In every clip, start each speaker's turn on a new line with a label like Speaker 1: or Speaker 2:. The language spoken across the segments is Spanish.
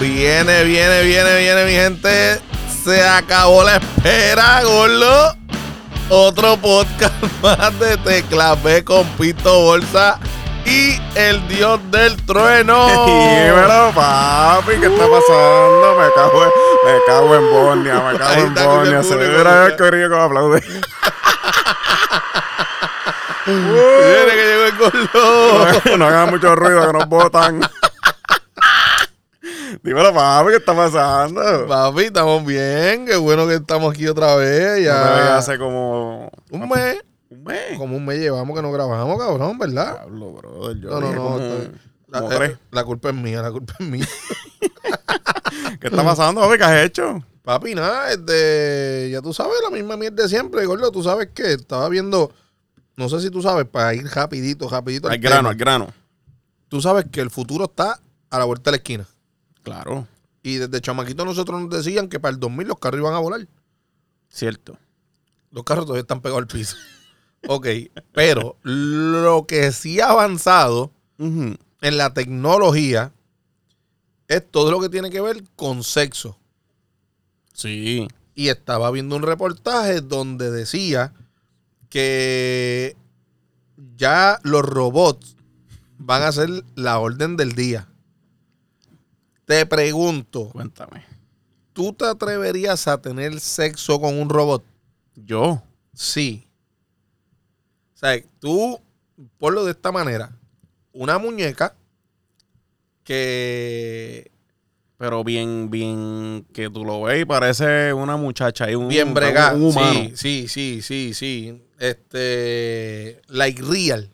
Speaker 1: Viene, viene, viene, viene, mi gente. Se acabó la espera, gordo. Otro podcast más de Tecla B con Pito Bolsa y el dios del trueno.
Speaker 2: Dímelo, papi, ¿qué está pasando? Me cago en, me cago en Bosnia, me cago
Speaker 1: Ahí
Speaker 2: en
Speaker 1: está, escucha el
Speaker 2: Bosnia. Se
Speaker 1: público,
Speaker 2: ve una vez
Speaker 1: escucha.
Speaker 2: que brillo como aplaude.
Speaker 1: Viene que llegó el gordo.
Speaker 2: no hagan mucho ruido, que nos botan. Dímelo, papi, ¿qué está pasando?
Speaker 1: Papi, estamos bien. Qué bueno que estamos aquí otra vez.
Speaker 2: No me veía
Speaker 1: Ya
Speaker 2: hace como
Speaker 1: un mes.
Speaker 2: un mes.
Speaker 1: Como un mes llevamos que no grabamos, cabrón, ¿verdad?
Speaker 2: Pablo, brother, yo
Speaker 1: No, no,
Speaker 2: dije
Speaker 1: no.
Speaker 2: como-
Speaker 1: estoy- La,
Speaker 2: como
Speaker 1: eh,
Speaker 2: tres.
Speaker 1: la culpa es mía, la culpa es mía.
Speaker 2: ¿Qué está pasando, papi? ¿Qué has hecho?
Speaker 1: Papi, nada, este, ya tú sabes, la misma mierda de siempre, gordo, tú sabes que estaba viendo, no sé si tú sabes, para ir rapidito, rapidito. al
Speaker 2: Al grano,
Speaker 1: tema.
Speaker 2: al grano.
Speaker 1: Tú sabes que el futuro está a la vuelta de la esquina.
Speaker 2: Claro,
Speaker 1: Y desde chamaquito nosotros nos decían que para el 2000 los carros iban a volar.
Speaker 2: cierto.
Speaker 1: Los carros todavía están pegados al piso. ok, pero lo que sí ha avanzado
Speaker 2: Ujú.
Speaker 1: en la tecnología es todo lo que tiene que ver con sexo.
Speaker 2: Sí.
Speaker 1: y estaba viendo un reportaje donde decía que ya los robots van a ser la orden del día. Te pregunto,
Speaker 2: Cuéntame.
Speaker 1: ¿tú te atreverías a tener sexo con un robot?
Speaker 2: Yo.
Speaker 1: Sí. O sea, tú, ponlo de esta manera, una muñeca que
Speaker 2: Pero bien, bien, que tú lo ves y parece una muchacha y un,
Speaker 1: bien
Speaker 2: un-
Speaker 1: bregada.
Speaker 2: un humano.
Speaker 1: Sí, sí, sí, sí, sí. Este, like real.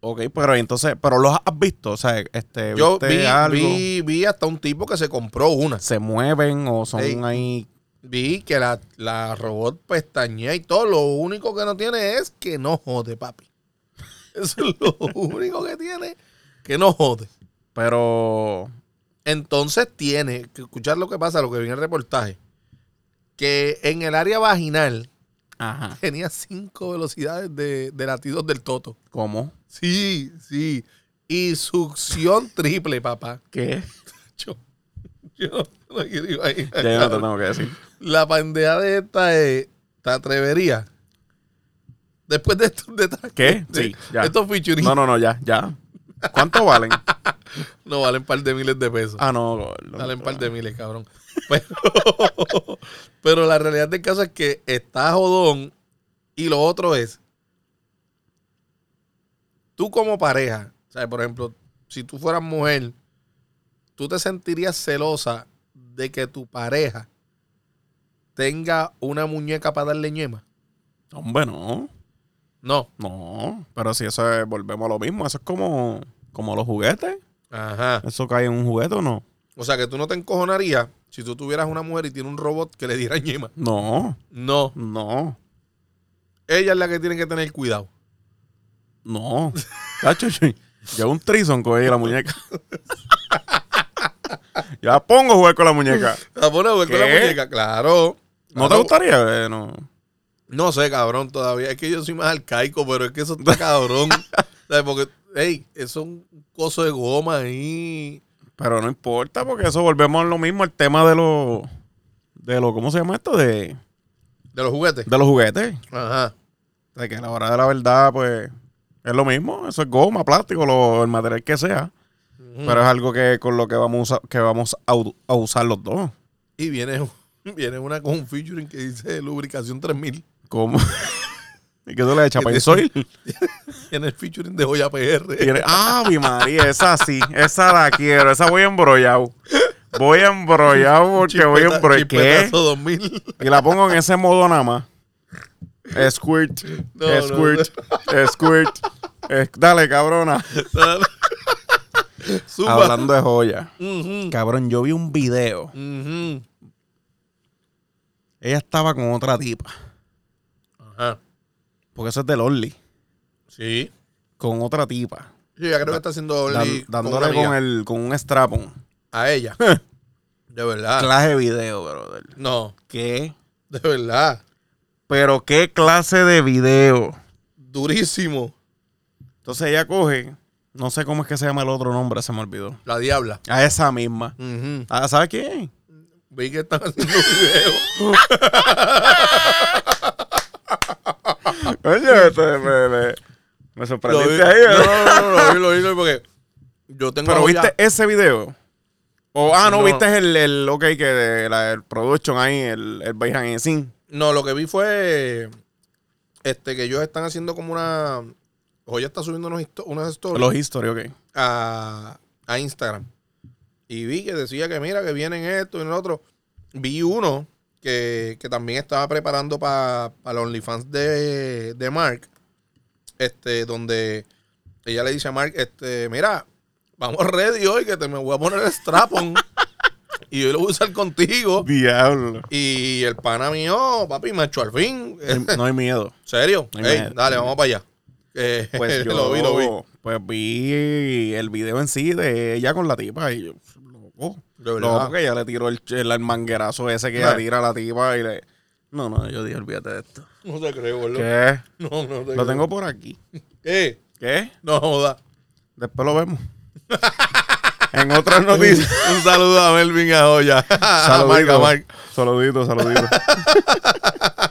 Speaker 2: Ok, pero entonces, pero los has visto, o sea, este,
Speaker 1: Yo
Speaker 2: viste
Speaker 1: vi,
Speaker 2: algo,
Speaker 1: vi, vi hasta un tipo que se compró una.
Speaker 2: se mueven o son
Speaker 1: Ey.
Speaker 2: ahí.
Speaker 1: Vi que la, la robot pestañea y todo. Lo único que no tiene es que no jode, papi. Eso es lo único que tiene, que no jode.
Speaker 2: Pero
Speaker 1: Entonces tiene, que escuchar lo que pasa, lo que vi en el reportaje, que en el área vaginal
Speaker 2: ajá,
Speaker 1: tenía cinco velocidades de, de latidos del toto.
Speaker 2: ¿cómo?
Speaker 1: Sí, sí. Y succión triple, papá.
Speaker 2: ¿Qué?
Speaker 1: Yo, yo no me quiero imaginar.
Speaker 2: Ya yo no te tengo que decir.
Speaker 1: La bandeja de esta es. ¿Te atreverías? Después de estos detalles.
Speaker 2: ¿Qué?
Speaker 1: de-
Speaker 2: Sí, ya.
Speaker 1: Estos featuring
Speaker 2: No,
Speaker 1: no,
Speaker 2: no, no, ya, ya. ¿Cuánto valen?
Speaker 1: valen par de miles de pesos.
Speaker 2: Ah, no, gordo.
Speaker 1: valen par de miles, cabrón. Pero, pero la realidad del caso es que está jodón. Y lo otro es. Tú como pareja, o sea, por ejemplo, si tú fueras mujer, tú te sentirías celosa de que tu pareja tenga una muñeca para darle ñema.
Speaker 2: Hombre, no,
Speaker 1: No.
Speaker 2: no. Pero si eso es, volvemos a lo mismo, eso es como, como los juguetes.
Speaker 1: Ajá.
Speaker 2: ¿Eso cae en un juguete o no?
Speaker 1: O sea que tú no te encojonarías si tú tuvieras una mujer y tiene un robot que le diera ñema.
Speaker 2: No,
Speaker 1: No.
Speaker 2: no.
Speaker 1: Ella es la que tiene que tener cuidado.
Speaker 2: No. Chacho, yo, yo hago un trison con ella y la muñeca. yo la pongo a jugar con la muñeca.
Speaker 1: La pone a jugar con la
Speaker 2: ¿Qué?
Speaker 1: muñeca. Claro.
Speaker 2: ¿No te
Speaker 1: Claro.
Speaker 2: gustaría? Eh, no.
Speaker 1: No sé, cabrón, todavía. Es que yo soy más arcaico, pero es que eso está cabrón. ¿Sabes? Porque, hey, eso es un coso de goma ahí.
Speaker 2: Pero no importa, porque eso volvemos a lo mismo, el tema de los. De lo, ¿Cómo se llama esto? De,
Speaker 1: De los juguetes.
Speaker 2: de los juguetes.
Speaker 1: Ajá.
Speaker 2: De que a la hora de la verdad, pues. Es lo mismo. Eso es goma, plástico, lo- el material que sea.
Speaker 1: Mm.
Speaker 2: Pero es algo que con lo que vamos a, usa- que vamos a, u- a usar los dos.
Speaker 1: Y viene, viene una con un featuring que dice lubricación 3000.
Speaker 2: ¿Cómo? ¿Y qué se le echa?
Speaker 1: Que te-
Speaker 2: ¿Pensoil?
Speaker 1: Tiene el featuring de Joya PR.
Speaker 2: Tiene- ah, mi María, esa sí, esa la quiero, esa voy embrollado. Voy embrollado porque voy
Speaker 1: Chispeta-
Speaker 2: embrollado. ¿Qué?
Speaker 1: Chispetazo 2000.
Speaker 2: Y la pongo en ese modo nada más. Squirt,
Speaker 1: No, no,
Speaker 2: squirt, squirt. Es- dale, cabrona.
Speaker 1: Zumba.
Speaker 2: Hablando de joya.
Speaker 1: Ujú,
Speaker 2: Cabrón, yo vi un video.
Speaker 1: ujú.
Speaker 2: Ella estaba con otra tipa.
Speaker 1: Ajá.
Speaker 2: Porque eso es del Orly.
Speaker 1: Sí.
Speaker 2: Con otra tipa.
Speaker 1: Sí, ya creo que está haciendo
Speaker 2: Dan-
Speaker 1: Oli con una
Speaker 2: dándole
Speaker 1: amiga.
Speaker 2: con, el, con un strapón.
Speaker 1: a ella. De verdad.
Speaker 2: Clase de video, brother.
Speaker 1: No,
Speaker 2: ¿Qué?
Speaker 1: de verdad.
Speaker 2: Pero qué clase de video.
Speaker 1: Durísimo.
Speaker 2: Entonces ella coge No sé cómo es que se llama el otro nombre, se me olvidó.
Speaker 1: La diabla.
Speaker 2: A esa misma.
Speaker 1: Ujú.
Speaker 2: Ah, ¿Sabes quién?
Speaker 1: Vi que están haciendo un video.
Speaker 2: Oye, este, me, me- me
Speaker 1: Lo vi.
Speaker 2: sorprendiste ahí, ¿eh?
Speaker 1: No,
Speaker 2: ¿verdad?
Speaker 1: no, no, no, lo vi, lo vi, lo vi, porque yo tengo
Speaker 2: Pero
Speaker 1: joya-
Speaker 2: viste ese video. O, ah, no,
Speaker 1: No.
Speaker 2: viste el, el, ok, que de la- el production ahí, el, el behind the scene.
Speaker 1: No, lo que vi fue este que ellos están haciendo como una Joya está subiendo unos histo- unas stories
Speaker 2: Los history, ok.
Speaker 1: a, a Instagram. Y vi que decía que mira, que vienen esto y el otro. Vi uno que, que también estaba preparando para los OnlyFans de, de Mark. Este, donde ella le dice a Mark, este, mira, vamos ready hoy que te me voy a poner el strapon. y yo lo voy a usar contigo.
Speaker 2: Diablo.
Speaker 1: Y el pana mío, papi, macho al fin.
Speaker 2: No hay- No hay miedo.
Speaker 1: ¿Serio?
Speaker 2: Ay,
Speaker 1: Ey,
Speaker 2: me-
Speaker 1: dale, vamos para allá. Eh,
Speaker 2: em, Pues yo
Speaker 1: lo vi, lo vi.
Speaker 2: Pues vi el video en sí de ella con la tipa y yo, loco.
Speaker 1: De verdad.
Speaker 2: Loco, que ella le tiró el, el, el manguerazo ese que
Speaker 1: Ah.
Speaker 2: ella tira a la tipa y le... No, no, yo dije, olvídate de esto.
Speaker 1: No te creo, boludo.
Speaker 2: ¿Qué?
Speaker 1: No, no te
Speaker 2: Lo
Speaker 1: creo.
Speaker 2: tengo por aquí.
Speaker 1: Eh,
Speaker 2: ¿Qué?
Speaker 1: no joda.
Speaker 2: Después lo vemos. en otras noticias.
Speaker 1: Un saludo a Melvin a Joya.
Speaker 2: Saludito,
Speaker 1: Marca, marca.
Speaker 2: saludito, saludito.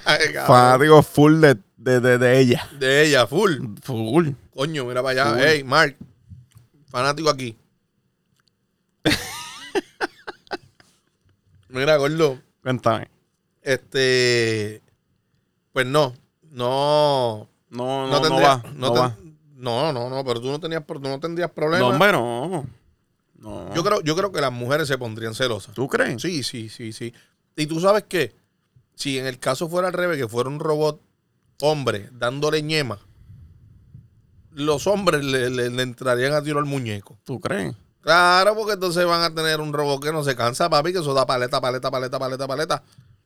Speaker 1: Ay, cabrón.
Speaker 2: Fanático full de, de, de, de ella.
Speaker 1: De ella, full.
Speaker 2: Full.
Speaker 1: Coño, mira para allá.
Speaker 2: Full.
Speaker 1: Ey, Mark. Fanático aquí. mira, gordo.
Speaker 2: Cuéntame.
Speaker 1: Este. Pues no. No. no,
Speaker 2: No, no, no,
Speaker 1: tendría-
Speaker 2: va.
Speaker 1: no
Speaker 2: No,
Speaker 1: ten-
Speaker 2: va.
Speaker 1: No, no, no, pero tú no tenías, tú no tendrías
Speaker 2: No,
Speaker 1: problema.
Speaker 2: hombre, no. No.
Speaker 1: yo creo, yo creo que las mujeres se pondrían celosas.
Speaker 2: ¿Tú crees?
Speaker 1: Sí, sí, sí, sí. Y tú sabes qué, si en el caso fuera al revés, que fuera un robot hombre dándole ñema, los hombres le, le- le entrarían a tiro al muñeco.
Speaker 2: ¿Tú crees?
Speaker 1: Claro, porque entonces van a tener un robot que no se cansa, papi, que eso da paleta, paleta, paleta, paleta, paleta.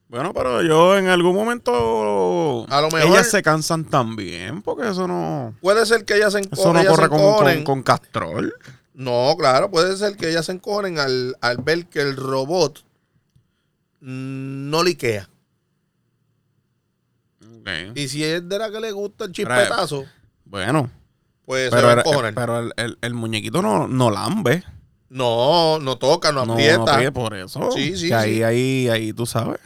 Speaker 2: Bueno, pero yo en algún momento.
Speaker 1: A lo mejor-
Speaker 2: Ellas se cansan también, porque eso no.
Speaker 1: Puede ser que ellas se, enco-
Speaker 2: Eso no
Speaker 1: ellas se
Speaker 2: corre con,
Speaker 1: encojonen.
Speaker 2: con, con Castrol.
Speaker 1: No, claro, puede ser que ellas se encojonen al, al ver que el robot mm, no liquea. Y si es de la que le gusta el chispetazo,
Speaker 2: Bueno,
Speaker 1: pues se
Speaker 2: pero,
Speaker 1: va a
Speaker 2: el,
Speaker 1: encojonar.
Speaker 2: pero el, el- el muñequito no, no lambe.
Speaker 1: no, no toca, no
Speaker 2: No, no
Speaker 1: aprieta.
Speaker 2: aprieta, por eso.
Speaker 1: Sí, sí,
Speaker 2: Que ahí,
Speaker 1: sí.
Speaker 2: ahí, ahí, tú sabes.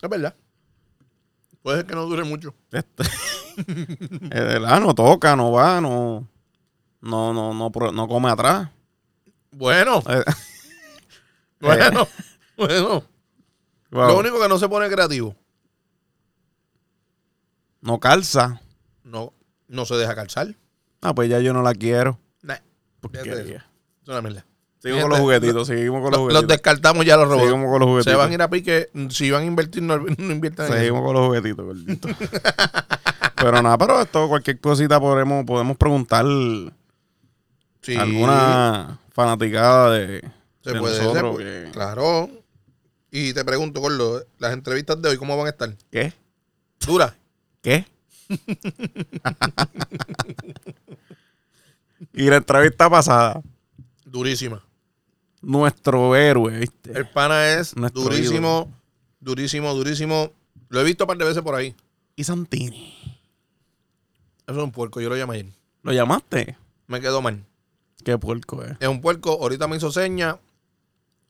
Speaker 1: Es verdad. Puede ser que no dure mucho.
Speaker 2: Este, el, ah, no toca, no va, no. No, no, no, pro- no come atrás.
Speaker 1: Bueno,
Speaker 2: Eh,
Speaker 1: bueno, bueno.
Speaker 2: wow.
Speaker 1: Lo único que no se pone creativo,
Speaker 2: No calza.
Speaker 1: no, no se deja calzar.
Speaker 2: Ah, pues ya yo no la quiero.
Speaker 1: Nah,
Speaker 2: Porquería.
Speaker 1: Fíjate eso. es una mierda.
Speaker 2: Seguimos con los
Speaker 1: Fíjate,
Speaker 2: juguetitos, seguimos con los
Speaker 1: Los, los
Speaker 2: juguetitos.
Speaker 1: descartamos ya los robots.
Speaker 2: Seguimos con los juguetitos.
Speaker 1: Se van a ir a pique. Si van a invertir, no, no inviertan en eso.
Speaker 2: Seguimos con los juguetitos, gordito. pero nada, pero esto, cualquier cosita podemos, podemos preguntar
Speaker 1: Sí.
Speaker 2: alguna fanaticada de,
Speaker 1: Se
Speaker 2: de
Speaker 1: puede, se
Speaker 2: nosotros.
Speaker 1: puede.
Speaker 2: que-
Speaker 1: Claro. Y te pregunto, Gordo, las entrevistas de hoy, ¿cómo van a estar?
Speaker 2: ¿Qué?
Speaker 1: ¿Duras?
Speaker 2: ¿Qué? y la entrevista pasada,
Speaker 1: Durísima.
Speaker 2: nuestro héroe, ¿viste?
Speaker 1: El pana es
Speaker 2: Nuestro
Speaker 1: durísimo, durísimo, durísimo. Lo he visto un par de veces por ahí.
Speaker 2: Y Santini.
Speaker 1: Eso es un puerco, yo lo llamé ayer.
Speaker 2: ¿Lo llamaste?
Speaker 1: Me quedó mal.
Speaker 2: Qué puerco es.
Speaker 1: Es un puerco, ahorita me hizo seña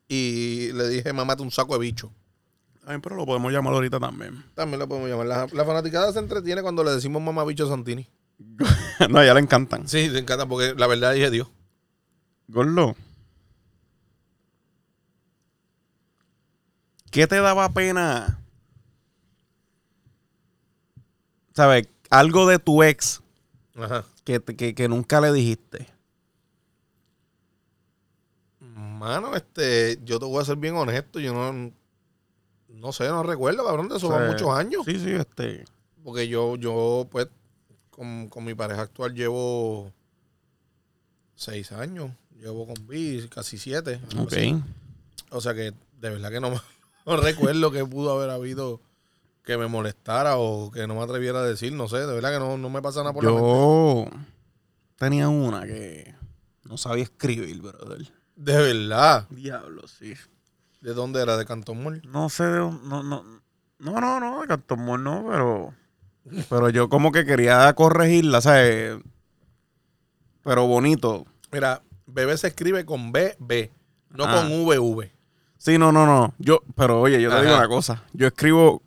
Speaker 1: y le dije, mamate un saco de bicho.
Speaker 2: Ay, pero lo podemos llamar ahorita también.
Speaker 1: También lo podemos llamar. La, la fanaticada se entretiene cuando le decimos mamá bicho a Santini.
Speaker 2: no, ya le encantan.
Speaker 1: Sí, se encanta porque la verdad dije Dios.
Speaker 2: Gordo. ¿Qué te daba pena? ¿Sabes? Algo de tu ex
Speaker 1: Ajá.
Speaker 2: que, te- que, que nunca le dijiste.
Speaker 1: Mano, este, yo te voy a ser bien honesto, yo no, no sé, no recuerdo, cabrón, de eso va
Speaker 2: Sí.
Speaker 1: muchos años.
Speaker 2: Sí, sí, este.
Speaker 1: Porque yo, yo, pues, con, con mi pareja actual llevo seis años. Llevo con Vi casi siete. algo
Speaker 2: Ok.
Speaker 1: así. O sea que de verdad que no, me- no recuerdo que pudo haber habido que me molestara o que no me atreviera a decir, no sé, de verdad que no, no me pasa nada por la mente.
Speaker 2: Yo tenía una que no sabía escribir, brother.
Speaker 1: De verdad.
Speaker 2: Diablo, sí.
Speaker 1: ¿De dónde era? ¿De Cantón Mall?
Speaker 2: No sé de dónde- no, no, no, no, no, de Cantón Mor no, pero. Pero yo como que quería corregirla, ¿sabes? pero bonito.
Speaker 1: Mira, bebé se escribe con B, B, no
Speaker 2: Ah.
Speaker 1: con V, V.
Speaker 2: Sí, no, no, no. Yo, pero oye, yo te
Speaker 1: Ajá.
Speaker 2: digo una cosa. Yo escribo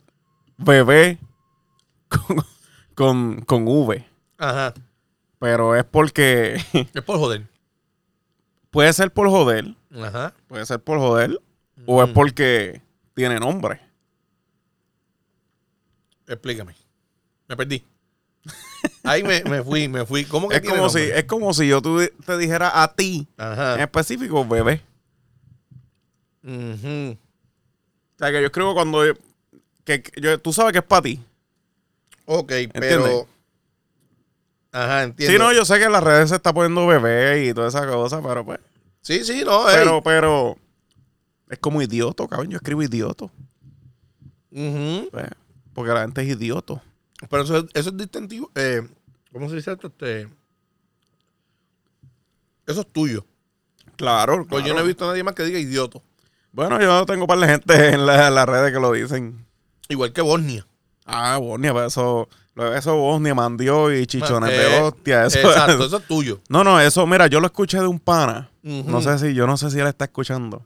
Speaker 2: bebé con, con, con V.
Speaker 1: Ajá.
Speaker 2: Pero es porque
Speaker 1: Es por joder.
Speaker 2: puede ser por joder.
Speaker 1: Ajá.
Speaker 2: Puede ser por joder. O es
Speaker 1: Mm.
Speaker 2: porque tiene nombre.
Speaker 1: Explícame. Me perdí. Ahí me, me fui, me fui. ¿Cómo que
Speaker 2: Es
Speaker 1: tiene
Speaker 2: como, si,
Speaker 1: nombre?
Speaker 2: es Eh. como si yo tuvi- te dijera a ti en
Speaker 1: Ajá.
Speaker 2: específico bebé.
Speaker 1: Ujú.
Speaker 2: O sea, que yo escribo cuando... yo- que, que yo, tú sabes que es para ti.
Speaker 1: Ok, pero...
Speaker 2: ¿Entiendes?
Speaker 1: Ajá,
Speaker 2: Sí,
Speaker 1: entiendo.
Speaker 2: no, yo sé que en las redes se está poniendo bebé y toda esa cosa, pero pues...
Speaker 1: Sí, sí, no. ey.
Speaker 2: Pero, pero... Es como idioto, cabrón. Yo escribo idioto.
Speaker 1: Ujú.
Speaker 2: Pues, porque la gente es idioto.
Speaker 1: Pero eso, eso es distintivo. eh, ¿Cómo se dice esto? Este, eso es tuyo.
Speaker 2: Claro,
Speaker 1: Pues yo no he visto a nadie más que diga idioto.
Speaker 2: Bueno, yo tengo para la gente en la- las redes que lo dicen.
Speaker 1: Igual que Bosnia.
Speaker 2: Ah, Bosnia, pero eso... lo- Eso Bosnia, Mandió y Chichones
Speaker 1: Eh,
Speaker 2: de hostia. Eso,
Speaker 1: Exacto, eso es tuyo.
Speaker 2: No, no, eso, mira, yo lo escuché de un pana.
Speaker 1: Ujú.
Speaker 2: No sé si, yo no sé si él está escuchando.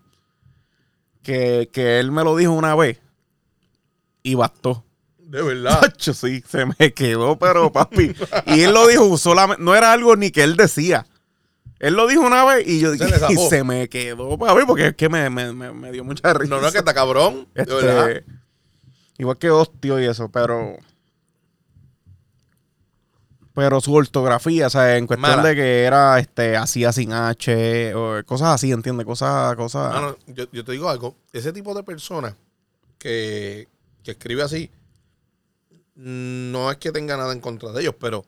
Speaker 2: Que, que él me lo dijo una vez. Y bastó.
Speaker 1: De verdad.
Speaker 2: Tacho, sí, se me quedó, pero papi. y él lo dijo solamente, no era algo ni que él decía. Él lo dijo una vez y yo
Speaker 1: Se
Speaker 2: dije,
Speaker 1: le zafó.
Speaker 2: y se me quedó, papi, porque es que me, me- me- me dio mucha risa.
Speaker 1: No, no, que está cabrón. De
Speaker 2: Este,
Speaker 1: verdad.
Speaker 2: Igual que hostio y eso, pero. Pero su ortografía, o sea, en cuestión
Speaker 1: Mala.
Speaker 2: de que era este, hacía sin H, o cosas así, ¿entiendes? Cosas, cosas.
Speaker 1: Ah, No, no, yo, yo te digo algo. Ese tipo de persona que, que escribe así, no es que tenga nada en contra de ellos, pero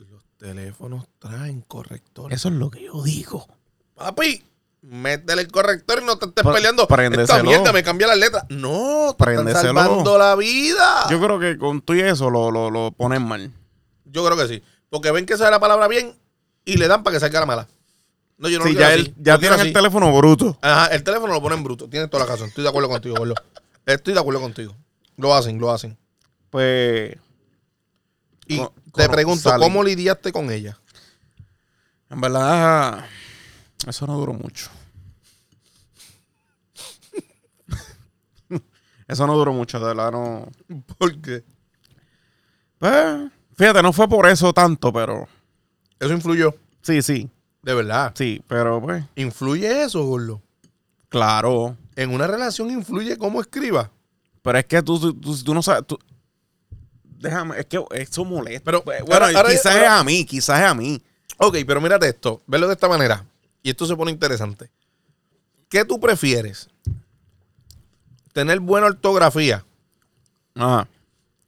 Speaker 1: los teléfonos traen correctores.
Speaker 2: Eso es lo que yo digo.
Speaker 1: Papi, métele el corrector y no te estés
Speaker 2: Pre-
Speaker 1: peleando. Esta
Speaker 2: préndeselo.
Speaker 1: mierda me cambia las letras. No, te están
Speaker 2: Préndeselo.
Speaker 1: salvando la vida.
Speaker 2: Yo creo que con tú y eso lo, lo, lo ponen mal.
Speaker 1: Yo creo que sí. Porque ven que sale la palabra bien y le dan para que salga la mala. No, yo no
Speaker 2: sí,
Speaker 1: lo quiero
Speaker 2: ya,
Speaker 1: así.
Speaker 2: él, ya
Speaker 1: Lo quiero
Speaker 2: tienen el
Speaker 1: así.
Speaker 2: teléfono bruto.
Speaker 1: Ajá, el teléfono lo ponen bruto. Tienes toda la razón. Estoy de acuerdo contigo, boludo. Estoy de acuerdo contigo. Lo hacen, lo hacen.
Speaker 2: Pues,
Speaker 1: Y
Speaker 2: Co-
Speaker 1: te
Speaker 2: cono-
Speaker 1: pregunto,
Speaker 2: salen.
Speaker 1: ¿cómo lidiaste con ella?
Speaker 2: en verdad, eso no duró mucho. eso no duró mucho, de verdad, no.
Speaker 1: Porque
Speaker 2: Pues, fíjate, no fue por eso tanto, pero.
Speaker 1: eso influyó.
Speaker 2: Sí, sí,
Speaker 1: De verdad.
Speaker 2: sí, pero pues.
Speaker 1: ¿Influye eso, boludo?
Speaker 2: Claro.
Speaker 1: En una relación influye cómo escriba.
Speaker 2: Pero es que tú, tú, tú- tú no sabes. tú- Déjame, es que eso molesta.
Speaker 1: Pero,
Speaker 2: Pues, bueno,
Speaker 1: ahora- ahora-
Speaker 2: quizás
Speaker 1: ahora-
Speaker 2: es a mí, quizás es a mí.
Speaker 1: Ok, pero mírate esto, verlo de esta manera. Y esto se pone interesante. ¿Qué tú prefieres? ¿Tener buena ortografía
Speaker 2: Ajá.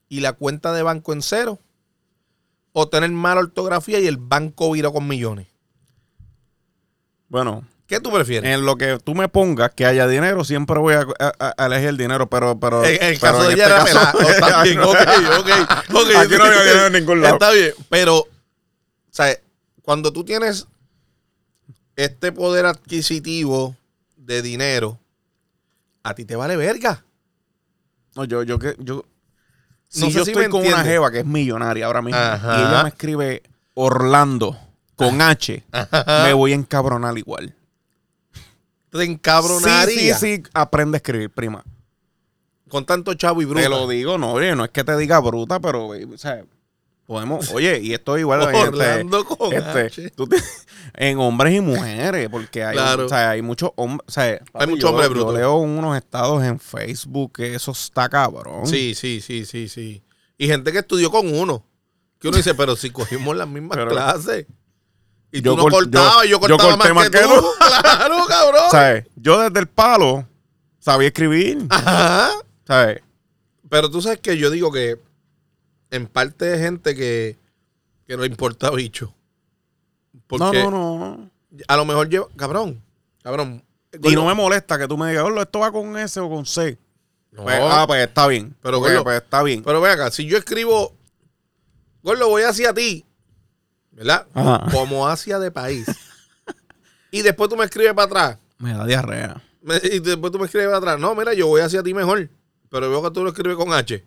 Speaker 1: y la cuenta de banco en cero? ¿O tener mala ortografía y el banco viró con millones?
Speaker 2: Bueno,
Speaker 1: ¿Qué tú prefieres?
Speaker 2: en lo que tú me pongas que haya dinero, siempre voy a, a- a elegir el dinero, pero. pero
Speaker 1: En, en el
Speaker 2: pero
Speaker 1: caso de
Speaker 2: en
Speaker 1: ella
Speaker 2: este
Speaker 1: era
Speaker 2: caso-
Speaker 1: pelado. Está bien, ok, ok, ok.
Speaker 2: Aquí no había dinero en ningún lado.
Speaker 1: Está bien, pero, ¿sabes? Cuando tú tienes este poder adquisitivo de dinero, a ti te vale verga.
Speaker 2: No, yo, yo, que- yo. Si
Speaker 1: No sé
Speaker 2: yo
Speaker 1: si
Speaker 2: estoy
Speaker 1: me
Speaker 2: con una
Speaker 1: entiendes.
Speaker 2: jeva que es millonaria ahora mismo
Speaker 1: Ajá.
Speaker 2: y ella me escribe Orlando con H, me voy a encabronar igual.
Speaker 1: te encabronaría
Speaker 2: Sí, sí, sí, aprende a escribir, prima.
Speaker 1: con tanto chavo y bruto.
Speaker 2: Te lo digo, no, oye, no es que te diga bruta, pero, eh, o sea, podemos, oye, y esto es igual en este-
Speaker 1: Orlando con
Speaker 2: este,
Speaker 1: H.
Speaker 2: tú te- en hombres y mujeres, porque hay,
Speaker 1: Claro.
Speaker 2: o sea, hay muchos hombres, o sea, papi,
Speaker 1: muchos hombres
Speaker 2: yo,
Speaker 1: brutos.
Speaker 2: Yo leo unos estados en Facebook que eso está cabrón.
Speaker 1: Sí, sí, sí, sí, sí. Y gente que estudió con uno. Que uno dice, pero si cogimos las mismas
Speaker 2: Pero-
Speaker 1: clases. Y
Speaker 2: Yo
Speaker 1: tú no
Speaker 2: cor-
Speaker 1: cortabas, yo,
Speaker 2: yo- yo
Speaker 1: cortaba
Speaker 2: corté
Speaker 1: más, que,
Speaker 2: más que
Speaker 1: tú. claro, cabrón.
Speaker 2: ¿Sabes? Yo desde el palo sabía escribir,
Speaker 1: Ah. Ajá.
Speaker 2: ¿sabes?
Speaker 1: Pero tú sabes que yo digo que en parte de gente que, que no le importa bicho. Porque
Speaker 2: No, no, no.
Speaker 1: a lo mejor lleva... Cabrón, cabrón.
Speaker 2: Y no me molesta que tú me digas, "Orlo, esto va con S o con C.
Speaker 1: No.
Speaker 2: Pues, ah, pues está bien.
Speaker 1: Pero,
Speaker 2: Pues,
Speaker 1: gordo,
Speaker 2: pues, está bien.
Speaker 1: Pero ven acá, si yo escribo, lo voy hacia ti, ¿verdad?
Speaker 2: Ajá.
Speaker 1: Como hacia de país. y después tú me escribes para atrás.
Speaker 2: me da diarrea.
Speaker 1: Me- y después tú me escribes para atrás. No, mira, yo voy hacia ti mejor. Pero veo que tú lo escribes con H.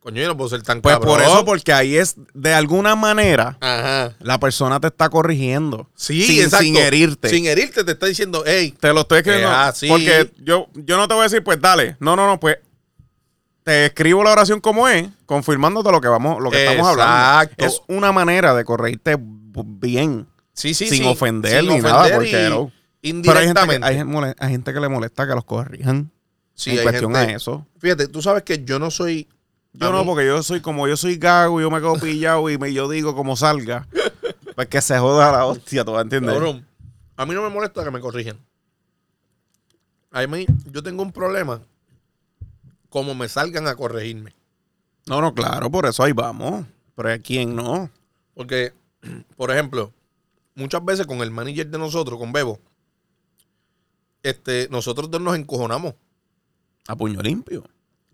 Speaker 1: Coño, yo no puedo ser tan
Speaker 2: Pues
Speaker 1: cabrón.
Speaker 2: por eso, porque ahí es, de alguna manera,
Speaker 1: Ajá.
Speaker 2: la persona te está corrigiendo.
Speaker 1: Sí,
Speaker 2: sin,
Speaker 1: exacto.
Speaker 2: sin herirte.
Speaker 1: Sin herirte, te está diciendo, hey,
Speaker 2: Te lo estoy escribiendo.
Speaker 1: Eh, ah, sí.
Speaker 2: Porque yo, yo no te voy a decir, pues dale. No, no, no, pues te escribo la oración como es, confirmándote lo que vamos, lo que estamos hablando.
Speaker 1: Exacto.
Speaker 2: Es una manera de corregirte b- bien.
Speaker 1: sí, sí,
Speaker 2: sin
Speaker 1: sí,
Speaker 2: ofender ni nada,
Speaker 1: ofender
Speaker 2: porque
Speaker 1: y
Speaker 2: no. Pero hay gente, que,
Speaker 1: Indirectamente.
Speaker 2: hay, gen- mole- hay gente que le molesta que los corrijan
Speaker 1: Sí,
Speaker 2: en
Speaker 1: hay
Speaker 2: cuestión
Speaker 1: gente-
Speaker 2: a eso.
Speaker 1: Fíjate, tú sabes que yo no soy.
Speaker 2: Yo
Speaker 1: a
Speaker 2: no,
Speaker 1: mí-
Speaker 2: porque yo soy, como yo soy gago, yo me quedo pillado y me, yo digo como salga. Pues que se joda la hostia, ¿tú vas a entender?
Speaker 1: Cabrón, a mí no me molesta que me corrijan. A mí, yo tengo un problema. Como me salgan a corregirme.
Speaker 2: No, no, claro, por eso ahí vamos. Pero ¿a quién no?
Speaker 1: Porque, por ejemplo, muchas veces con el manager de nosotros, con Bebo, este, nosotros dos nos encojonamos.
Speaker 2: A puño limpio.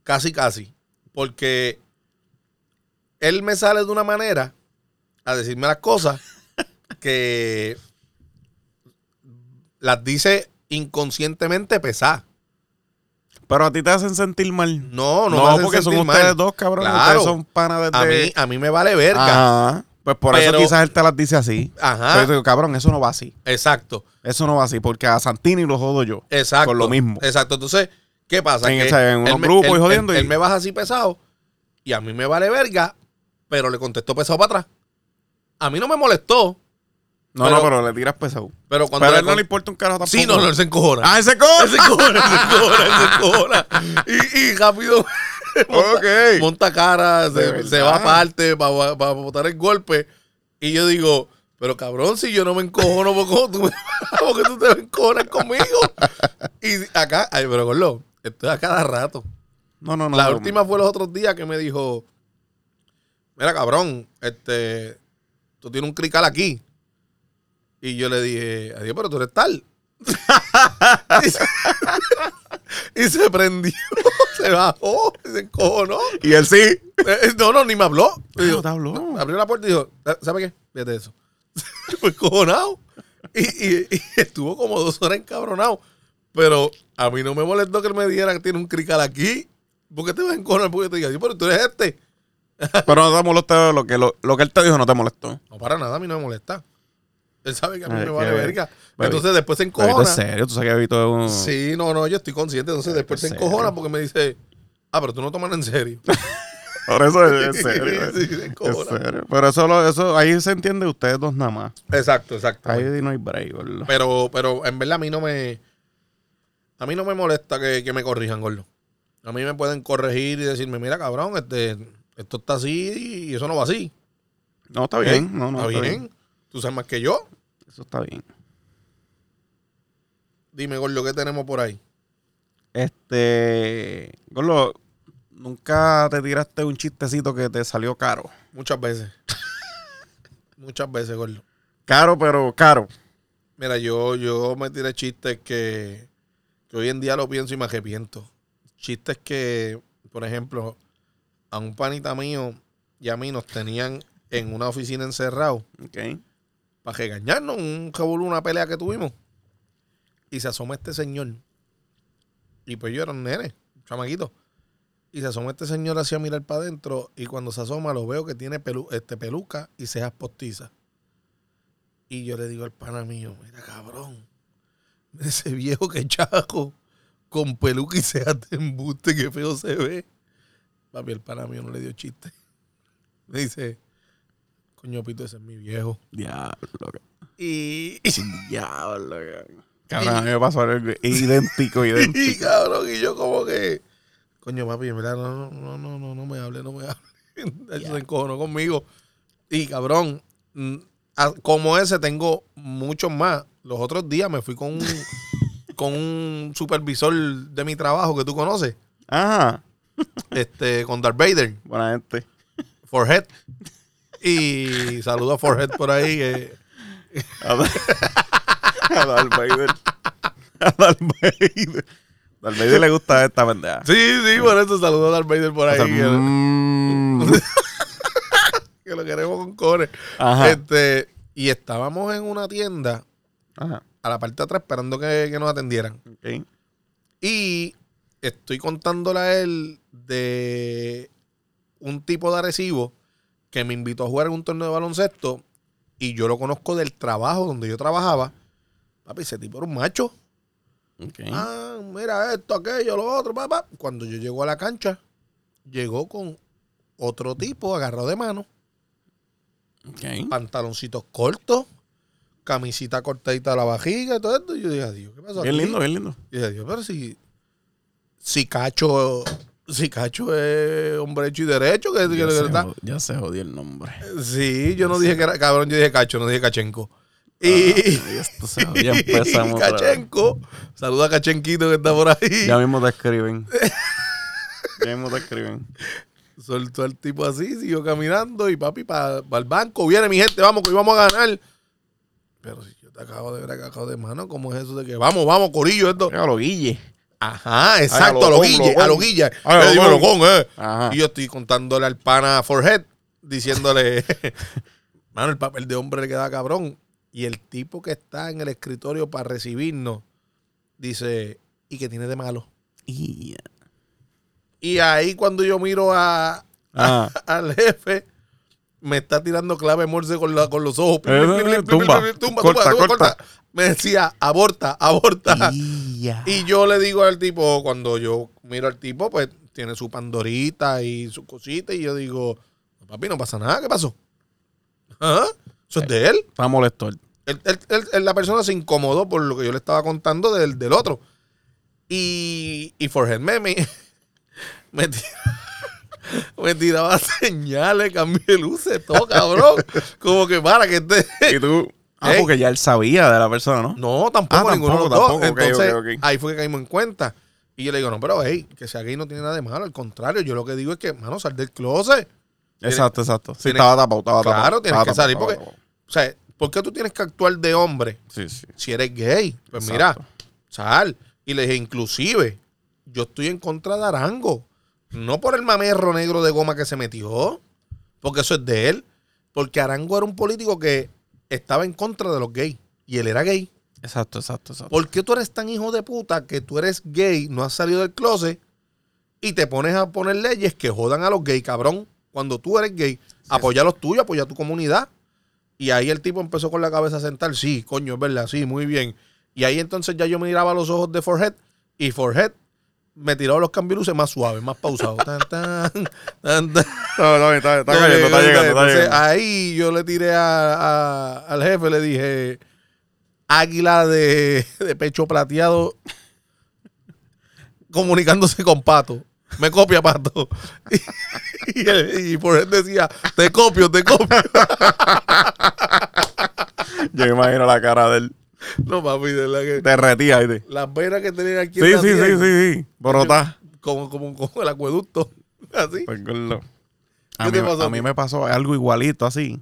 Speaker 1: Casi, casi. Porque él me sale de una manera a decirme las cosas que las dice inconscientemente pesadas.
Speaker 2: Pero a ti te hacen sentir mal.
Speaker 1: No, no,
Speaker 2: No,
Speaker 1: me hacen
Speaker 2: porque son
Speaker 1: sentir
Speaker 2: ustedes
Speaker 1: mal.
Speaker 2: dos, cabrón.
Speaker 1: Claro.
Speaker 2: Ustedes son panas desde...
Speaker 1: A mí, a mí me vale verga.
Speaker 2: Ajá. Pues por
Speaker 1: Pero- Ah.
Speaker 2: eso quizás él te las dice así.
Speaker 1: Ajá.
Speaker 2: Pero yo digo, cabrón, eso no va así.
Speaker 1: exacto,
Speaker 2: Eso no va así, porque a Santini lo jodo yo.
Speaker 1: exacto.
Speaker 2: Con lo mismo.
Speaker 1: Exacto. Entonces, ¿qué pasa?
Speaker 2: En
Speaker 1: Que
Speaker 2: esa- en unos
Speaker 1: él me-
Speaker 2: grupos y
Speaker 1: él-
Speaker 2: jodiendo
Speaker 1: Él,
Speaker 2: y-
Speaker 1: él me baja así pesado y a mí me vale verga, pero le contesto pesado para atrás. A mí no me molestó,
Speaker 2: No,
Speaker 1: Pero-
Speaker 2: no, pero le tiras pesado.
Speaker 1: pero cuando...
Speaker 2: Pero a
Speaker 1: le
Speaker 2: él no
Speaker 1: con-
Speaker 2: le importa un carajo tampoco.
Speaker 1: Sí, no, no, él se encojona.
Speaker 2: ¡Ah, ese cojo!
Speaker 1: Él se encojona, él se encojona, él se encojona. Y, y rápido
Speaker 2: Ok.
Speaker 1: monta cara, se,
Speaker 2: verdad.
Speaker 1: se va aparte para botar el golpe. Y yo digo, pero cabrón, si yo no me encojono, ¿por qué tú, por qué tú te encojonas conmigo? Y acá, ay, pero gordo, estoy a cada rato.
Speaker 2: No, no, no.
Speaker 1: La
Speaker 2: no,
Speaker 1: última fue los otros días que me dijo, mira cabrón, este, tú tienes un crical aquí. Y yo le dije, adiós, pero tú eres tal. y, se, y se prendió, se bajó, se encojonó.
Speaker 2: Y él sí.
Speaker 1: Eh, No, no, ni me habló. Y yo,
Speaker 2: No, te habló.
Speaker 1: abrió la puerta y dijo, "Ah, ¿sabe qué? Fíjate eso. Fue encojonado. Y, y- y estuvo como dos horas encabronado. Pero a mí no me molestó que él me dijera que tiene un crical aquí. ¿Por qué te vas a encojonar? Porque te diga, "Sí, pero tú eres este.
Speaker 2: Pero no te molestó lo que, lo, lo que él te dijo, no te molestó.
Speaker 1: No, para nada, a mí no me molesta. Él sabe que a mí
Speaker 2: Ay,
Speaker 1: me vale
Speaker 2: qué-
Speaker 1: verga.
Speaker 2: Baby.
Speaker 1: Entonces después se
Speaker 2: Pero esto es
Speaker 1: encojona.
Speaker 2: serio, tú sabes que Vito es un...
Speaker 1: Sí, no, no, yo estoy consciente. Entonces
Speaker 2: Ay,
Speaker 1: después se
Speaker 2: qué
Speaker 1: encojona
Speaker 2: serio.
Speaker 1: porque me dice, ah, pero tú no tomas en serio.
Speaker 2: Por eso es, es serio.
Speaker 1: Sí, sí,
Speaker 2: es
Speaker 1: encojona.
Speaker 2: serio. Pero eso, lo- eso ahí se entiende ustedes dos nada más.
Speaker 1: Exacto, exacto.
Speaker 2: Ahí no hay break, gordo.
Speaker 1: Pero, pero en verdad a mí no me. A mí no me molesta que, que me corrijan, gordo. A mí me pueden corregir y decirme, mira, cabrón, este, esto está así y eso no va así. ¿Eh?
Speaker 2: No, está bien. No, no,
Speaker 1: está, bien. Tú sabes más que yo.
Speaker 2: Eso está bien.
Speaker 1: Dime, gordo, ¿qué tenemos por ahí?
Speaker 2: Este. Gordo, nunca te tiraste un chistecito que te salió caro.
Speaker 1: Muchas veces. Muchas veces, gordo.
Speaker 2: Caro, pero caro.
Speaker 1: Mira, yo, yo me tiré chistes que, que hoy en día lo pienso y me arrepiento. Chistes que, por ejemplo, a un panita mío y a mí nos tenían en una oficina encerrado
Speaker 2: Ok.
Speaker 1: para regañarnos, un revolú, una pelea que tuvimos. Y se asoma este señor. Y pues yo era un nene, chamaquito. Y se asoma este señor hacia mirar para adentro. Y cuando se asoma, lo veo que tiene pelu- este, peluca y cejas postizas. Y yo le digo al pana mío: Mira, cabrón, ese viejo que chaco con peluca y cejas de embuste, que feo se ve. Papi, el pana mío no le dio chiste. Me dice: Coño, Pito, ese es mi viejo.
Speaker 2: Diablo, ca-
Speaker 1: Y,
Speaker 2: diablo. ca- Cabrón, a mí me pasó algo idéntico, idéntico.
Speaker 1: y, cabrón, y yo como que, coño, papi, en verdad, no, no, no, no, no me hable, no me hable. Se encojonó conmigo. Y cabrón, mm, a- como ese tengo muchos más. Los otros días me fui con un, con un supervisor de mi trabajo que tú conoces,
Speaker 2: Ajá.
Speaker 1: este, con Darth Vader,
Speaker 2: Buena gente.
Speaker 1: Forehead. Y saludo a Forehead por ahí. que-
Speaker 2: A Dar- a Darth Vader. A Darth Vader. Darth Vader le gusta esta pendeja.
Speaker 1: Sí, sí, por eso saludo a Darth Vader por
Speaker 2: O
Speaker 1: ahí.
Speaker 2: sea,
Speaker 1: que-
Speaker 2: mm,
Speaker 1: que lo queremos con core.
Speaker 2: Ajá.
Speaker 1: Este, y estábamos en una tienda
Speaker 2: Ajá.
Speaker 1: a la parte de atrás esperando que, que nos atendieran.
Speaker 2: ok.
Speaker 1: Y estoy contándole a él de un tipo de Arecibo que me invitó a jugar en un torneo de baloncesto y yo lo conozco del trabajo donde yo trabajaba. Papi, ese tipo era un macho.
Speaker 2: Ok.
Speaker 1: Ah, mira esto, aquello, lo otro, papá. Cuando yo llego a la cancha, llegó con otro tipo agarrado de mano,
Speaker 2: ok.
Speaker 1: pantaloncitos cortos, camisita cortadita a la vajiga y todo esto. Y yo dije, adiós, ¿qué pasó?
Speaker 2: Bien
Speaker 1: aquí?"
Speaker 2: lindo, bien lindo.
Speaker 1: Y yo, digo, pero si, si Cacho, si Cacho es hombre hecho y derecho, que, que-
Speaker 2: Ya
Speaker 1: que-
Speaker 2: se
Speaker 1: ¿verdad?
Speaker 2: jod- ya se jodió el nombre.
Speaker 1: Sí, yo no dije que era cabrón, yo dije Cacho, no dije Cachenco.
Speaker 2: Ah,
Speaker 1: Y,
Speaker 2: y esto se jodió, ya empezamos. otra vez.
Speaker 1: Cachenco, saluda a Cachenquito que está por ahí.
Speaker 2: Ya mismo te escriben. ya mismo te escriben.
Speaker 1: Soltó al tipo así, siguió caminando y papi para el banco, viene mi gente, vamos, que hoy vamos a ganar. Pero si yo te acabo de ver acabado de mano, ¿cómo es eso de que vamos, vamos, Corillo? Esto?
Speaker 2: Hágalo, Guille.
Speaker 1: Ajá,
Speaker 2: a
Speaker 1: exacto, a
Speaker 2: lo
Speaker 1: lo
Speaker 2: con,
Speaker 1: guille,
Speaker 2: lo
Speaker 1: a lo
Speaker 2: con.
Speaker 1: guille.
Speaker 2: Ay, a
Speaker 1: Eh,
Speaker 2: lo Ah.
Speaker 1: dímelo
Speaker 2: con.
Speaker 1: con, eh.
Speaker 2: Ajá.
Speaker 1: Y yo estoy contándole al pana Forehead, diciéndole, mano, el papel de hombre le queda cabrón. Y el tipo que está en el escritorio para recibirnos dice, ¿y qué tiene de malo?
Speaker 2: Y-
Speaker 1: Y ahí cuando yo miro a,
Speaker 2: Ah.
Speaker 1: al jefe, me está tirando clave morse con, la- con los ojos.
Speaker 2: Eh, tumba. Corta, corta.
Speaker 1: Me decía, aborta, aborta.
Speaker 2: Y ya.
Speaker 1: Y yo le digo al tipo, cuando yo miro al tipo, pues tiene su pandorita y su cosita, y yo digo, papi, no pasa nada, ¿qué pasó? ¿Ah? Eso
Speaker 2: Eh.
Speaker 1: es de él.
Speaker 2: Está molesto. él.
Speaker 1: Él- él- él- él- la persona se incomodó por lo que yo le estaba contando del, del otro. Y, y Forhead me, me, me tira- me tiraba señales, cambié luces, todo cabrón. Como que para que esté.
Speaker 2: Y tú. Ah,
Speaker 1: Ey.
Speaker 2: porque ya él sabía de la persona, ¿no?
Speaker 1: No, tampoco,
Speaker 2: Ah,
Speaker 1: ninguno de los dos.
Speaker 2: tampoco, tampoco, ok,
Speaker 1: Entonces,
Speaker 2: ok, ok.
Speaker 1: ahí fue que caímos en cuenta. Y yo le digo, no, pero hey, que sea gay no tiene nada de malo. Al contrario, yo lo que digo es que, mano, sal del closet.
Speaker 2: Exacto, exacto. Sí,
Speaker 1: tiene-
Speaker 2: estaba tapado, estaba tapado.
Speaker 1: Claro, tienes
Speaker 2: Estaba
Speaker 1: que
Speaker 2: tapado,
Speaker 1: salir
Speaker 2: estaba
Speaker 1: porque-
Speaker 2: tapado.
Speaker 1: O sea, ¿por qué tú tienes que actuar de hombre
Speaker 2: Sí, sí.
Speaker 1: si eres gay? Pues
Speaker 2: Exacto.
Speaker 1: mira, sal. Y le dije, inclusive, yo estoy en contra de Arango. No por el mamerro negro de goma que se metió, porque eso es de él. Porque Arango era un político que estaba en contra de los gays. Y él era gay.
Speaker 2: Exacto, exacto, exacto.
Speaker 1: ¿Por qué tú eres tan hijo de puta que tú eres gay, no has salido del closet y te pones a poner leyes que jodan a los gays, cabrón? Cuando tú eres gay, apoya a los tuyos, apoya a tu comunidad. Y ahí el tipo empezó con la cabeza a sentar, sí, coño, es verdad, sí, muy bien. Y ahí entonces ya yo miraba los ojos de Forehead y Forehead me tiraba los cambiluces más suaves, más pausados. Tan, tan, tan, tan.
Speaker 2: Está, está, está, está
Speaker 1: Entonces,
Speaker 2: cayendo, está llegando, está
Speaker 1: entonces,
Speaker 2: llegando.
Speaker 1: Ahí yo le tiré a- a- al jefe, le dije, águila de, de pecho plateado comunicándose con Pato. Me copia Pato. Y, y por él decía, te copio, te copio.
Speaker 2: Yo me imagino la cara de él.
Speaker 1: No, papi, de la que...
Speaker 2: Derretía, ¿viste?
Speaker 1: Las venas que tenía aquí.
Speaker 2: Sí,
Speaker 1: en la
Speaker 2: sí, sí,
Speaker 1: piel,
Speaker 2: sí, sí. Borotá.
Speaker 1: Como, como, como el acueducto. Así.
Speaker 2: Pues, gordo. A
Speaker 1: ¿Qué
Speaker 2: mí,
Speaker 1: te pasó a
Speaker 2: a mí
Speaker 1: ti?
Speaker 2: me pasó algo igualito así,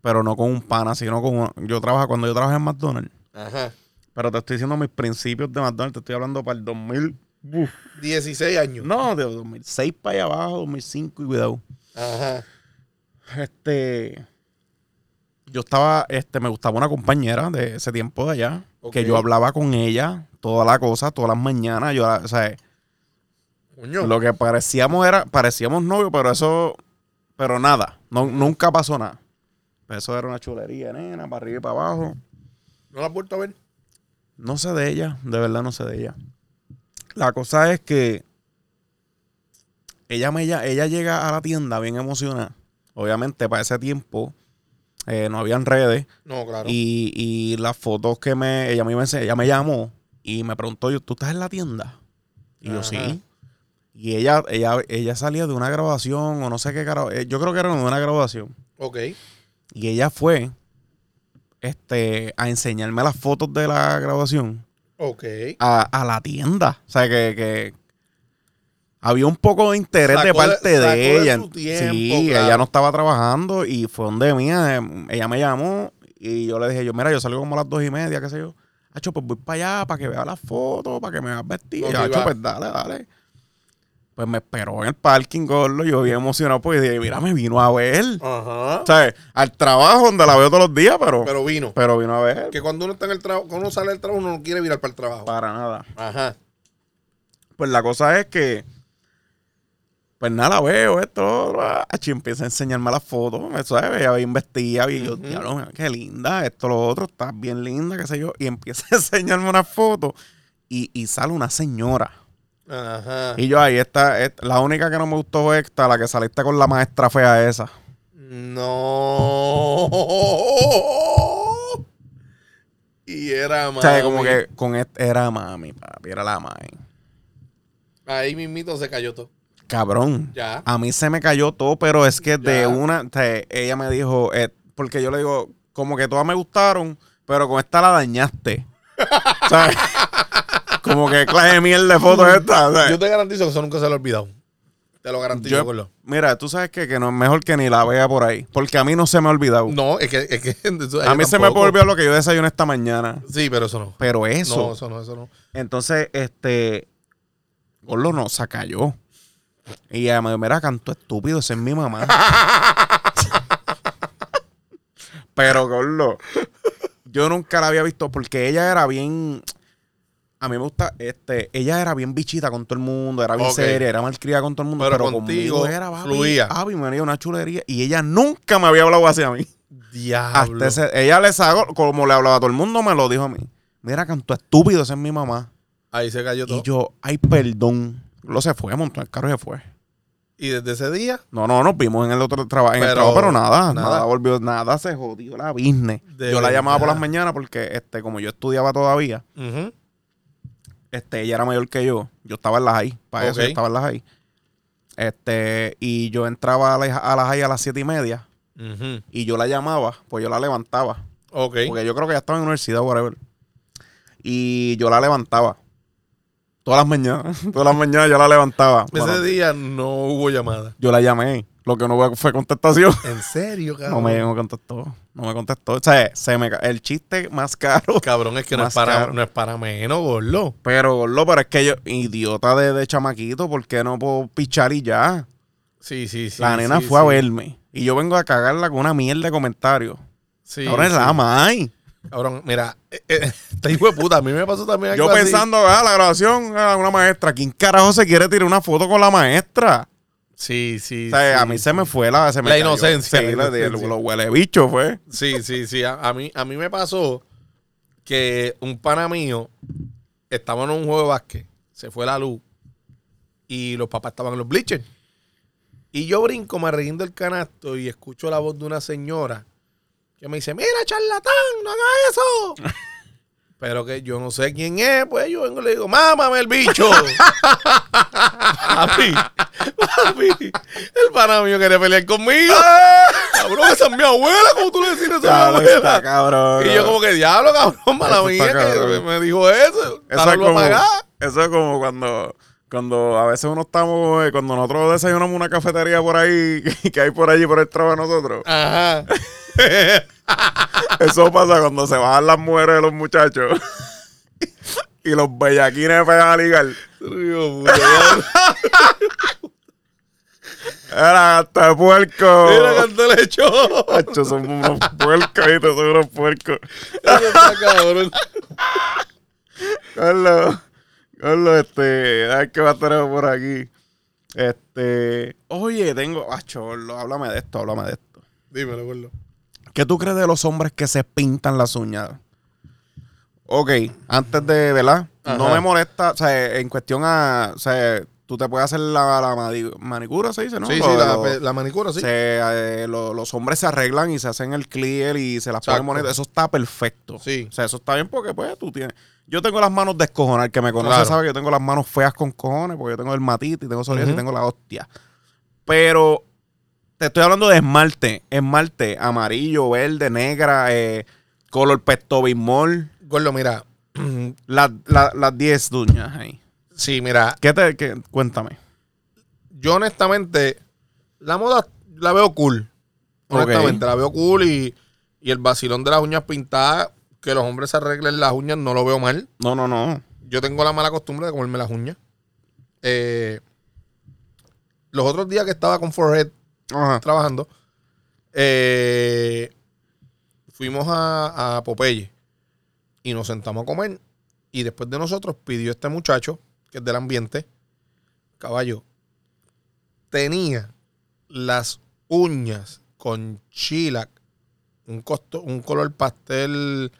Speaker 2: pero no con un pana, sino con una- yo trabajo cuando yo trabajé en McDonald's.
Speaker 1: Ajá.
Speaker 2: Pero te estoy diciendo mis principios de McDonald's, te estoy hablando para el 2000. uf,
Speaker 1: 16 años.
Speaker 2: no, de 2006 para allá abajo, 2005 y cuidado.
Speaker 1: Ajá.
Speaker 2: Este yo estaba este me gustaba una compañera de ese tiempo de allá,
Speaker 1: Ok.
Speaker 2: que yo hablaba con ella toda la cosa, todas las mañanas, yo, o sea,
Speaker 1: Coño.
Speaker 2: Lo que parecíamos era, parecíamos novios, pero eso, pero nada, no, nunca pasó nada. Pero Eso era una chulería, nena, para arriba y para abajo.
Speaker 1: ¿No la has vuelto a ver?
Speaker 2: No sé de ella, de verdad no sé de ella. La cosa es que ella, me, ella, ella llega a la tienda bien emocionada. Obviamente para ese tiempo eh, no habían redes
Speaker 1: No, claro.
Speaker 2: y, y las fotos que me, ella, me iba a enseñar- ella me llamó y me preguntó, yo, ¿tú estás en la tienda? Y yo,
Speaker 1: Ajá.
Speaker 2: sí. Y ella, ella, ella salía de una grabación o no sé qué gra- eh, yo creo que era de una grabación.
Speaker 1: Ok.
Speaker 2: Y ella fue este, a enseñarme las fotos de la grabación
Speaker 1: Ok.
Speaker 2: a, a la tienda. O sea, que, que había un poco de interés
Speaker 1: Sacó
Speaker 2: de
Speaker 1: de-
Speaker 2: parte de,
Speaker 1: sacó de
Speaker 2: ella.
Speaker 1: su tiempo,
Speaker 2: sí,
Speaker 1: claro.
Speaker 2: ella no estaba trabajando y fue donde mía. eh, Ella me llamó y yo le dije, yo, mira, yo salgo como a las dos y media, qué sé yo. Hacho, pues voy para allá para que vea las fotos, para que me veas vestido.
Speaker 1: Ok,
Speaker 2: Hacho,
Speaker 1: va.
Speaker 2: pues dale, dale. Pues me esperó en el parking, gordo. Yo bien emocionado, pues dije, mira, me vino a ver.
Speaker 1: Ajá.
Speaker 2: ¿Sabes? Al trabajo donde la veo todos los días, pero,
Speaker 1: Pero
Speaker 2: pero,
Speaker 1: vino.
Speaker 2: vino a ver.
Speaker 1: Que cuando uno está en el trabajo, cuando uno sale del trabajo, uno no quiere virar para el trabajo.
Speaker 2: Para nada.
Speaker 1: Ajá.
Speaker 2: Pues la cosa es que Pues nada, la veo, esto, lo otro. ah, y empieza a enseñarme las fotos, me sabes, ya investiga, y yo, diablo, mira, qué linda, esto, lo otro, estás bien linda, qué sé yo. Y empieza a enseñarme unas fotos y, y sale una señora.
Speaker 1: Ajá.
Speaker 2: Y yo ahí está, esta- la única que no me gustó fue esta, la que saliste con la maestra fea esa.
Speaker 1: No. Y era
Speaker 2: O
Speaker 1: mami.
Speaker 2: sea, como que con esta era mami, papi, era la mami.
Speaker 1: Ahí mismito se cayó todo.
Speaker 2: Cabrón.
Speaker 1: Ya.
Speaker 2: A mí se me cayó todo, pero es que de
Speaker 1: Ya.
Speaker 2: una, o sea, ella me dijo, eh, porque yo le digo, como que todas me gustaron, pero con esta la dañaste. ¿Sabes? Como que clase de mierda de fotos esta. o sea,
Speaker 1: Yo te garantizo que eso nunca se lo he olvidado. Te lo garantizo,
Speaker 2: Ah, yo-
Speaker 1: Gordo.
Speaker 2: mira, tú sabes que, que no es mejor que ni la vea por ahí, porque a mí no se me ha olvidado.
Speaker 1: No, es que. Es que eso-
Speaker 2: a mí
Speaker 1: yo
Speaker 2: se me
Speaker 1: tampoco.
Speaker 2: volvió lo que yo desayuné esta mañana.
Speaker 1: Sí, pero eso no.
Speaker 2: Pero eso,
Speaker 1: No, eso no, eso no.
Speaker 2: Entonces, este. Gordo no, se cayó. Y ella me dijo, mira, canto estúpido, esa es mi mamá. Pero, Gordo, yo nunca la había visto porque ella era bien. A mí me gusta, este, ella era bien bichita con todo el mundo, era bien
Speaker 1: Ok.
Speaker 2: seria, era malcriada con todo el mundo, pero,
Speaker 1: Pero
Speaker 2: contigo
Speaker 1: contigo
Speaker 2: era papi,
Speaker 1: fluía.
Speaker 2: papi, me venía una chulería y ella nunca me había hablado así a mí.
Speaker 1: Diablo.
Speaker 2: Hasta ese- ella le sacó, como le hablaba a todo el mundo, me lo dijo a mí. Mira, canto estúpido, esa es mi mamá.
Speaker 1: Ahí se cayó todo.
Speaker 2: Y
Speaker 1: Y,
Speaker 2: yo, ay, perdón. Lo se fue, montó el carro y se fue.
Speaker 1: desde ese día,
Speaker 2: No, no, nos vimos en el otro trabajo, en el
Speaker 1: Pero-
Speaker 2: trabajo, pero nada, nada,
Speaker 1: nada.
Speaker 2: volvió, nada, se jodió la business.
Speaker 1: De
Speaker 2: yo la llamaba por las
Speaker 1: verdad.
Speaker 2: mañanas porque, este, como yo estudiaba todavía,
Speaker 1: ujú,
Speaker 2: este, ella era mayor que yo, yo estaba en las high, para eso
Speaker 1: Ok.
Speaker 2: yo estaba en las high. Este, y yo entraba a las a la high a las siete y media
Speaker 1: ujú.
Speaker 2: y yo la llamaba, pues yo la levantaba,
Speaker 1: ok.
Speaker 2: porque yo creo que ya estaba en universidad, whatever. Y yo la levantaba. Todas las mañanas, todas las mañanas yo la levantaba. Bueno,
Speaker 1: Ese día no hubo llamada.
Speaker 2: Yo la llamé. Lo que no hubo fue contestación.
Speaker 1: ¿En serio,
Speaker 2: No
Speaker 1: cabrón?
Speaker 2: me, no contestó. No me contestó. O sea, se me, ca- el chiste más caro.
Speaker 1: Cabrón, es que no
Speaker 2: Más
Speaker 1: es, para,
Speaker 2: caro.
Speaker 1: no es para menos, gordo.
Speaker 2: Pero, gordo, pero es que yo, idiota de, de chamaquito, ¿por qué no puedo pichar y ya?
Speaker 1: Sí, sí, sí.
Speaker 2: la nena
Speaker 1: sí,
Speaker 2: fue a
Speaker 1: sí.
Speaker 2: verme. Y yo vengo a cagarla con una mierda de comentarios.
Speaker 1: Sí,
Speaker 2: Ahora es
Speaker 1: sí.
Speaker 2: la mai.
Speaker 1: Cabrón, mira, eh, eh, te hijo de puta, a mí me pasó también algo
Speaker 2: Yo
Speaker 1: así.
Speaker 2: pensando, ah, la grabación, ah, una maestra. ¿Quién carajo se quiere tirar una foto con la maestra?
Speaker 1: Sí, sí.
Speaker 2: O sea,
Speaker 1: sí,
Speaker 2: a mí se me fue la... Se me
Speaker 1: La
Speaker 2: cayó.
Speaker 1: inocencia,
Speaker 2: Sí,
Speaker 1: la
Speaker 2: la de-
Speaker 1: inocencia.
Speaker 2: lo huele bicho fue.
Speaker 1: Sí, sí, sí. A, a mí, a mí me pasó que un pana mío estaba en un juego de básquet, se fue la luz y los papás estaban en los bleachers. Y yo brinco me rindo el canasto y escucho la voz de una señora que me dice, mira, charlatán, no hagas eso. Pero que yo no sé quién es, pues yo vengo y le digo, mámame el bicho. papi, papi, el pana mío quería pelear conmigo. Cabrón, esa es mi abuela, ¿cómo tú le decís eso a mi
Speaker 2: Cabrón, está
Speaker 1: abuela?
Speaker 2: cabrón.
Speaker 1: Y yo como que, diablo, cabrón, mala
Speaker 2: Eso está
Speaker 1: mía, que
Speaker 2: cabrón.
Speaker 1: me dijo eso.
Speaker 2: Eso es,
Speaker 1: Eso
Speaker 2: como, eso es como cuando, cuando a veces uno estamos, eh, cuando nosotros desayunamos en una cafetería por ahí, que hay por allí por el trabajo de nosotros.
Speaker 1: Ajá.
Speaker 2: Eso pasa cuando se bajan las mujeres de los muchachos y los bellaquines pegan a ligar.
Speaker 1: Río, puto.
Speaker 2: Era hasta puerco.
Speaker 1: Mira, canto el hecho.
Speaker 2: Hacho, son unos puercos, ¿viste? Son unos puercos.
Speaker 1: Eso está cabrón.
Speaker 2: Carlos, Carlos, este, a ver qué va a tener por aquí. Este, oye, tengo, acho, Carlos, háblame de esto, háblame de esto.
Speaker 1: Dímelo, gordo.
Speaker 2: ¿Qué tú crees de los hombres que se pintan las uñas? Ok, antes de, ¿verdad? No
Speaker 1: Ajá.
Speaker 2: me molesta, o sea, en cuestión a, o sea, tú te puedes hacer la, la mani- manicura, se dice, ¿no?
Speaker 1: sí,
Speaker 2: Lo-
Speaker 1: sí, la,
Speaker 2: lo-
Speaker 1: pe- la manicura, sí.
Speaker 2: se, eh, lo- los hombres se arreglan y se hacen el clear y se las
Speaker 1: Exacto.
Speaker 2: ponen bonitas. Eso está perfecto.
Speaker 1: Sí.
Speaker 2: O sea, eso está bien porque, pues, tú tienes. Yo tengo las manos descojonadas. El que me conoce
Speaker 1: Claro.
Speaker 2: sabe que yo tengo las manos feas con cojones porque yo tengo el matito y tengo psoriasis
Speaker 1: Ujú.
Speaker 2: y tengo la hostia. Pero te estoy hablando de esmalte. Esmalte amarillo, verde, negra, eh, color pesto bismol.
Speaker 1: Gordo, mira.
Speaker 2: Las la- las 10 duñas ahí.
Speaker 1: Sí, mira.
Speaker 2: ¿Qué te.? qué- cuéntame.
Speaker 1: Yo honestamente, la moda la veo cool.
Speaker 2: Ok.
Speaker 1: Honestamente, la veo cool y, y el vacilón de las uñas pintadas, que los hombres se arreglen las uñas, no lo veo mal.
Speaker 2: No, no, no.
Speaker 1: Yo tengo la mala costumbre de comerme las uñas. Eh, los otros días que estaba con Forehead
Speaker 2: Ajá.
Speaker 1: trabajando, eh, fuimos a, a Popeye y nos sentamos a comer. Y después de nosotros pidió este muchacho, que es del ambiente, caballo, tenía las uñas con chilac, un, costo, un color pastel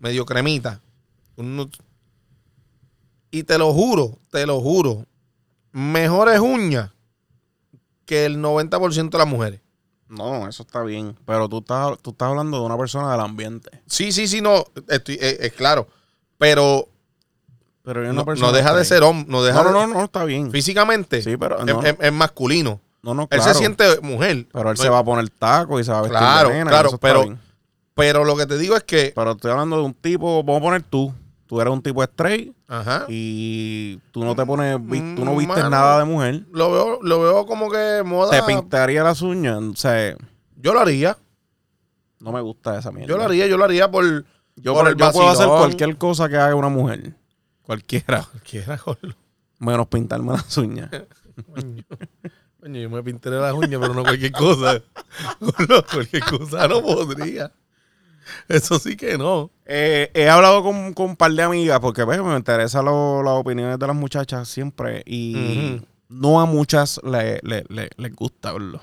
Speaker 1: medio cremita. un nut- y te lo juro, te lo juro, mejores uñas que el 90% de las mujeres.
Speaker 2: No, eso está bien. Pero tú estás, tú estás hablando de una persona del ambiente.
Speaker 1: Sí, sí, sí, no, estoy, es, es claro. Pero
Speaker 2: Pero yo
Speaker 1: no,
Speaker 2: una
Speaker 1: no
Speaker 2: persona
Speaker 1: deja de
Speaker 2: straight.
Speaker 1: ser hombre, no deja
Speaker 2: No, no,
Speaker 1: de-
Speaker 2: no, no, está bien.
Speaker 1: físicamente
Speaker 2: Sí, pero
Speaker 1: es-
Speaker 2: no,
Speaker 1: es, es masculino.
Speaker 2: no, no,
Speaker 1: Él
Speaker 2: claro.
Speaker 1: se siente mujer.
Speaker 2: Pero él
Speaker 1: No
Speaker 2: se
Speaker 1: es-
Speaker 2: va a poner taco y se va a vestir
Speaker 1: Claro,
Speaker 2: de nena, y
Speaker 1: claro,
Speaker 2: eso está
Speaker 1: pero-
Speaker 2: bien.
Speaker 1: Pero lo que te digo es que.
Speaker 2: Pero estoy hablando de un tipo, vamos a poner tú. Tú eres un tipo straight
Speaker 1: Ajá.
Speaker 2: y tú no te pones, vi- tú no
Speaker 1: Mm,
Speaker 2: vistes
Speaker 1: mano.
Speaker 2: nada de mujer.
Speaker 1: Lo veo, lo veo como que moda.
Speaker 2: Te pintaría las uñas, o sea,
Speaker 1: Yo lo haría.
Speaker 2: no me gusta esa mierda.
Speaker 1: Yo lo haría, yo lo haría por.
Speaker 2: Yo,
Speaker 1: por
Speaker 2: por-
Speaker 1: el
Speaker 2: yo puedo hacer
Speaker 1: vacilón.
Speaker 2: cualquier cosa que haga una mujer,
Speaker 1: Cualquiera. Cualquiera, Gordo.
Speaker 2: menos pintarme las uñas.
Speaker 1: Coño. Coño, yo me pintaré las uñas, pero no cualquier cosa. Gordo, cualquier cosa no podría. Eso sí que no.
Speaker 2: Eh, he hablado con, con un par de amigas porque pues, me interesan lo- las opiniones de las muchachas siempre y
Speaker 1: Ujú.
Speaker 2: no a muchas le- le- le- les gusta verlo.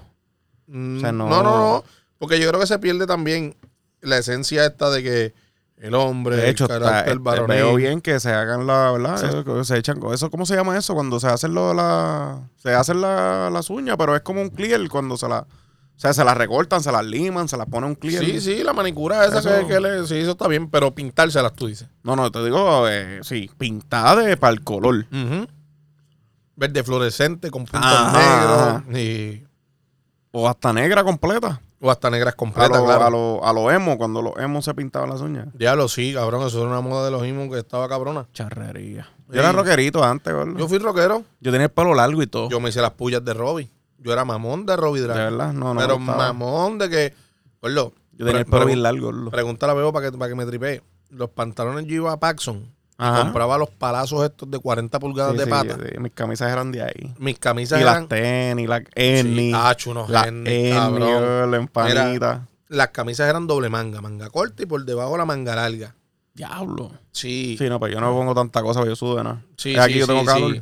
Speaker 1: Mm,
Speaker 2: O sea,
Speaker 1: no.
Speaker 2: no-
Speaker 1: No, no, Porque yo creo que se pierde también la esencia esta de que el hombre,
Speaker 2: De hecho,
Speaker 1: el
Speaker 2: está,
Speaker 1: carácter
Speaker 2: eh,
Speaker 1: varonil.
Speaker 2: veo bien que se hagan la, ¿verdad?
Speaker 1: Sí.
Speaker 2: Eso, que se echan co- eso, ¿cómo se llama eso? Cuando se hacen lo, la, se hacen la- las uñas, pero es como un clear cuando se la, o sea, se las recortan, se las liman, se las pone un clear.
Speaker 1: Sí, sí, la manicura esa
Speaker 2: Eso-
Speaker 1: que, que le. Sí, eso está bien, pero pintárselas tú dices.
Speaker 2: No, no, te digo, eh, sí, pintada de para el color.
Speaker 1: Verde fluorescente con puntos
Speaker 2: Ajá.
Speaker 1: negros. y-
Speaker 2: O hasta negra completa.
Speaker 1: o hasta negras
Speaker 2: A
Speaker 1: completas,
Speaker 2: lo,
Speaker 1: claro.
Speaker 2: a lo- a lo emo, cuando los emo se pintaban las uñas.
Speaker 1: Diablo, sí, cabrón. Eso era una moda de los mismos que estaba cabrona.
Speaker 2: Charrería.
Speaker 1: Sí.
Speaker 2: Yo era rockerito antes, gordo.
Speaker 1: Yo
Speaker 2: Yo,
Speaker 1: fui rockero.
Speaker 2: tenía el pelo largo y todo.
Speaker 1: Yo me hice las pullas de Robbie. Yo era mamón de Robbie
Speaker 2: de
Speaker 1: Drag.
Speaker 2: verdad, no, no.
Speaker 1: pero
Speaker 2: me gustaba.
Speaker 1: mamón de que. Gordo,
Speaker 2: Yo tenía
Speaker 1: pre-
Speaker 2: el pelo
Speaker 1: pre-
Speaker 2: bien largo, gordo.
Speaker 1: Pregúntale a Bebo para que, para que me tripee. Los pantalones yo iba a Paxson.
Speaker 2: Ajá.
Speaker 1: Compraba los palazos estos de 40 pulgadas
Speaker 2: Sí,
Speaker 1: de
Speaker 2: sí,
Speaker 1: pata.
Speaker 2: sí, mis camisas eran de ahí.
Speaker 1: Mis camisas
Speaker 2: y
Speaker 1: eran.
Speaker 2: las tenis, las
Speaker 1: Sí,
Speaker 2: enni,
Speaker 1: tacho, unos
Speaker 2: las
Speaker 1: Henny,
Speaker 2: enni,
Speaker 1: cabrón.
Speaker 2: girl, la empanita.
Speaker 1: las camisas eran doble manga, manga corta y por debajo la manga larga.
Speaker 2: Diablo.
Speaker 1: Sí,
Speaker 2: Sí, no, pero yo no pongo tanta cosa, pero yo sudo de nada.
Speaker 1: sí,
Speaker 2: Es aquí
Speaker 1: sí,
Speaker 2: yo tengo
Speaker 1: sí,
Speaker 2: calor.
Speaker 1: sí.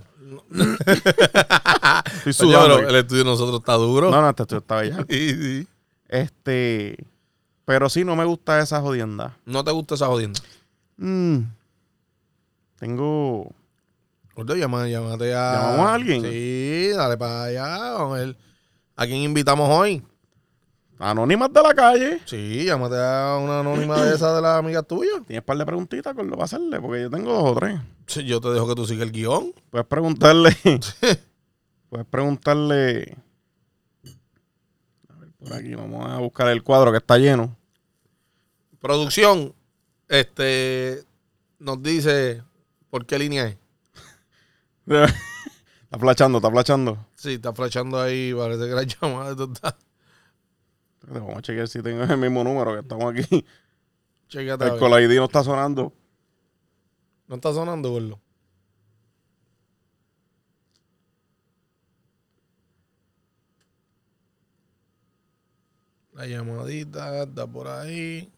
Speaker 2: Estoy
Speaker 1: Oye,
Speaker 2: sudando.
Speaker 1: pero el estudio de nosotros está duro.
Speaker 2: no, no, este estudio estaba ya.
Speaker 1: Sí, sí.
Speaker 2: Este. Pero sí, no me gusta esa jodienda.
Speaker 1: No te gusta esa jodienda.
Speaker 2: Mm. Tengo.
Speaker 1: Gordo, llama- llámate a...
Speaker 2: ¿Llamamos a alguien?
Speaker 1: Sí, dale para allá. vamos a ver. ¿A quién invitamos hoy?
Speaker 2: Anónimas de la calle.
Speaker 1: Sí, llámate a una anónima de esas de las amigas tuyas.
Speaker 2: Tienes un par de preguntitas con lo para hacerle, porque yo tengo dos o tres.
Speaker 1: Sí, yo te dejo que tú sigas el guión.
Speaker 2: Puedes preguntarle. puedes preguntarle. A ver, por aquí vamos a buscar el cuadro que está lleno.
Speaker 1: Producción, este, nos dice por qué línea es.
Speaker 2: está flachando, está flachando.
Speaker 1: Sí, está flashando ahí, parece que la llamada tú estás-
Speaker 2: Espérate, Vamos a chequear si tengo el mismo número que estamos aquí.
Speaker 1: Chécate a
Speaker 2: El
Speaker 1: ver.
Speaker 2: Call ID no está sonando.
Speaker 1: No está sonando, gordo. La llamadita está por ahí.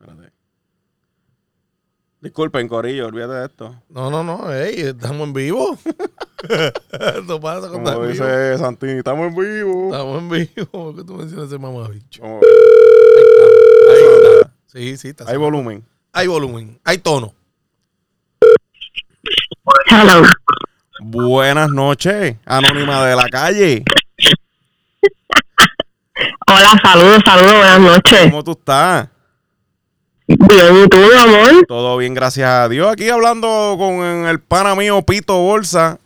Speaker 2: Espérate. Disculpen, Corillo, olvídate de esto.
Speaker 1: No, no, no, ey, estamos en vivo. Esto pasa cuando
Speaker 2: Como
Speaker 1: estamos en vivo.
Speaker 2: dice Santini, estamos en vivo.
Speaker 1: Estamos en vivo. ¿Por qué tú mencionas ese mamabicho?
Speaker 2: Como-
Speaker 1: Ahí está. Sí, sí, está.
Speaker 2: hay volumen.
Speaker 1: Hay volumen, hay tono.
Speaker 3: Hello.
Speaker 2: Buenas noches, Anónima de la calle.
Speaker 3: Hola, saludos, saludos, buenas noches.
Speaker 2: ¿Cómo tú estás?
Speaker 3: Bien, ¿y tú, mi amor?
Speaker 2: Todo bien, gracias a Dios. Aquí hablando con el pana mío Pito Bolsa.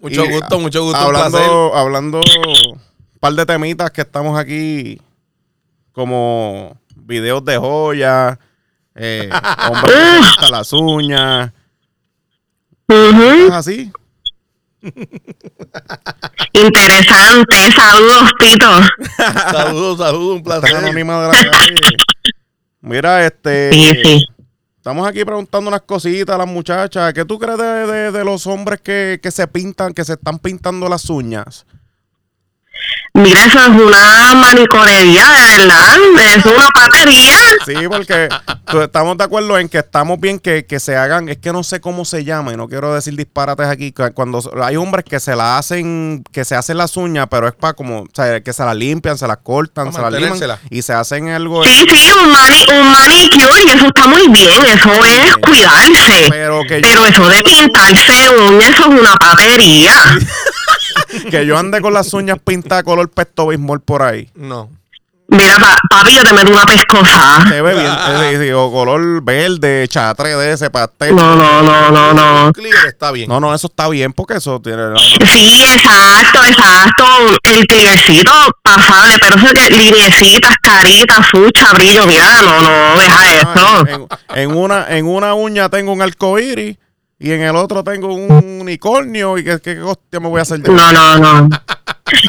Speaker 1: Mucho
Speaker 2: Y
Speaker 1: gusto, mucho gusto. un placer.
Speaker 2: hablando, hablando un par de temitas que estamos aquí como videos de joyas, eh, hombres que se pintan las uñas,
Speaker 3: Ujú,
Speaker 2: cosas así.
Speaker 3: Interesante, saludos, Pito.
Speaker 1: Saludos, saludos, un
Speaker 2: Estás
Speaker 1: placer.
Speaker 2: anónima de la calle. Mira, este...
Speaker 3: Sí, sí.
Speaker 2: Estamos aquí preguntando unas cositas a las muchachas. ¿Qué tú crees de, de- de los hombres que, que se pintan, que se están pintando las uñas?
Speaker 3: Mira, eso es una mariconería, de verdad. Es una patería.
Speaker 2: Sí, porque tú- estamos de acuerdo en que estamos bien que, que se hagan, es que no sé cómo se llama y no quiero decir disparates aquí, que cuando hay hombres que se la hacen, que se hacen las uñas, pero es para como, o sea, que se la limpian, se las cortan,
Speaker 1: Pa'
Speaker 2: se las liman
Speaker 1: mantenérsela.
Speaker 2: y se hacen algo,
Speaker 3: Sí, sí, un, mani, un manicure y eso está muy bien, eso es cuidarse.
Speaker 2: pero que yo,
Speaker 3: Pero eso de pintarse uñas, eso es una patería.
Speaker 2: que yo ande con las uñas pintadas color pesto bismol por ahí.
Speaker 1: No.
Speaker 3: Mira, pa- papi, yo te meto una pescosa.
Speaker 2: Se ve bien, eh, sí, sí, o color verde, chatre de ese pastel.
Speaker 3: No, no, no, no, no.
Speaker 1: Clear está bien.
Speaker 2: No, no, eso está bien porque eso tiene... la-
Speaker 3: Sí, exacto, exacto. El cliercito pasable, pero eso que linecitas, eh, caritas, fucha, brillo, mira, no, no, deja
Speaker 2: Ah,
Speaker 3: eso.
Speaker 2: en, en una, en una uña tengo un arcoíris y en el otro tengo un unicornio. ¿Y qué, qué hostia me voy a hacer yo?
Speaker 3: No, no, no.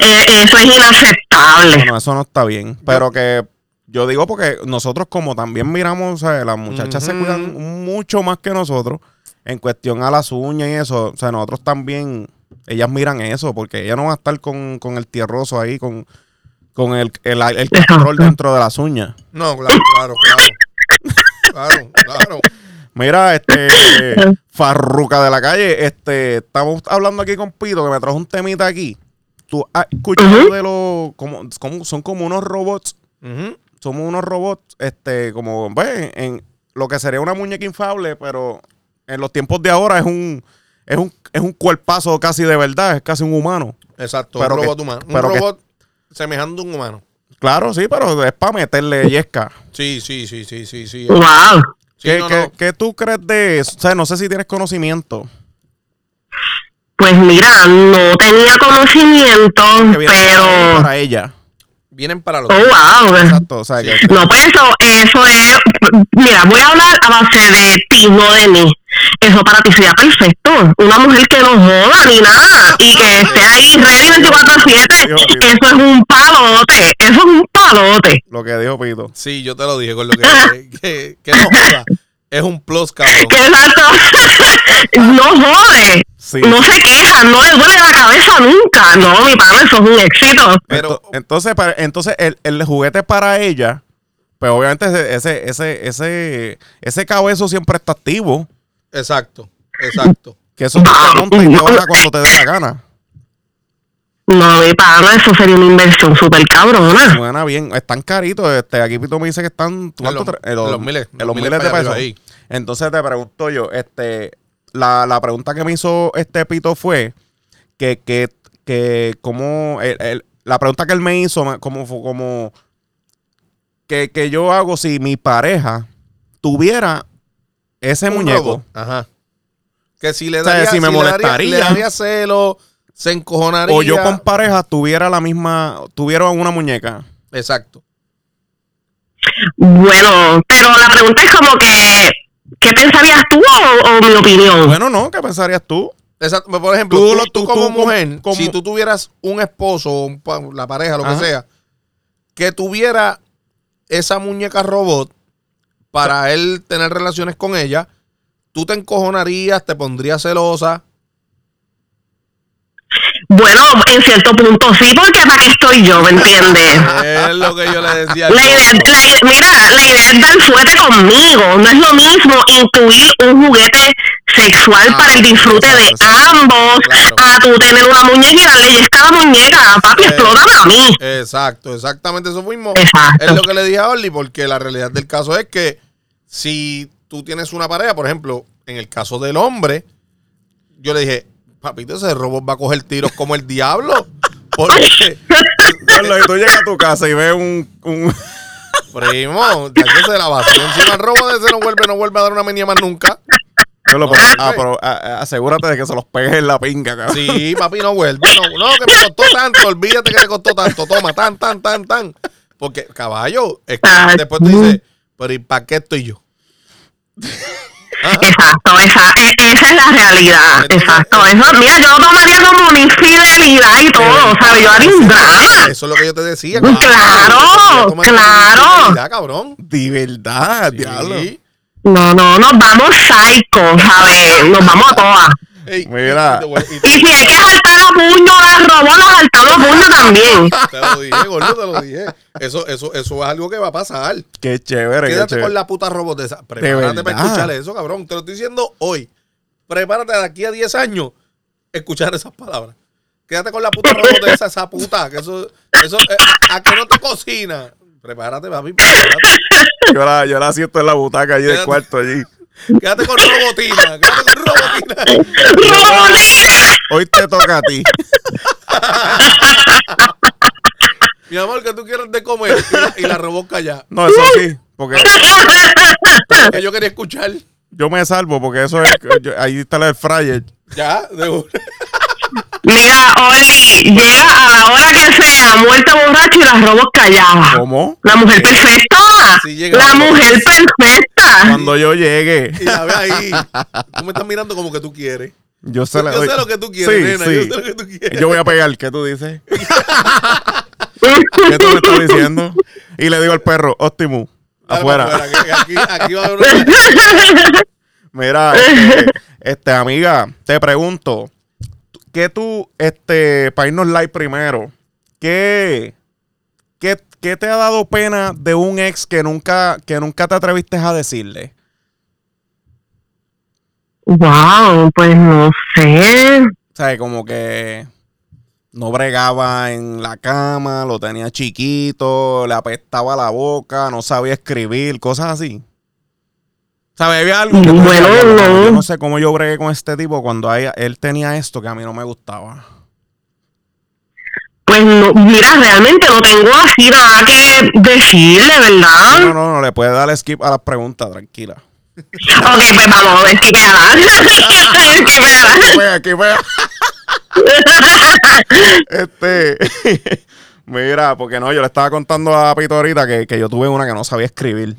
Speaker 3: Eh, eso es
Speaker 2: No,
Speaker 3: inaceptable.
Speaker 2: no, eso no está bien. Pero que yo digo porque nosotros, como también miramos, o sea, las muchachas se
Speaker 1: Ujú.
Speaker 2: cuidan mucho más que nosotros en cuestión a las uñas y eso. O sea, nosotros también, ellas miran eso porque ellas no van a estar con, con el tierroso ahí, con, con el, el, el castrol dentro de las uñas.
Speaker 1: No, claro, claro, claro. Claro, claro.
Speaker 2: Mira, este eh, Farruca de la calle, este, estamos hablando aquí con Pito que me trajo un temita aquí. Tú has escuchado
Speaker 3: Ujú.
Speaker 2: de los como, como- son como unos robots,
Speaker 1: Ujú.
Speaker 2: somos unos robots, este, como ven, en lo que sería una muñeca infable, pero en los tiempos de ahora es un es un es un cuerpazo casi de verdad, es casi un humano.
Speaker 1: Exacto,
Speaker 2: Pero
Speaker 1: un
Speaker 2: que-
Speaker 1: robot humano. Un
Speaker 2: pero que-
Speaker 1: robot semejando a un humano.
Speaker 2: Claro, sí, pero es para meterle yesca.
Speaker 1: Sí, sí, sí, sí, sí, sí.
Speaker 3: Wow.
Speaker 1: Sí,
Speaker 2: ¿Qué,
Speaker 1: no,
Speaker 2: qué-
Speaker 1: no.
Speaker 2: qué tú crees de eso? O sea, no sé si tienes conocimiento.
Speaker 3: Pues mira, no tenía conocimiento,
Speaker 2: Que viene
Speaker 3: pero...
Speaker 2: para ella.
Speaker 1: Vienen para los.
Speaker 3: Oh, wow.
Speaker 2: Exacto, o sea, que
Speaker 3: No, pues eso, eso es... Mira, voy a hablar a base de ti, no de mí. Eso para ti sería perfecto. Una mujer que no joda ni nada y que esté ahí ready 24-7. Eso es un palote. Eso es un palote.
Speaker 2: lo que dijo Pito.
Speaker 1: Sí, yo te lo dije con lo que, que, que no joda. Es un plus, cabrón.
Speaker 3: Exacto. No jode.
Speaker 2: Sí.
Speaker 3: No se queja, no le duele la cabeza nunca. No, mi pana, eso es un éxito.
Speaker 1: Pero-
Speaker 2: Ento- entonces, para- entonces el, el juguete para ella, pues obviamente ese, ese, ese, ese, ese cabezo siempre está activo.
Speaker 1: Exacto, exacto.
Speaker 2: Que eso tú te montas y te baja cuando te dé la gana.
Speaker 3: No, mi pana, eso sería una inversión súper cabrona.
Speaker 2: Suena bien, están caritos. Este, aquí Pito me dice que están ¿cuánto
Speaker 1: los-
Speaker 2: tra-
Speaker 1: en los miles,
Speaker 2: en
Speaker 1: los
Speaker 2: los
Speaker 1: miles
Speaker 2: miles de
Speaker 1: para arriba
Speaker 2: pesos.
Speaker 1: ahí.
Speaker 2: Entonces te pregunto yo, este, la, la pregunta que me hizo este Pito fue que, que, que cómo el- el- la pregunta que él me hizo, me- como, fu- como que, que yo hago si mi pareja tuviera ese
Speaker 1: Un
Speaker 2: muñeco.
Speaker 1: robot, Ajá. Que si le
Speaker 2: sea,
Speaker 1: daría,
Speaker 2: si
Speaker 1: le
Speaker 2: me
Speaker 1: daría-
Speaker 2: molestaría.
Speaker 1: Le daría celo, se encojonaría.
Speaker 2: O yo con pareja tuviera la misma, tuviera una muñeca.
Speaker 1: Exacto.
Speaker 3: Bueno, pero la pregunta es como que, ¿qué pensarías tú o, o mi opinión?
Speaker 2: Bueno, no, ¿qué pensarías tú?
Speaker 1: Exacto. pues, Por ejemplo,
Speaker 2: Tú
Speaker 1: tú,
Speaker 2: lo-
Speaker 1: tú
Speaker 2: tú-
Speaker 1: como
Speaker 2: tú como-
Speaker 1: mujer,
Speaker 2: como-
Speaker 1: si tú tuvieras un esposo, un pa- la pareja, lo
Speaker 2: Ajá.
Speaker 1: que sea, que tuviera esa muñeca robot para él tener relaciones con ella, tú te encojonarías, te pondrías celosa.
Speaker 3: Bueno, en cierto punto sí, porque para qué estoy yo, ¿me entiendes?
Speaker 1: es lo que yo le decía. al
Speaker 3: La idea,
Speaker 1: chico.
Speaker 3: la idea- mira, la idea es dar fuerte conmigo. No es lo mismo incluir un juguete sexual
Speaker 1: Ah,
Speaker 3: para el disfrute de
Speaker 1: exacto, exacto.
Speaker 3: ambos
Speaker 1: Claro.
Speaker 3: a tú tener una muñeca y darle yesca a la muñeca. Papi,
Speaker 1: Eh.
Speaker 3: explótame a mí.
Speaker 1: Exacto, exactamente eso fuimos.
Speaker 3: Exacto.
Speaker 1: Es lo que le dije a Orly, porque la realidad del caso es que si tú tienes una pareja, por ejemplo, en el caso del hombre, yo le dije, papito, ese robot va a coger tiros como el diablo. Porque,
Speaker 2: Carlos, y tú llegas a tu casa y ves un, un-
Speaker 1: primo, ya que se la vacía encima el robot ese no vuelve, no vuelve a dar una menía más nunca.
Speaker 2: Yo lo-
Speaker 1: No,
Speaker 2: ah,
Speaker 1: güey.
Speaker 2: pero a- a- asegúrate de que se los pegues en la pinga, cabrón.
Speaker 1: Sí, papi, no vuelve. No, no, que me costó tanto, olvídate que te costó tanto. Toma, tan, tan, tan, tan. Porque, caballo, es que
Speaker 3: Ah,
Speaker 1: después te dice, pero ¿y para qué estoy yo? Ah.
Speaker 3: Exacto, esa, e- esa es la realidad.
Speaker 1: Entonces,
Speaker 3: Exacto, eso, mira, yo lo tomaría como una infidelidad y todo, ¿sabes? Yo haría un drama.
Speaker 1: Eso es lo que yo te decía.
Speaker 3: Pues Claro,
Speaker 1: Yo tomaría una
Speaker 3: claro.
Speaker 1: responsabilidad, cabrón.
Speaker 2: De verdad,
Speaker 1: Sí.
Speaker 2: diablo.
Speaker 3: No, no, nos vamos psycho, ¿sabes? Nos vamos a todas.
Speaker 1: Ey,
Speaker 2: Mira.
Speaker 1: y te vuel- y
Speaker 3: Y si
Speaker 1: te-
Speaker 3: hay que saltar a puño al robot, la saltamos a puño también.
Speaker 1: Te lo dije, gordo, te lo dije. Eso, eso, eso es algo que va a pasar.
Speaker 2: Qué chévere, qué
Speaker 1: Quédate
Speaker 2: chévere.
Speaker 1: con la puta robot de esa. Prepárate para
Speaker 2: verdad.
Speaker 1: escuchar eso, cabrón. Te lo estoy diciendo hoy. Prepárate de aquí a 10 años escuchar esas palabras. Quédate con la puta robot de esa, esa puta. Que eso, eso, eh, a que no te cocina. Prepárate, papi. Prepárate.
Speaker 2: Yo, la, yo la siento en la butaca allí del
Speaker 1: Quédate.
Speaker 2: cuarto allí.
Speaker 1: Quédate con robotina. Quédate con robotina.
Speaker 3: ¡Robotina!
Speaker 2: Hoy te toca a ti.
Speaker 1: Mi amor, que tú quieres de comer. Y la, y la robot calla.
Speaker 2: No, eso sí, porque
Speaker 1: Que yo quería escuchar.
Speaker 2: yo me salvo, porque eso es. yo- ahí está el fryer.
Speaker 1: Ya, de una.
Speaker 3: Mira, Oli, llega a la hora que sea, muerta borracho y la robot callada.
Speaker 2: ¿Cómo?
Speaker 3: La mujer perfecta.
Speaker 1: Sí llega
Speaker 3: La
Speaker 1: la
Speaker 3: mujer perfecta.
Speaker 2: Cuando yo llegue,
Speaker 1: Y la ve ahí. Tú me estás mirando como que tú quieres.
Speaker 2: yo se la
Speaker 1: Yo
Speaker 2: doy.
Speaker 1: sé lo que tú quieres,
Speaker 2: Sí,
Speaker 1: nena.
Speaker 2: sí.
Speaker 1: Yo sé lo que tú quieres.
Speaker 2: Yo voy a pegar, ¿qué tú dices? ¿Qué tú me estás diciendo? Y le digo al perro, Optimus,
Speaker 1: Dale
Speaker 2: afuera.
Speaker 1: para afuera, que- que aquí, aquí va a haber una-
Speaker 2: Mira, este, este, amiga, te pregunto, ¿qué tú, este, para irnos live primero, qué, qué, qué te ha dado pena de un ex que nunca, que nunca te atreviste a decirle?
Speaker 3: Wow, pues no sé.
Speaker 2: O sea, como que no bregaba en la cama, lo tenía chiquito, le apestaba la boca, no sabía escribir, cosas así. O sea, había algo que tú
Speaker 3: Bueno,
Speaker 2: decías, "Yo no-
Speaker 3: no.
Speaker 2: yo no sé cómo yo bregué con este tipo cuando a ella- él tenía esto que a mí no me gustaba.
Speaker 3: Pues no, mira, realmente no tengo así nada que decirle, ¿verdad?
Speaker 2: No, no, no, le puede dar skip a las preguntas, tranquila.
Speaker 3: Ok, pues vamos a ver si queda. Si queda.
Speaker 2: Aquí, aquí, Este. Mira, porque no, yo le estaba contando a Pito ahorita que, que yo tuve una que no sabía escribir.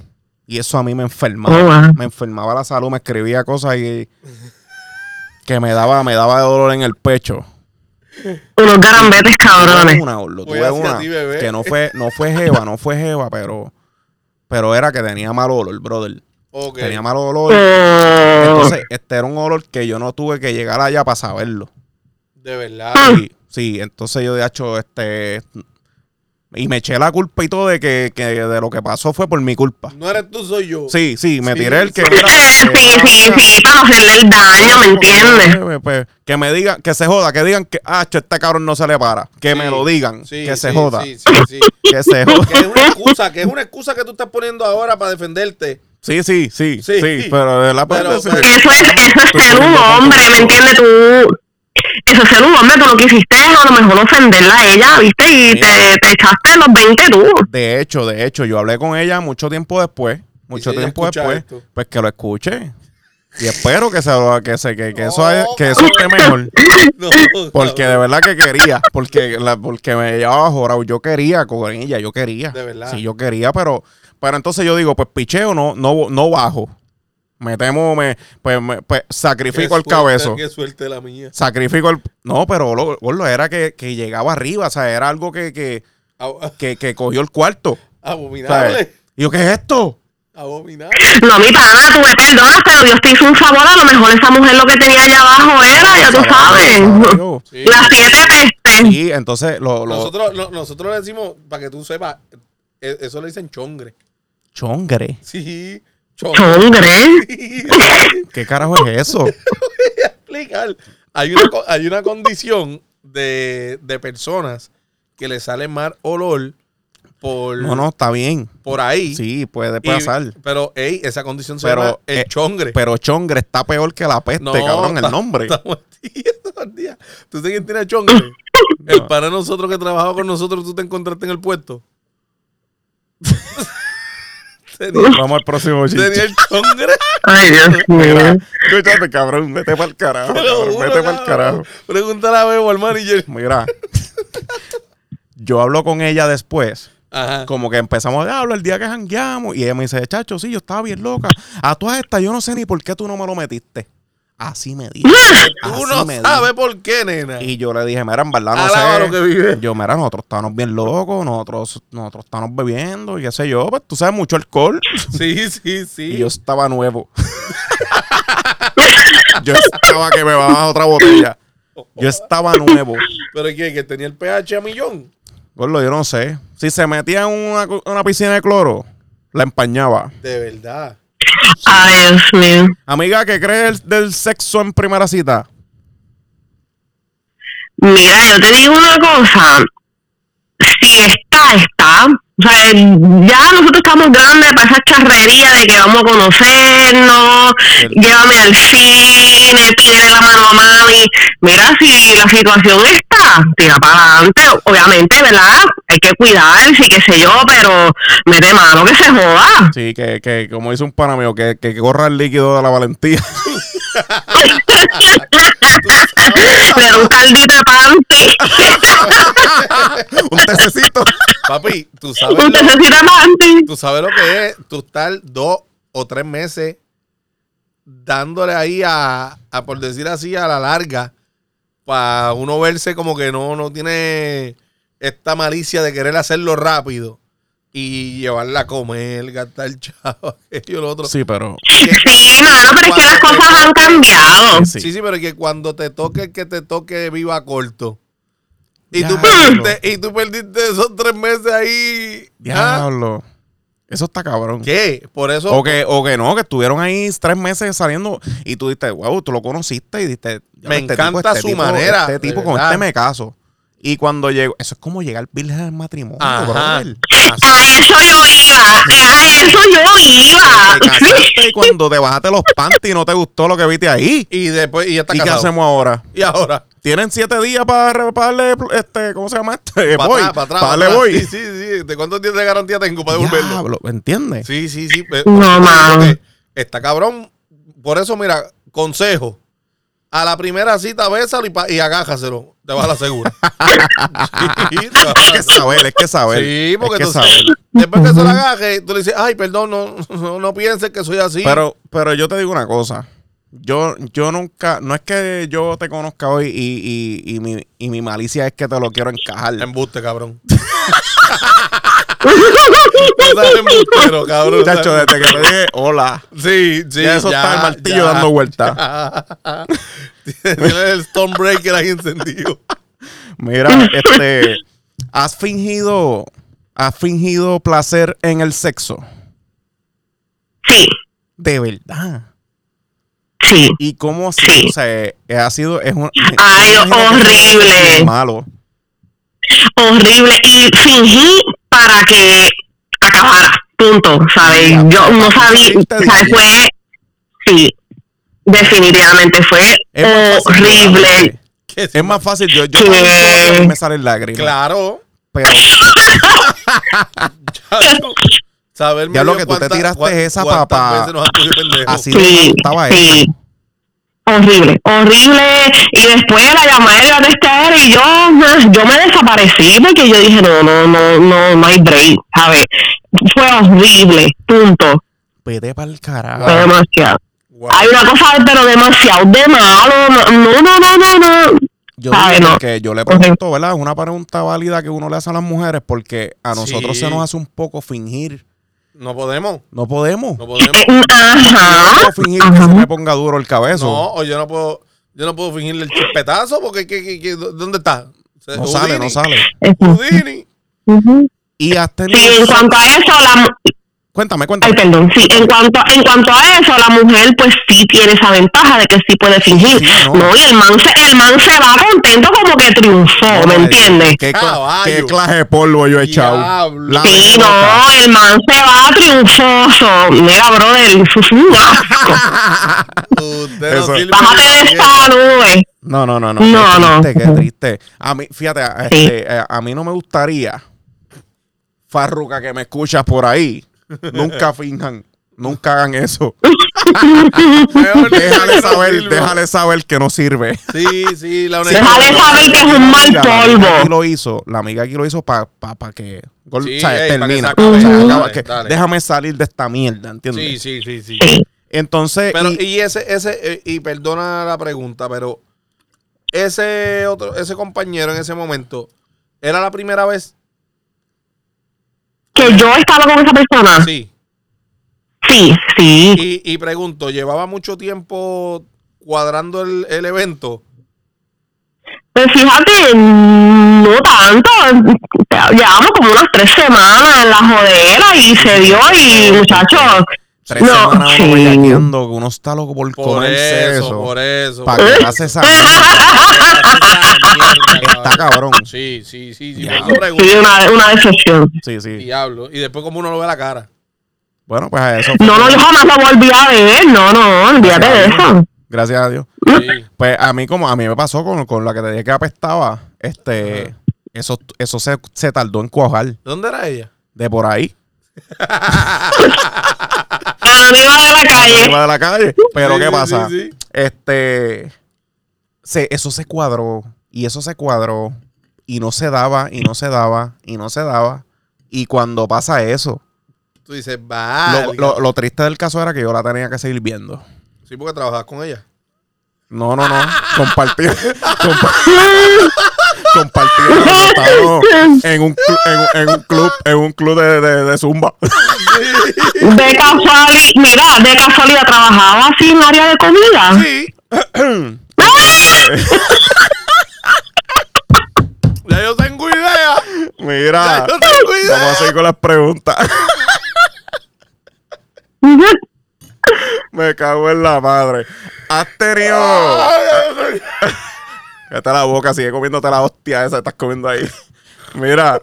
Speaker 2: Y eso a mí me enfermaba.
Speaker 3: Oh, wow.
Speaker 2: Me enfermaba la salud, me escribía cosas y. que me daba, me daba dolor en el pecho.
Speaker 3: Unos garambetes
Speaker 2: Tuve
Speaker 3: cabrones.
Speaker 2: una, Orlo,
Speaker 1: Voy
Speaker 2: tuve
Speaker 1: hacia
Speaker 2: una
Speaker 1: ti, bebé.
Speaker 2: que no fue, no fue Jeva, no fue Jeva, pero. Pero era que tenía mal olor, brother.
Speaker 1: Ok.
Speaker 2: Tenía mal olor.
Speaker 3: Oh,
Speaker 2: Entonces, este era un olor que yo no tuve que llegar allá para saberlo.
Speaker 1: De verdad.
Speaker 2: Sí, sí, entonces yo de hecho, este. Y me eché la culpa y todo de que, que de lo que pasó fue por mi culpa.
Speaker 1: No eres tú, soy yo.
Speaker 2: Sí, sí, me
Speaker 1: Sí,
Speaker 2: tiré el que.
Speaker 3: sí,
Speaker 2: mira, eh,
Speaker 3: sí, sí, para hacerle el daño, ¿me entiendes?
Speaker 2: eh, pues, que me digan, que se joda, que digan que, ah, cho, este cabrón no se le para. Que me lo digan,
Speaker 1: Sí,
Speaker 2: que se
Speaker 1: sí,
Speaker 2: joda,
Speaker 1: Sí, sí, sí.
Speaker 2: que se joda.
Speaker 1: Que es una excusa, que es una excusa que tú estás poniendo ahora para defenderte.
Speaker 2: Sí, sí, sí,
Speaker 1: Sí.
Speaker 2: sí, pero de pues, la parte
Speaker 1: Pero-
Speaker 2: sí.
Speaker 1: pero-
Speaker 3: Eso es, eso es ser un hombre, ¿me entiendes? Tú, eso es ser un hombre, tú lo que hiciste es a lo mejor ofenderla a ella, ¿viste? Y te, te echaste los 20 tú.
Speaker 2: De hecho, de hecho, yo hablé con ella mucho tiempo después. Mucho
Speaker 1: si ella
Speaker 2: tiempo
Speaker 1: escucha
Speaker 2: después.
Speaker 1: esto.
Speaker 2: Pues que lo escuche. Y espero que se lo- que se, que, que eso
Speaker 1: No,
Speaker 2: haya- que eso esté mejor.
Speaker 1: No,
Speaker 2: Porque de
Speaker 1: cabrón.
Speaker 2: verdad que quería. Porque la, porque me llevaba jorado. Yo quería con ella, yo quería.
Speaker 1: De verdad.
Speaker 2: Sí, yo quería, pero, pero entonces yo digo, pues picheo no, no, no bajo. Me temo, me, pues, me- pues,
Speaker 1: Qué
Speaker 2: sacrifico el
Speaker 1: suerte,
Speaker 2: cabezo.
Speaker 1: Qué suerte la mía.
Speaker 2: Sacrifico el. No, pero lo, gordo, era que, que llegaba arriba. O sea, era algo que, que,
Speaker 1: Ab-
Speaker 2: que, que cogió el cuarto. ¿Sabes?
Speaker 1: Abominable.
Speaker 2: Y yo, ¿qué es esto?
Speaker 1: Abominable.
Speaker 3: No, mi pana, tú me perdonas, pero Dios te hizo un favor. A lo mejor esa mujer lo que tenía allá abajo era, ya tú sabes.
Speaker 2: Caballo.
Speaker 1: Sí.
Speaker 3: Las siete pestes.
Speaker 2: Y entonces lo, lo-
Speaker 1: Nosotros, no- nosotros le decimos, para que tú sepas, e- eso le dicen chongre.
Speaker 2: chongre.
Speaker 1: Sí, chongre.
Speaker 3: Chongre.
Speaker 2: ¿Qué carajo es eso?
Speaker 1: explicar. Hay una, co- hay una condición de, de personas que le sale mal olor por,
Speaker 2: No, no, está bien.
Speaker 1: por ahí.
Speaker 2: Sí, puede
Speaker 1: Y-
Speaker 2: pasar.
Speaker 1: Pero, ey, esa condición se
Speaker 2: Pero,
Speaker 1: llama el
Speaker 2: eh,
Speaker 1: chongre.
Speaker 2: Pero chongre está peor que la peste, cabrón, el nombre.
Speaker 1: Estamos al día. ¿Tú sabes quién tiene chongre? El para nosotros que trabajaba con nosotros, tú te encontraste en el puesto. tenía,
Speaker 2: Vamos al próximo
Speaker 1: tenía el chongre.
Speaker 3: Ay, Dios mío.
Speaker 2: Escúchate, cabrón, vete para el carajo.
Speaker 1: te lo
Speaker 2: cabrón,
Speaker 1: juro,
Speaker 2: vete para el
Speaker 1: cabrón.
Speaker 2: carajo.
Speaker 1: Pregúntale a Bebo, al manager.
Speaker 2: Mira, yo hablo con ella después.
Speaker 1: Ajá.
Speaker 2: Como que empezamos a hablar el día que jangueamos. Y ella me dice, chacho, sí, yo estaba bien loca. A todas estas, yo no sé ni por qué tú no me lo metiste. Así me dijo.
Speaker 1: Tú
Speaker 2: Así
Speaker 1: no
Speaker 2: me dijo.
Speaker 1: sabes por qué, nena.
Speaker 2: Y yo le dije, mira, en verdad no
Speaker 1: Alaba
Speaker 2: sé.
Speaker 1: lo que vive.
Speaker 2: Yo, mira, nosotros estábamos bien locos, nosotros, nosotros estábamos bebiendo, y qué sé yo, pues tú sabes, mucho alcohol.
Speaker 1: Sí, sí, sí.
Speaker 2: Y yo estaba nuevo. yo estaba que me bajaba otra botella. Yo estaba nuevo.
Speaker 1: Pero ¿qué? Que tenía el pH a millón.
Speaker 2: Gordo, yo no sé. Si se metía en una, cu- una piscina de cloro, la empañaba.
Speaker 1: De verdad.
Speaker 3: Ay, Dios mío.
Speaker 2: Amiga, ¿qué crees del sexo en primera cita?
Speaker 3: Mira, yo te digo una cosa. Si está, está. O sea, ya nosotros estamos grandes para esa charrería de que vamos a conocernos, llévame al cine, pídele la mano a mami. Mira, si la situación está, tira para adelante. Obviamente, ¿verdad? Hay que cuidarse y qué sé yo, pero me de mano que se joda.
Speaker 2: Sí, que, que como dice un pana mío, que, que corra el líquido de la valentía.
Speaker 3: Le da un caldito de pante,
Speaker 2: un tececito.
Speaker 1: Papi, tú sabes
Speaker 3: un
Speaker 1: lo,
Speaker 3: tececito de pante.
Speaker 1: tú sabes lo que es tú estar dos o tres meses dándole ahí a, a, por decir así, a la larga, para uno verse como que no, no tiene esta malicia de querer hacerlo rápido y llevarla a comer, gastar chavo, aquello, lo otro.
Speaker 2: Sí, pero.
Speaker 3: Sí, mano, pero es que las cosas han cambiado.
Speaker 2: Sí.
Speaker 1: Sí. sí, pero que cuando te toque el que te toque viva corto. Y tú,
Speaker 2: Diablo.
Speaker 1: perdiste, y tú perdiste esos tres meses ahí. ¿ah?
Speaker 2: Diablo. Eso está cabrón.
Speaker 1: ¿Qué? Por eso.
Speaker 2: O que, o que no, que estuvieron ahí tres meses saliendo y tú diste, wow, tú lo conociste y diste. "Ya,
Speaker 1: Me encanta su manera,
Speaker 2: Este tipo
Speaker 1: de
Speaker 2: con
Speaker 1: verdad.
Speaker 2: este me caso. Y cuando llegó, eso es como llegar virgen al matrimonio,
Speaker 1: Ajá.
Speaker 2: brother.
Speaker 3: A eso yo iba, eh, a eso yo iba.
Speaker 2: Te casaste y cuando te bajaste los panties no te gustó lo que viste ahí.
Speaker 1: Y después, y ya está
Speaker 2: ¿Y qué
Speaker 1: casado.
Speaker 2: hacemos ahora?
Speaker 1: Y ahora.
Speaker 2: Tienen siete días para re- para darle, este, ¿cómo se llama este?
Speaker 1: Para
Speaker 2: Voy,
Speaker 1: atrás, para atrás.
Speaker 2: para
Speaker 1: pa'
Speaker 2: darle
Speaker 1: atrás.
Speaker 2: voy.
Speaker 1: Sí, sí, sí. ¿De cuántos días de garantía tengo para devolverlo?
Speaker 2: Diablo, ¿entiendes?
Speaker 1: Sí, sí, eh, sí. pe-
Speaker 3: No,
Speaker 1: porque
Speaker 3: mano.
Speaker 1: Está cabrón. Por eso, mira, consejo. A la primera cita, bésalo y, pa- y agájaselo. Te vas a la segura. Sí, te vas a la
Speaker 2: Es que saber, es que saber.
Speaker 1: Sí, porque
Speaker 2: es que
Speaker 1: tú
Speaker 2: saber.
Speaker 1: Después que se la agaje, tú le dices, ay, perdón, no, no, no pienses que soy así.
Speaker 2: Pero, pero yo te digo una cosa. Yo, yo nunca, no es que yo te conozca hoy y, y- y mi, y mi malicia es que te lo quiero encajar.
Speaker 1: embuste, cabrón. Tú eres embustero, cabrón.
Speaker 2: Chacho, desde que te dije hola.
Speaker 1: Sí, sí.
Speaker 2: ya eso está el martillo dando vueltas.
Speaker 1: vuelta. Tienes el Stormbreaker ahí encendido.
Speaker 2: Mira, este, has fingido, has fingido placer en el sexo.
Speaker 3: Sí,
Speaker 2: De verdad.
Speaker 3: sí.
Speaker 2: ¿Y cómo ha sido?
Speaker 3: Sí.
Speaker 2: O sea, eh, ha sido, es un,
Speaker 3: Ay,
Speaker 2: me imagino que es
Speaker 3: horrible.
Speaker 2: Malo.
Speaker 3: horrible y fingí para que acabara, punto, ¿sabes?
Speaker 2: Ya,
Speaker 3: Yo no sabía,
Speaker 2: fingiste,
Speaker 3: o sea,
Speaker 2: dijiste.
Speaker 3: fue, sí, definitivamente fue
Speaker 2: Es más fácil que
Speaker 3: Eh, horrible.
Speaker 2: saber. Es más fácil, yo, yo
Speaker 3: Sí.
Speaker 2: también me salen lágrimas.
Speaker 1: Claro.
Speaker 2: Pero
Speaker 1: Chacho. Saber
Speaker 2: Ya lo
Speaker 1: medio
Speaker 2: que tú te
Speaker 1: cuánta-
Speaker 2: tiraste
Speaker 1: cuán-
Speaker 2: esa,
Speaker 1: cuántas
Speaker 2: papá.
Speaker 1: veces nos han cogido pendejos.
Speaker 2: así
Speaker 3: Sí,
Speaker 2: estaba
Speaker 3: sí.
Speaker 2: eso.
Speaker 3: Horrible, horrible. Y después la llamada era de estar y yo, ah, yo me desaparecí porque yo dije, no, no, no, no, no hay break, ¿sabes? Fue horrible, punto.
Speaker 2: Vete para el carajo.
Speaker 3: Fue demasiado.
Speaker 1: Wow.
Speaker 3: Hay una cosa, pero demasiado de malo. No, no, no, no, no.
Speaker 2: Yo
Speaker 3: Ay,
Speaker 2: digo
Speaker 3: no.
Speaker 2: que yo le pregunto, ¿verdad? Es una pregunta válida que uno le hace a las mujeres porque a nosotros
Speaker 1: Sí.
Speaker 2: se nos hace un poco fingir.
Speaker 1: No podemos.
Speaker 2: No podemos.
Speaker 1: No
Speaker 2: No
Speaker 1: podemos.
Speaker 3: Eh, Ajá. Ah,
Speaker 2: puedo fingir que se me ponga duro el
Speaker 1: No,
Speaker 2: cabezo.
Speaker 1: o yo no puedo, yo no puedo fingirle el chispetazo porque ¿qué, qué, qué, dónde está?
Speaker 2: No, sale, no sale.
Speaker 3: Eso.
Speaker 1: Houdini.
Speaker 3: Eh, Ujú.
Speaker 2: Y has tenido.
Speaker 3: Sí, en cuanto a eso, la,
Speaker 2: Cuéntame,
Speaker 3: ay,
Speaker 2: cuéntame.
Speaker 3: perdón, sí, en cuanto, en cuanto a eso, la mujer, pues sí tiene esa ventaja de que sí puede fingir,
Speaker 2: Sí, no.
Speaker 3: no. Y el man, se, el man se va contento como que triunfó, ¿me entiendes?
Speaker 2: ¿Qué, cla-
Speaker 1: Caballo.
Speaker 2: qué clase de polvo yo he echado?
Speaker 1: Diablo.
Speaker 2: La
Speaker 3: Sí,
Speaker 2: derrota.
Speaker 3: no, el man se va triunfoso. Mira, brother, eso es un asco.
Speaker 1: Usted
Speaker 2: Eso.
Speaker 1: no sirve
Speaker 3: Bájate
Speaker 1: para
Speaker 3: de
Speaker 1: nada.
Speaker 3: esta nube.
Speaker 2: No, no, no, no.
Speaker 3: No,
Speaker 2: qué
Speaker 3: no.
Speaker 2: triste, qué triste. A mí, fíjate, a- este, eh, a mí no me gustaría, Farruca, que me escuchas por ahí, nunca finjan, nunca hagan eso.
Speaker 1: Peor que
Speaker 2: Déjale
Speaker 1: no
Speaker 2: saber,
Speaker 1: sirve.
Speaker 2: déjale saber que no sirve.
Speaker 1: Sí, sí, la honestidad.
Speaker 3: Déjale
Speaker 2: Pero
Speaker 3: saber que es un mal
Speaker 2: Mira, la amiga
Speaker 3: polvo.
Speaker 2: aquí lo hizo, la amiga aquí lo hizo para pa, pa que, gol-
Speaker 1: Sí,
Speaker 2: o sea,
Speaker 1: ey, pa' que
Speaker 2: termina.
Speaker 1: se acabe,
Speaker 2: o sea,
Speaker 1: dale,
Speaker 2: acaba, que
Speaker 1: dale.
Speaker 2: Déjame salir de esta mierda, ¿entiendes?
Speaker 1: Sí, sí, sí, sí.
Speaker 3: Sí.
Speaker 2: Entonces,
Speaker 1: Pero,
Speaker 2: y-
Speaker 1: y ese, ese, eh, y perdona la pregunta, pero ese otro, ese compañero en ese momento, ¿era la primera vez?
Speaker 3: Que yo estaba con esa persona.
Speaker 1: Sí.
Speaker 3: Sí, sí.
Speaker 1: Y, y pregunto, ¿llevaba mucho tiempo cuadrando el, el evento?
Speaker 3: Pues fíjate, no tanto. Llevamos como unas tres semanas en la jodera y se dio y muchachos.
Speaker 2: Tres
Speaker 3: no,
Speaker 2: semanas
Speaker 3: sí.
Speaker 2: uno bellaqueando, que uno está loco por,
Speaker 1: Por
Speaker 2: comerse
Speaker 1: eso,
Speaker 2: eso.
Speaker 1: por eso.
Speaker 2: Para que pase esa Está cabrón.
Speaker 1: Sí, sí, sí. sí,
Speaker 2: Ya.
Speaker 1: por eso pregunto.
Speaker 3: Sí, una, una decepción.
Speaker 2: Sí, sí.
Speaker 1: Diablo. Y después como uno lo ve a la cara.
Speaker 2: Bueno, pues a eso. fue.
Speaker 3: No, no, yo jamás la volví a ver. No, no, olvídate de eso.
Speaker 2: Gracias a Dios.
Speaker 1: Sí.
Speaker 2: Pues a mí, como a mí me pasó con, con la que te dije que apestaba, este, eso, eso se, se tardó en cuajar
Speaker 1: ¿Dónde era ella?
Speaker 2: de por ahí,
Speaker 3: Arriba de la calle.
Speaker 2: arriba de la calle. Pero
Speaker 1: Sí,
Speaker 2: ¿qué
Speaker 1: sí,
Speaker 2: pasa?
Speaker 1: sí, sí.
Speaker 2: Este, se, eso se cuadró y eso se cuadró y no se daba y no se daba y no se daba. Y cuando pasa eso,
Speaker 1: Tú dices, va.
Speaker 2: lo, lo- lo triste del caso era que yo la tenía que seguir viendo.
Speaker 1: Sí, porque trabajabas con ella.
Speaker 2: No, no, no. Compartido. compa- Compartido. Estábamos en un, clu- en, un- en un club, en un club de, de, de zumba.
Speaker 3: De casualidad, mira, de casualidad trabajaba así en área de comida.
Speaker 1: Sí. ya yo tengo idea. Ya
Speaker 2: Mira,
Speaker 1: yo tengo
Speaker 2: vamos a
Speaker 1: idea.
Speaker 2: seguir con las preguntas.
Speaker 3: Ujú.
Speaker 2: Me cago en la madre.
Speaker 1: Ah,
Speaker 2: Has tenido. Cállate la boca, sigue comiéndote la hostia esa que estás comiendo ahí. Mira,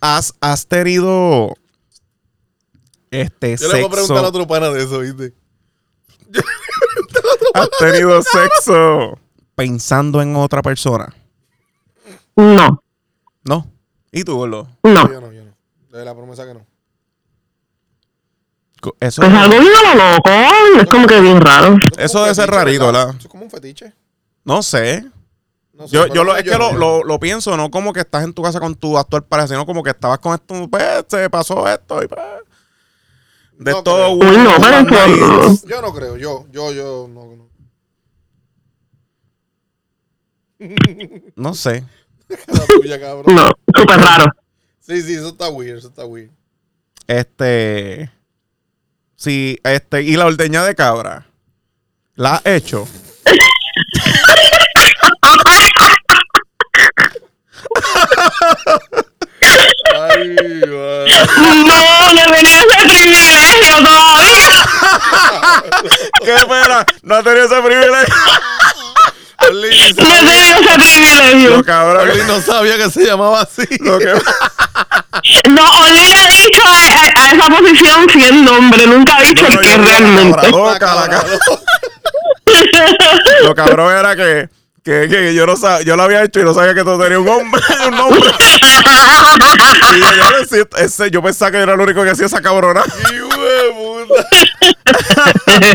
Speaker 2: has, has tenido. Este
Speaker 1: Yo le voy a
Speaker 2: sexo.
Speaker 1: preguntar a otro pana de eso, ¿viste?
Speaker 2: Has tenido sexo pensando en otra persona.
Speaker 3: No,
Speaker 2: No. ¿Y tú, Gordo?
Speaker 3: no.
Speaker 1: Yo no, yo no. De la promesa que no.
Speaker 2: Co- Eso,
Speaker 3: Pues algo bien a lo loco, es como que bien raro.
Speaker 2: Eso debe ser rarito,
Speaker 1: rarito,
Speaker 2: ¿verdad?
Speaker 1: Eso es como un fetiche.
Speaker 2: no sé.
Speaker 1: No sé,
Speaker 2: Yo,
Speaker 1: pero
Speaker 2: yo lo,
Speaker 1: no,
Speaker 2: es que lo,
Speaker 1: no.
Speaker 2: lo- lo pienso, no como que estás en tu casa con tu actual pareja, sino como que estabas con esto, pues, se pasó esto y pues. De
Speaker 1: No
Speaker 2: todo
Speaker 3: creo. Uy, no, pero
Speaker 2: jugando
Speaker 3: eso-
Speaker 2: ahí.
Speaker 1: Yo no creo, yo, yo, yo no. no.
Speaker 2: No sé.
Speaker 1: La tuya, cabrón.
Speaker 3: No, súper raro.
Speaker 1: Sí, sí, eso está weird, eso está weird.
Speaker 2: Este. Sí, este. Y la ordeña de cabra. ¿La has hecho?
Speaker 1: Ay, ay.
Speaker 3: No, no tenía ese privilegio todavía.
Speaker 2: ¿Qué espera? No has tenido ese privilegio.
Speaker 1: Orly,
Speaker 3: No tenía ese
Speaker 2: Lo
Speaker 3: privilegio.
Speaker 2: cabrón.
Speaker 1: Orly no sabía que se llamaba así.
Speaker 2: Lo que,
Speaker 3: No, o le he dicho a, a- a esa posición si el nombre, nunca he dicho
Speaker 2: No,
Speaker 3: el
Speaker 2: no,
Speaker 3: que
Speaker 2: yo no, la
Speaker 3: realmente.
Speaker 2: cabra
Speaker 1: Oh,
Speaker 2: loca, la cabra- lo cabrón era que, que, que yo no sab- yo lo había hecho y no sabía que tú tenías un hombre, un nombre. Y yo, yo decía, ese- yo pensaba que era el único que hacía esa cabrona.
Speaker 1: Hijo de puta.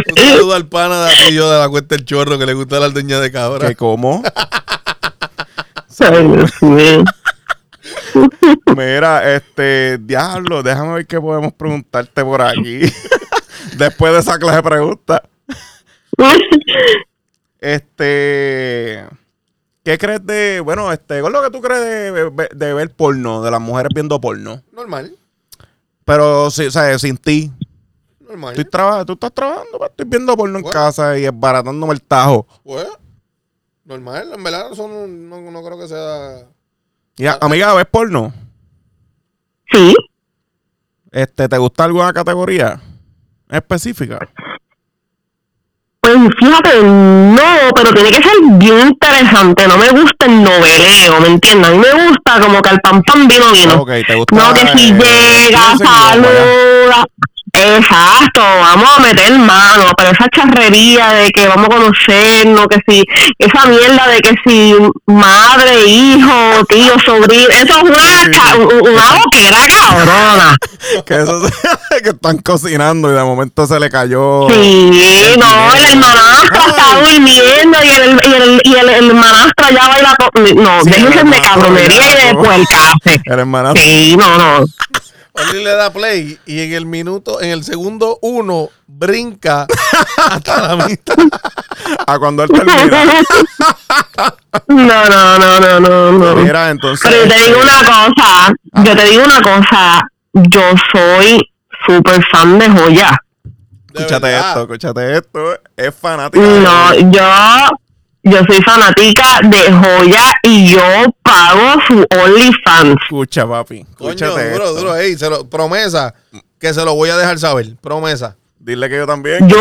Speaker 1: Un saludo al pana de aquí, yo de la cuesta del chorro que le gusta la aldeña de cabra.
Speaker 2: ¿Qué cómo?
Speaker 3: Ay, Dios mío.
Speaker 2: Mira, este, diablo, déjame ver qué podemos preguntarte por aquí. Después de esa clase de preguntas. Este, ¿qué crees de, bueno, este, con lo que tú crees de, de ver porno, de las mujeres viendo porno?
Speaker 1: Normal,
Speaker 2: Pero, sí, o sea, sin ti,
Speaker 1: normal.
Speaker 2: Estoy traba- tú estás trabajando, pa, estoy viendo porno en
Speaker 1: Bueno.
Speaker 2: casa y esbaratándome el tajo.
Speaker 1: Pues, normal, en verdad eso no, no, no creo que sea...
Speaker 2: Y, a- amiga, ¿ves porno?
Speaker 3: Sí,
Speaker 2: Este, ¿Te gusta alguna categoría específica?
Speaker 3: pues fíjate, no, pero tiene que ser bien interesante. No me gusta el noveleo, ¿me entiendes? A mí me gusta como que al pan pan vino vino.
Speaker 2: Ok, ¿te gusta?
Speaker 3: No, que si
Speaker 2: eh,
Speaker 3: llega,
Speaker 2: sí, sí, vaya.
Speaker 3: saluda. Exacto, vamos a meter mano, pero esa charrería de que vamos a conocernos, que si, esa mierda de que si madre, hijo, tío, sobrino, eso es una,
Speaker 2: Sí.
Speaker 3: ca- u- una loquera cabrona.
Speaker 2: Que, eso se- que están cocinando y de momento se le cayó.
Speaker 3: Sí, no, el hermanastro está durmiendo y el, y el, y el, hermanastro ya baila con... No,
Speaker 2: Sí, el
Speaker 3: déjense de
Speaker 2: hermanastro
Speaker 3: cabronería y de
Speaker 2: bailando.
Speaker 3: puercase.
Speaker 2: El hermano.
Speaker 3: Sí, no, no.
Speaker 1: Orly le da play y en el minuto, en el segundo uno, brinca hasta la mitad.
Speaker 2: A Ah, cuando él termina.
Speaker 3: no, no, no, no, no, no.
Speaker 2: Mira, entonces.
Speaker 3: Pero yo te digo una
Speaker 1: Ah.
Speaker 3: cosa, yo te digo una cosa, yo soy súper fan de joya.
Speaker 2: escúchate
Speaker 1: verdad.
Speaker 2: esto, escúchate esto. Es fanático.
Speaker 3: No, yo, yo soy fanática de joya y yo pago su OnlyFans.
Speaker 2: Escucha, papi.
Speaker 1: Coño,
Speaker 2: Escúchate
Speaker 1: duro,
Speaker 2: esto.
Speaker 1: duro. eh. Ey, se lo- promesa que se lo voy a dejar saber. Promesa.
Speaker 2: Dile que yo también.
Speaker 3: Yo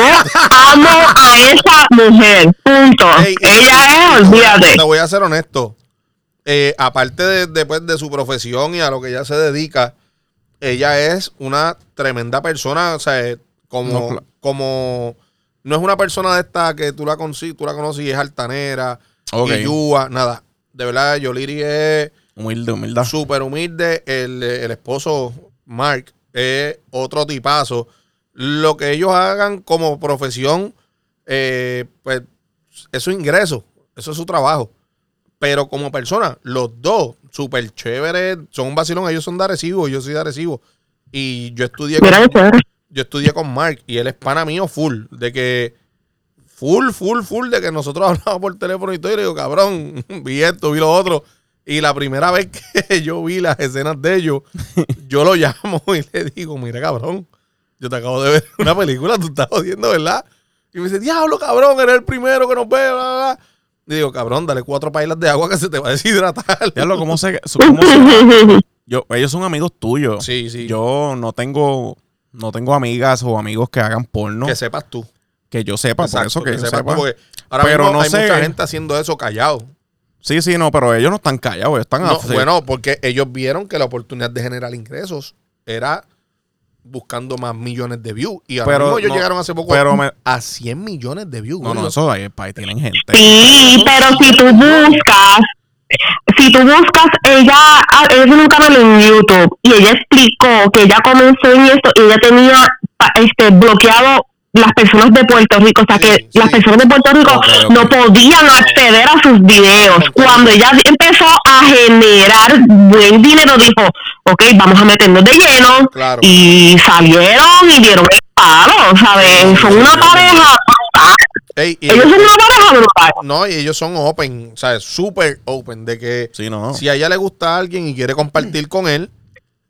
Speaker 3: amo a esa mujer, punto.
Speaker 1: Ey, ey,
Speaker 3: Ella
Speaker 1: ey,
Speaker 3: es,
Speaker 1: te voy a-
Speaker 3: olvídate.
Speaker 1: Te voy a ser honesto. Eh, aparte de, de, pues, de su profesión y a lo que ella se dedica, ella es una tremenda persona. O sea, eh, como,
Speaker 2: No, claro.
Speaker 1: como no es una persona de esta que tú la conocí, tú la conoces y es altanera,
Speaker 2: Ok.
Speaker 1: y yúa, nada. De verdad, Yoliri es
Speaker 2: Humilde, humildad.
Speaker 1: súper humilde. El, el esposo Mark es otro tipazo. Lo que ellos hagan como profesión, eh, pues es su ingreso, eso es su trabajo. Pero como persona, los dos, súper chéveres, son un vacilón. Ellos son de Arecibo, yo soy de Arecibo. Y yo estudié
Speaker 3: Mira qué chévere.
Speaker 1: yo estudié con Mark y él es pana mío full, de que full, full, full, de que nosotros hablábamos por teléfono y todo, y le digo, cabrón, vi esto, vi lo otro. Y la primera vez que yo vi las escenas de ellos, yo lo llamo y le digo, mira, cabrón, yo te acabo de ver una película, tú estás jodiendo, ¿verdad? Y me dice, diablo, cabrón, eres el primero que nos ve, bla, bla, bla". Y digo, cabrón, dale cuatro pailas de agua que se te va a deshidratar.
Speaker 2: Diablo, ¿cómo se.? cómo se- yo, ellos son amigos tuyos.
Speaker 1: Sí, sí,
Speaker 2: Yo no tengo. No tengo amigas o amigos que hagan porno.
Speaker 1: que
Speaker 2: Que,
Speaker 1: sepas tú.
Speaker 2: yo sepa, por eso que, yo
Speaker 1: sepas tú,
Speaker 2: sepa.
Speaker 1: porque ahora
Speaker 2: Pero
Speaker 1: mismo
Speaker 2: no
Speaker 1: hay
Speaker 2: sé.
Speaker 1: mucha gente haciendo eso callado.
Speaker 2: Sí, sí, no, pero ellos no están callados. ellos Están
Speaker 1: No,
Speaker 2: a-
Speaker 1: bueno, porque ellos vieron que la oportunidad de generar ingresos era buscando más millones de views. Y ahora
Speaker 2: Pero
Speaker 1: mismo ellos
Speaker 2: no,
Speaker 1: llegaron hace poco
Speaker 2: pero me-
Speaker 1: a 100 millones de views.
Speaker 2: No, no,
Speaker 1: gordo.
Speaker 2: eso ahí, ahí tienen gente.
Speaker 3: Sí, pero si tú buscas, si tú buscas, ella, ah, ella tiene un canal en YouTube y ella explicó que ella comenzó en esto y ella tenía pa- este bloqueado las personas de Puerto Rico, o sea
Speaker 1: Sí,
Speaker 3: que
Speaker 1: sí.
Speaker 3: las personas de Puerto Rico
Speaker 2: Ok, ok.
Speaker 3: no podían acceder a sus videos.
Speaker 1: Ok.
Speaker 3: Cuando ella empezó a generar buen dinero, dijo, ok, vamos a meternos de lleno
Speaker 1: Claro.
Speaker 3: y salieron y dieron el palo, ¿sabes? Son una pareja brutal.
Speaker 1: Ey, y-
Speaker 3: Ellos son una pareja brutal.
Speaker 1: no, y ellos son open, o sea, súper open, de que
Speaker 2: Sí, no.
Speaker 1: si a ella le gusta a alguien y quiere compartir con él,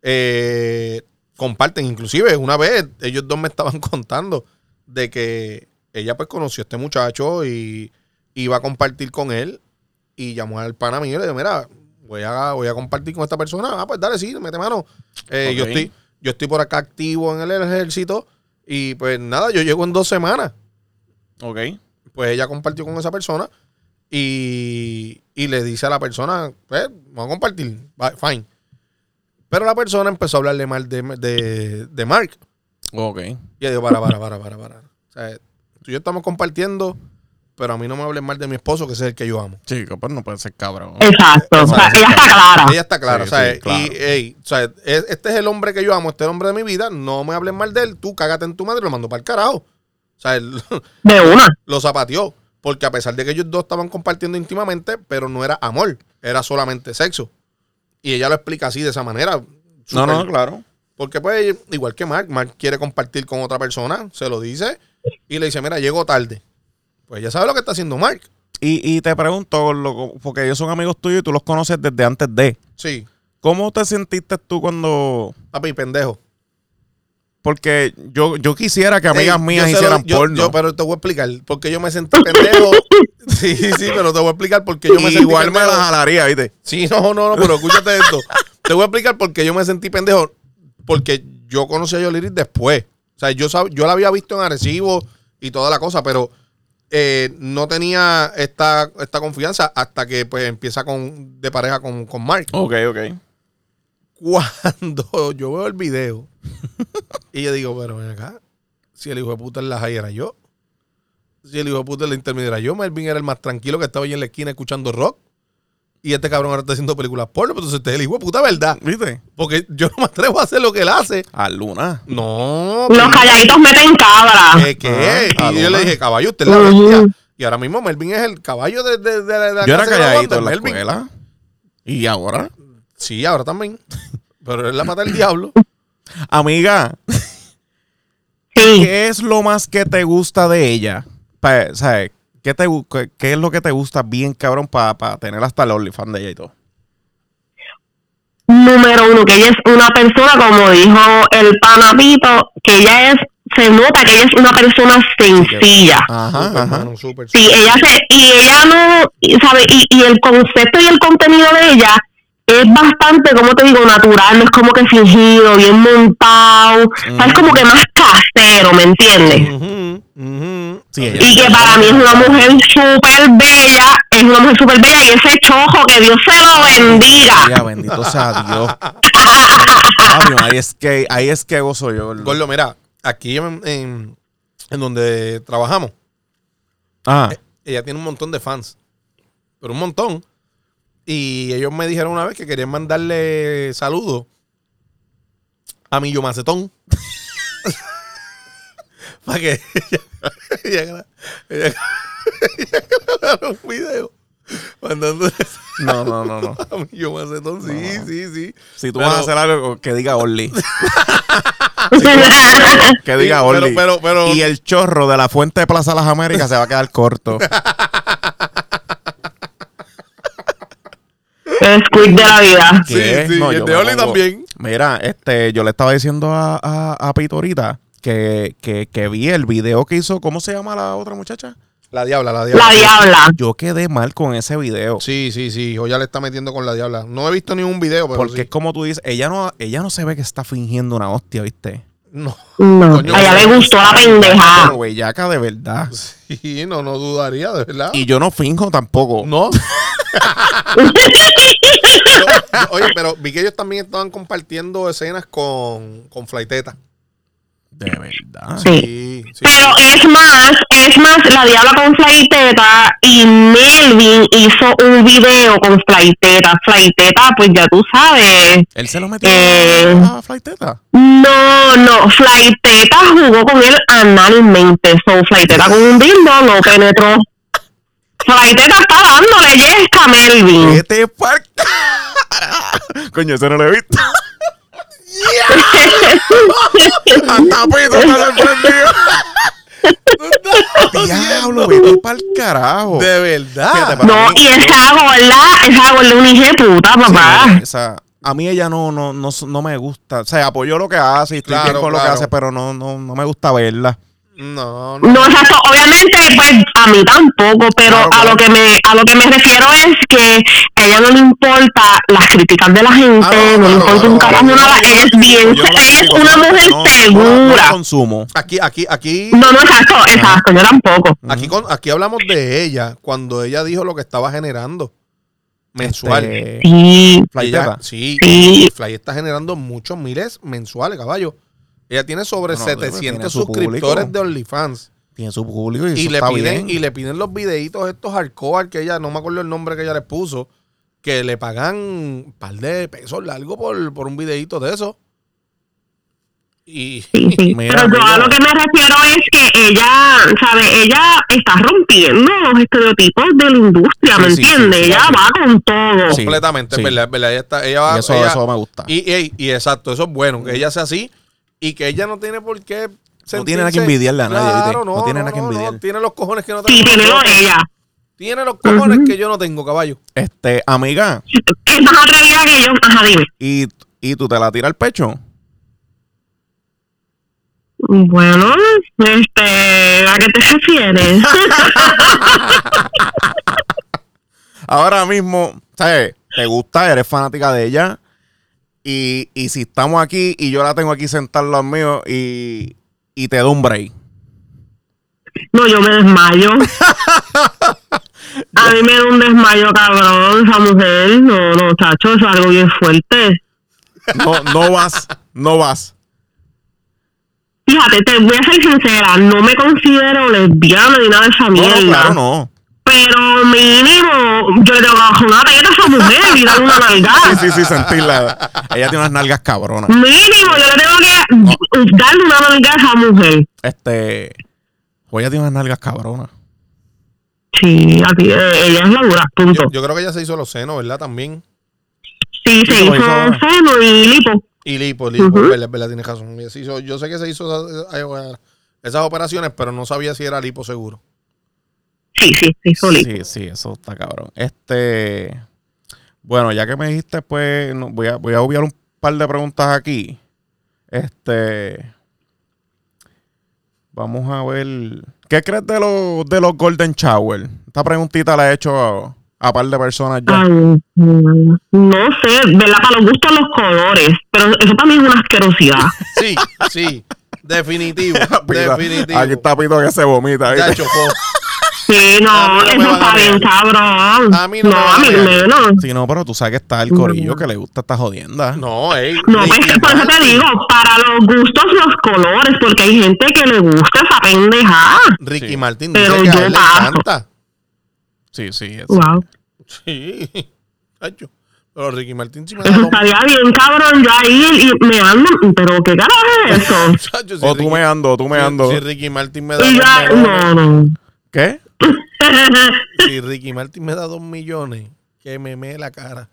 Speaker 1: eh, comparten. Inclusive, una vez ellos dos me estaban contando de que ella pues conoció a este muchacho y iba a compartir con él y llamó al pana mío y le dijo, mira, voy a, voy a compartir con esta persona. Ah, pues dale, sí, mete mano. Eh, yo,
Speaker 2: Ok.
Speaker 1: estoy, yo estoy por acá activo en el ejército y pues nada, yo llego en dos semanas
Speaker 2: Ok.
Speaker 1: pues ella compartió con esa persona y, y le dice a la persona, pues, vamos a compartir, va- fine. Pero la persona empezó a hablarle mal de, de, de Mark.
Speaker 2: Ok.
Speaker 1: Y ella dijo, para, para, para, para, para. O sea, tú y yo estamos compartiendo, pero a mí no me hablen mal de mi esposo, que ese es el que yo amo.
Speaker 2: Chico, pues no puede ser cabrón.
Speaker 3: Exacto, o sea, ella está clara.
Speaker 1: Ella está clara,
Speaker 2: Ah, Sí,
Speaker 1: ¿sabes?
Speaker 2: sí, claro.
Speaker 1: Y, ey, ¿sabes? Es- Este es el hombre que yo amo, este es el hombre de mi vida, no me hablen mal de él, tú cágate en tu madre, lo mando para el carajo. O sea, el-
Speaker 3: De una.
Speaker 1: lo zapateó. Porque a pesar de que ellos dos estaban compartiendo íntimamente, pero no era amor, era solamente sexo. Y ella lo explica así, de esa manera.
Speaker 2: No,
Speaker 1: Súper-
Speaker 2: no, claro.
Speaker 1: Porque pues, igual que Mark, Mark quiere compartir con otra persona, se lo dice y le dice, mira, llego tarde. Pues ya sabe lo que está haciendo Mark.
Speaker 2: Y, y te pregunto, loco, porque ellos son amigos tuyos y tú los conoces desde antes de.
Speaker 1: Sí,
Speaker 2: ¿Cómo te sentiste tú cuando.?
Speaker 1: papi, pendejo.
Speaker 2: Porque yo, yo quisiera que amigas
Speaker 1: Ey,
Speaker 2: mías
Speaker 1: yo se lo-
Speaker 2: hicieran
Speaker 1: yo-
Speaker 2: porno.
Speaker 1: yo- pero te voy a explicar, porque yo me sentí pendejo. sí, sí, pero te voy a explicar porque yo me sentí
Speaker 2: Igual me
Speaker 1: pendejo.
Speaker 2: las jalaría, ¿viste?
Speaker 1: Sí, no, no, no, pero escúchate esto. Te voy a explicar por qué yo me sentí pendejo. Porque yo conocí a Yoliris después. O sea, yo, sab- yo la había visto en Arecibo y toda la cosa, pero eh, no tenía esta, esta confianza hasta que pues empieza con, de pareja con, con Mark.
Speaker 2: Ok, ok.
Speaker 1: Cuando yo veo el video y yo digo, pero ven acá, si el hijo de puta en la high era yo, si el hijo de puta en la intermedia era yo, Melvin era el más tranquilo que estaba ahí en la esquina escuchando rock. Y este cabrón ahora está haciendo películas porno, pero entonces este es el hijo de puta, ¿verdad?
Speaker 2: ¿Viste?
Speaker 1: Porque yo no me atrevo a hacer lo que él hace.
Speaker 2: A Luna.
Speaker 1: No,
Speaker 3: Los calladitos meten cabra.
Speaker 1: ¿qué, qué?
Speaker 2: Ah,
Speaker 1: y yo le
Speaker 2: cabrón.
Speaker 1: dije, caballo, usted es la
Speaker 3: Ujú.
Speaker 1: bestia. Y ahora mismo Melvin es el caballo de, de- de la- de la
Speaker 2: Yo era
Speaker 1: clase de la
Speaker 2: calladito
Speaker 1: banda,
Speaker 2: en la
Speaker 1: Melvin.
Speaker 2: escuela. ¿Y ahora?
Speaker 1: Sí, ahora también. Pero es la pata del diablo.
Speaker 2: Amiga,
Speaker 3: Sí.
Speaker 2: ¿qué es lo más que te gusta de ella? Pa- o sea, ¿Qué, te, gu- qué- qué es lo que te gusta bien, cabrón, para tener hasta el OnlyFans de ella y todo?
Speaker 3: Número uno, que ella es una persona, como dijo el panapito, que ella es se nota que ella es una persona sencilla.
Speaker 2: Ajá,
Speaker 1: Súper,
Speaker 2: ajá.
Speaker 1: mano, súper,
Speaker 3: Sí,
Speaker 1: súper.
Speaker 3: ella se, y ella no, ¿sabes? Y, y el concepto y el contenido de ella es bastante, como te digo, natural, no es como que fingido, bien montado, es como que más casero, ¿me entiendes?
Speaker 1: Ujú, ujú.
Speaker 2: Sí, ella-
Speaker 3: Y que para mí es una mujer súper bella, es una mujer súper bella y ese chojo, que Dios se lo bendiga.
Speaker 2: Ya, bendito sea Dios. Papi, ahí es que, ahí es que gozo yo. gordo.
Speaker 1: Gordo, mira, aquí en, en- en donde trabajamos,
Speaker 2: Ah,
Speaker 1: ella tiene un montón de fans. Pero un montón. Y ellos me dijeron una vez que querían mandarle saludos a mi yo macetón. Para que ella, ella, gra- ella- ella grabara un video mandándole
Speaker 2: no, no, no, no.
Speaker 1: a mi yo macetón. Sí, sí, sí.
Speaker 2: Si tú
Speaker 1: Pero-
Speaker 2: vas a hacer algo, que diga Orly. Que diga
Speaker 1: Sí,
Speaker 2: Orly.
Speaker 1: pero- pero- pero-
Speaker 2: Y el chorro de la fuente de Plaza Las Américas se va a quedar corto.
Speaker 3: El squid de la vida.
Speaker 1: Sí, sí, y el de
Speaker 2: yo me
Speaker 1: Oli
Speaker 2: pongo-
Speaker 1: también.
Speaker 2: Mira, este, yo le estaba diciendo a, a, a Pito ahorita que, que, que vi el video que hizo, ¿cómo se llama la otra muchacha?
Speaker 1: La diabla, la diabla.
Speaker 3: La diabla.
Speaker 2: Yo quedé mal con ese video.
Speaker 1: Sí, sí, sí. O ya le está metiendo con la diabla. No he visto ningún video, pero
Speaker 2: porque
Speaker 1: sí.
Speaker 2: es como tú dices, ella no, ella no se ve que está fingiendo una hostia, ¿viste?
Speaker 1: No.
Speaker 3: No,
Speaker 1: Coño,
Speaker 3: a ella le
Speaker 1: pero-
Speaker 3: gustó la
Speaker 2: Pero
Speaker 3: pendeja.
Speaker 2: bellaca de verdad.
Speaker 1: Sí, no, no dudaría, de verdad.
Speaker 2: Y yo no finjo tampoco.
Speaker 1: No. Yo- yo- oye, pero vi que ellos también estaban compartiendo escenas con, con Flaiteta.
Speaker 2: De verdad.
Speaker 3: Sí.
Speaker 1: Sí, sí.
Speaker 3: Pero es más, es más, la diabla con Flaiteta y Melvin hizo un video con Flaiteta. Flaiteta, pues ya tú sabes.
Speaker 2: Él se lo metió
Speaker 3: Eh.
Speaker 2: a Flaiteta.
Speaker 3: No, no, Flaiteta jugó con él analmente. So, Flaiteta con un dildo lo penetró. Flaiteta está dándole yesca a Melvin.
Speaker 2: Este parque. Coño, eso no lo he visto. Hasta Pito se sorprendió. Diablo, vete pa'l carajo.
Speaker 1: De verdad.
Speaker 2: Fíjate,
Speaker 3: No, y esa gorda, esa gorda un hija de puta, papá.
Speaker 2: O sea, a mí ella no, no, no, no me gusta. O sea, apoyo lo que hace y estoy
Speaker 1: Claro,
Speaker 2: bien con lo que
Speaker 1: claro.
Speaker 2: hace, pero no, no, no me gusta verla.
Speaker 1: No, no.
Speaker 3: No, exacto. Obviamente, pues a mí tampoco, pero
Speaker 2: Claro,
Speaker 3: a
Speaker 2: claro.
Speaker 3: lo que me a lo que me refiero es que a ella no le importa las críticas de la gente,
Speaker 1: Ah, no,
Speaker 3: no le
Speaker 1: claro,
Speaker 3: importa
Speaker 1: claro,
Speaker 3: un carajo
Speaker 1: claro.
Speaker 3: nada. Ella es bien,
Speaker 2: Yo no la
Speaker 3: ella es
Speaker 2: sigo,
Speaker 3: una
Speaker 2: no,
Speaker 3: mujer
Speaker 2: no, No, la- no la
Speaker 3: segura.
Speaker 2: consumo.
Speaker 1: Aquí, aquí, aquí.
Speaker 3: No, no, exacto, exacto, yo tampoco.
Speaker 1: Aquí, con, aquí hablamos de ella cuando ella dijo lo que estaba generando mensual.
Speaker 2: Este,
Speaker 3: Sí,
Speaker 1: Y
Speaker 2: Flaiteta.
Speaker 1: ella- sí,
Speaker 3: Sí.
Speaker 1: Fly está generando muchos miles mensuales, caballo. Ella tiene sobre
Speaker 2: No, no, pero tiene
Speaker 1: 700
Speaker 2: su público.
Speaker 1: suscriptores de OnlyFans.
Speaker 2: Tiene su público y,
Speaker 1: Y
Speaker 2: eso
Speaker 1: le,
Speaker 2: está
Speaker 1: piden,
Speaker 2: bien.
Speaker 1: y le piden los videitos estos hardcore que ella, no me acuerdo el nombre que ella les puso, que le pagan un par de pesos largo por, por un videito de eso. Y
Speaker 3: sí, sí.
Speaker 2: Mira,
Speaker 3: Pero yo
Speaker 2: mira.
Speaker 3: a lo que me refiero es que ella, ¿sabes? Ella está rompiendo los estereotipos de la industria, ¿me
Speaker 2: Sí, sí, sí,
Speaker 3: entiendes?
Speaker 2: sí,
Speaker 3: ella
Speaker 2: claro.
Speaker 3: va con todo.
Speaker 2: Sí,
Speaker 1: completamente,
Speaker 2: sí.
Speaker 1: es ¿verdad? es ¿verdad? Ella está, ella va-
Speaker 2: Y eso,
Speaker 1: ella-
Speaker 2: eso me gusta.
Speaker 1: y, y- y exacto, eso es bueno, que ella sea así y que ella no tiene por qué.
Speaker 2: Mm. tiene nada que
Speaker 1: sentirse-
Speaker 2: envidiarle a nadie,
Speaker 1: Claro,
Speaker 2: ¿viste?
Speaker 1: no,
Speaker 2: No tiene nada que envidiar.
Speaker 1: tiene los cojones que no
Speaker 3: Sí,
Speaker 1: tengo.
Speaker 3: tiene lo de ella.
Speaker 1: Tiene los cojones que yo no tengo, caballo.
Speaker 2: Este, amiga,
Speaker 3: Es más atrevida que yo. Ajá, dime.
Speaker 2: ¿y, y tú te la tiras al pecho?
Speaker 3: Bueno, este, ¿a qué te refieres?
Speaker 2: Ahora mismo, ¿sabes? Te gusta, eres fanática de ella. Y, y si estamos aquí y yo la tengo aquí sentada al lado mío y, y te doy un break.
Speaker 3: No, yo me desmayo. A mí me da un desmayo, cabrón, esa mujer. No, no, chacho, eso es algo bien fuerte.
Speaker 2: No, no vas, no vas.
Speaker 3: Fíjate, te voy a ser sincera, no me considero lesbiana ni nada de esa
Speaker 2: No,
Speaker 3: mierda.
Speaker 2: no, claro, no.
Speaker 3: Pero mínimo, yo le tengo que bajar una teta a esa mujer y darle una
Speaker 2: Sí,
Speaker 3: nalgada.
Speaker 2: sí, sí, sentirla. Ella tiene unas nalgas cabronas.
Speaker 3: Mínimo, yo le tengo que uh, darle una nalgada a esa mujer.
Speaker 2: Este. o Ella tiene unas nalgas cabronas.
Speaker 3: Sí, a ti, eh, ella es la dura, punto.
Speaker 1: Yo, yo creo que ella se hizo los senos, ¿verdad? También.
Speaker 3: sí, se
Speaker 2: yo-
Speaker 3: hizo
Speaker 2: yo-
Speaker 3: seno y lipo.
Speaker 1: Y lipo, lipo,
Speaker 3: Ujú.
Speaker 1: es verdad, es verdad, tienes razón. Ella se hizo- yo sé que se hizo esa- esa- esas operaciones, pero no sabía si era lipo seguro.
Speaker 3: Sí, sí, se hizo lipo.
Speaker 2: Sí, sí, eso está cabrón. Este. Bueno, ya que me dijiste, pues no, voy, a, voy a obviar un par de preguntas aquí. Este. Vamos a ver. ¿Qué crees de los, de los Golden Shower? Esta preguntita la he hecho a, a par de personas ya.
Speaker 3: Ay, no no sé, ¿verdad? Para los gustos los colores, pero eso para mí es una asquerosidad.
Speaker 1: Sí, sí. Definitivo.
Speaker 2: Pita,
Speaker 1: definitivo.
Speaker 2: aquí está Pito que se vomita. ¿viste?
Speaker 1: Ya chocó.
Speaker 3: Sí, no,
Speaker 1: A mí no
Speaker 3: eso
Speaker 1: me van a
Speaker 3: está bien,
Speaker 1: negar.
Speaker 3: cabrón.
Speaker 1: A mí no me
Speaker 3: No,
Speaker 1: van
Speaker 3: a
Speaker 1: a
Speaker 3: mí
Speaker 1: negar.
Speaker 3: menos.
Speaker 2: Si no, pero tú sabes que está el corillo que le gusta esta jodienda.
Speaker 1: No, ey.
Speaker 3: No, pues
Speaker 1: Ricky
Speaker 3: por eso te
Speaker 1: Martin.
Speaker 3: digo, para los gustos los colores, porque hay gente que le gusta esa pendejada.
Speaker 1: Ricky
Speaker 2: Sí.
Speaker 1: Martin dice
Speaker 3: Pero
Speaker 1: que a
Speaker 3: yo
Speaker 1: él le
Speaker 3: bajo.
Speaker 1: encanta.
Speaker 2: Sí, sí. es-
Speaker 3: Wow.
Speaker 1: Sí. Cacho. Pero Ricky Martin sí me da
Speaker 3: Eso
Speaker 1: lo-
Speaker 3: estaría bien, cabrón, yo ahí y me ando, pero qué carajo es eso.
Speaker 1: Chacho, si
Speaker 2: O tú
Speaker 1: Ricky-
Speaker 2: me ando, o tú me
Speaker 1: si-
Speaker 2: ando.
Speaker 1: Si Ricky Martin me da
Speaker 3: Y
Speaker 1: dos
Speaker 3: ya,
Speaker 1: millones,
Speaker 3: no, no.
Speaker 2: ¿Qué?
Speaker 1: si Ricky Martin me da dos millones, que me mee la cara.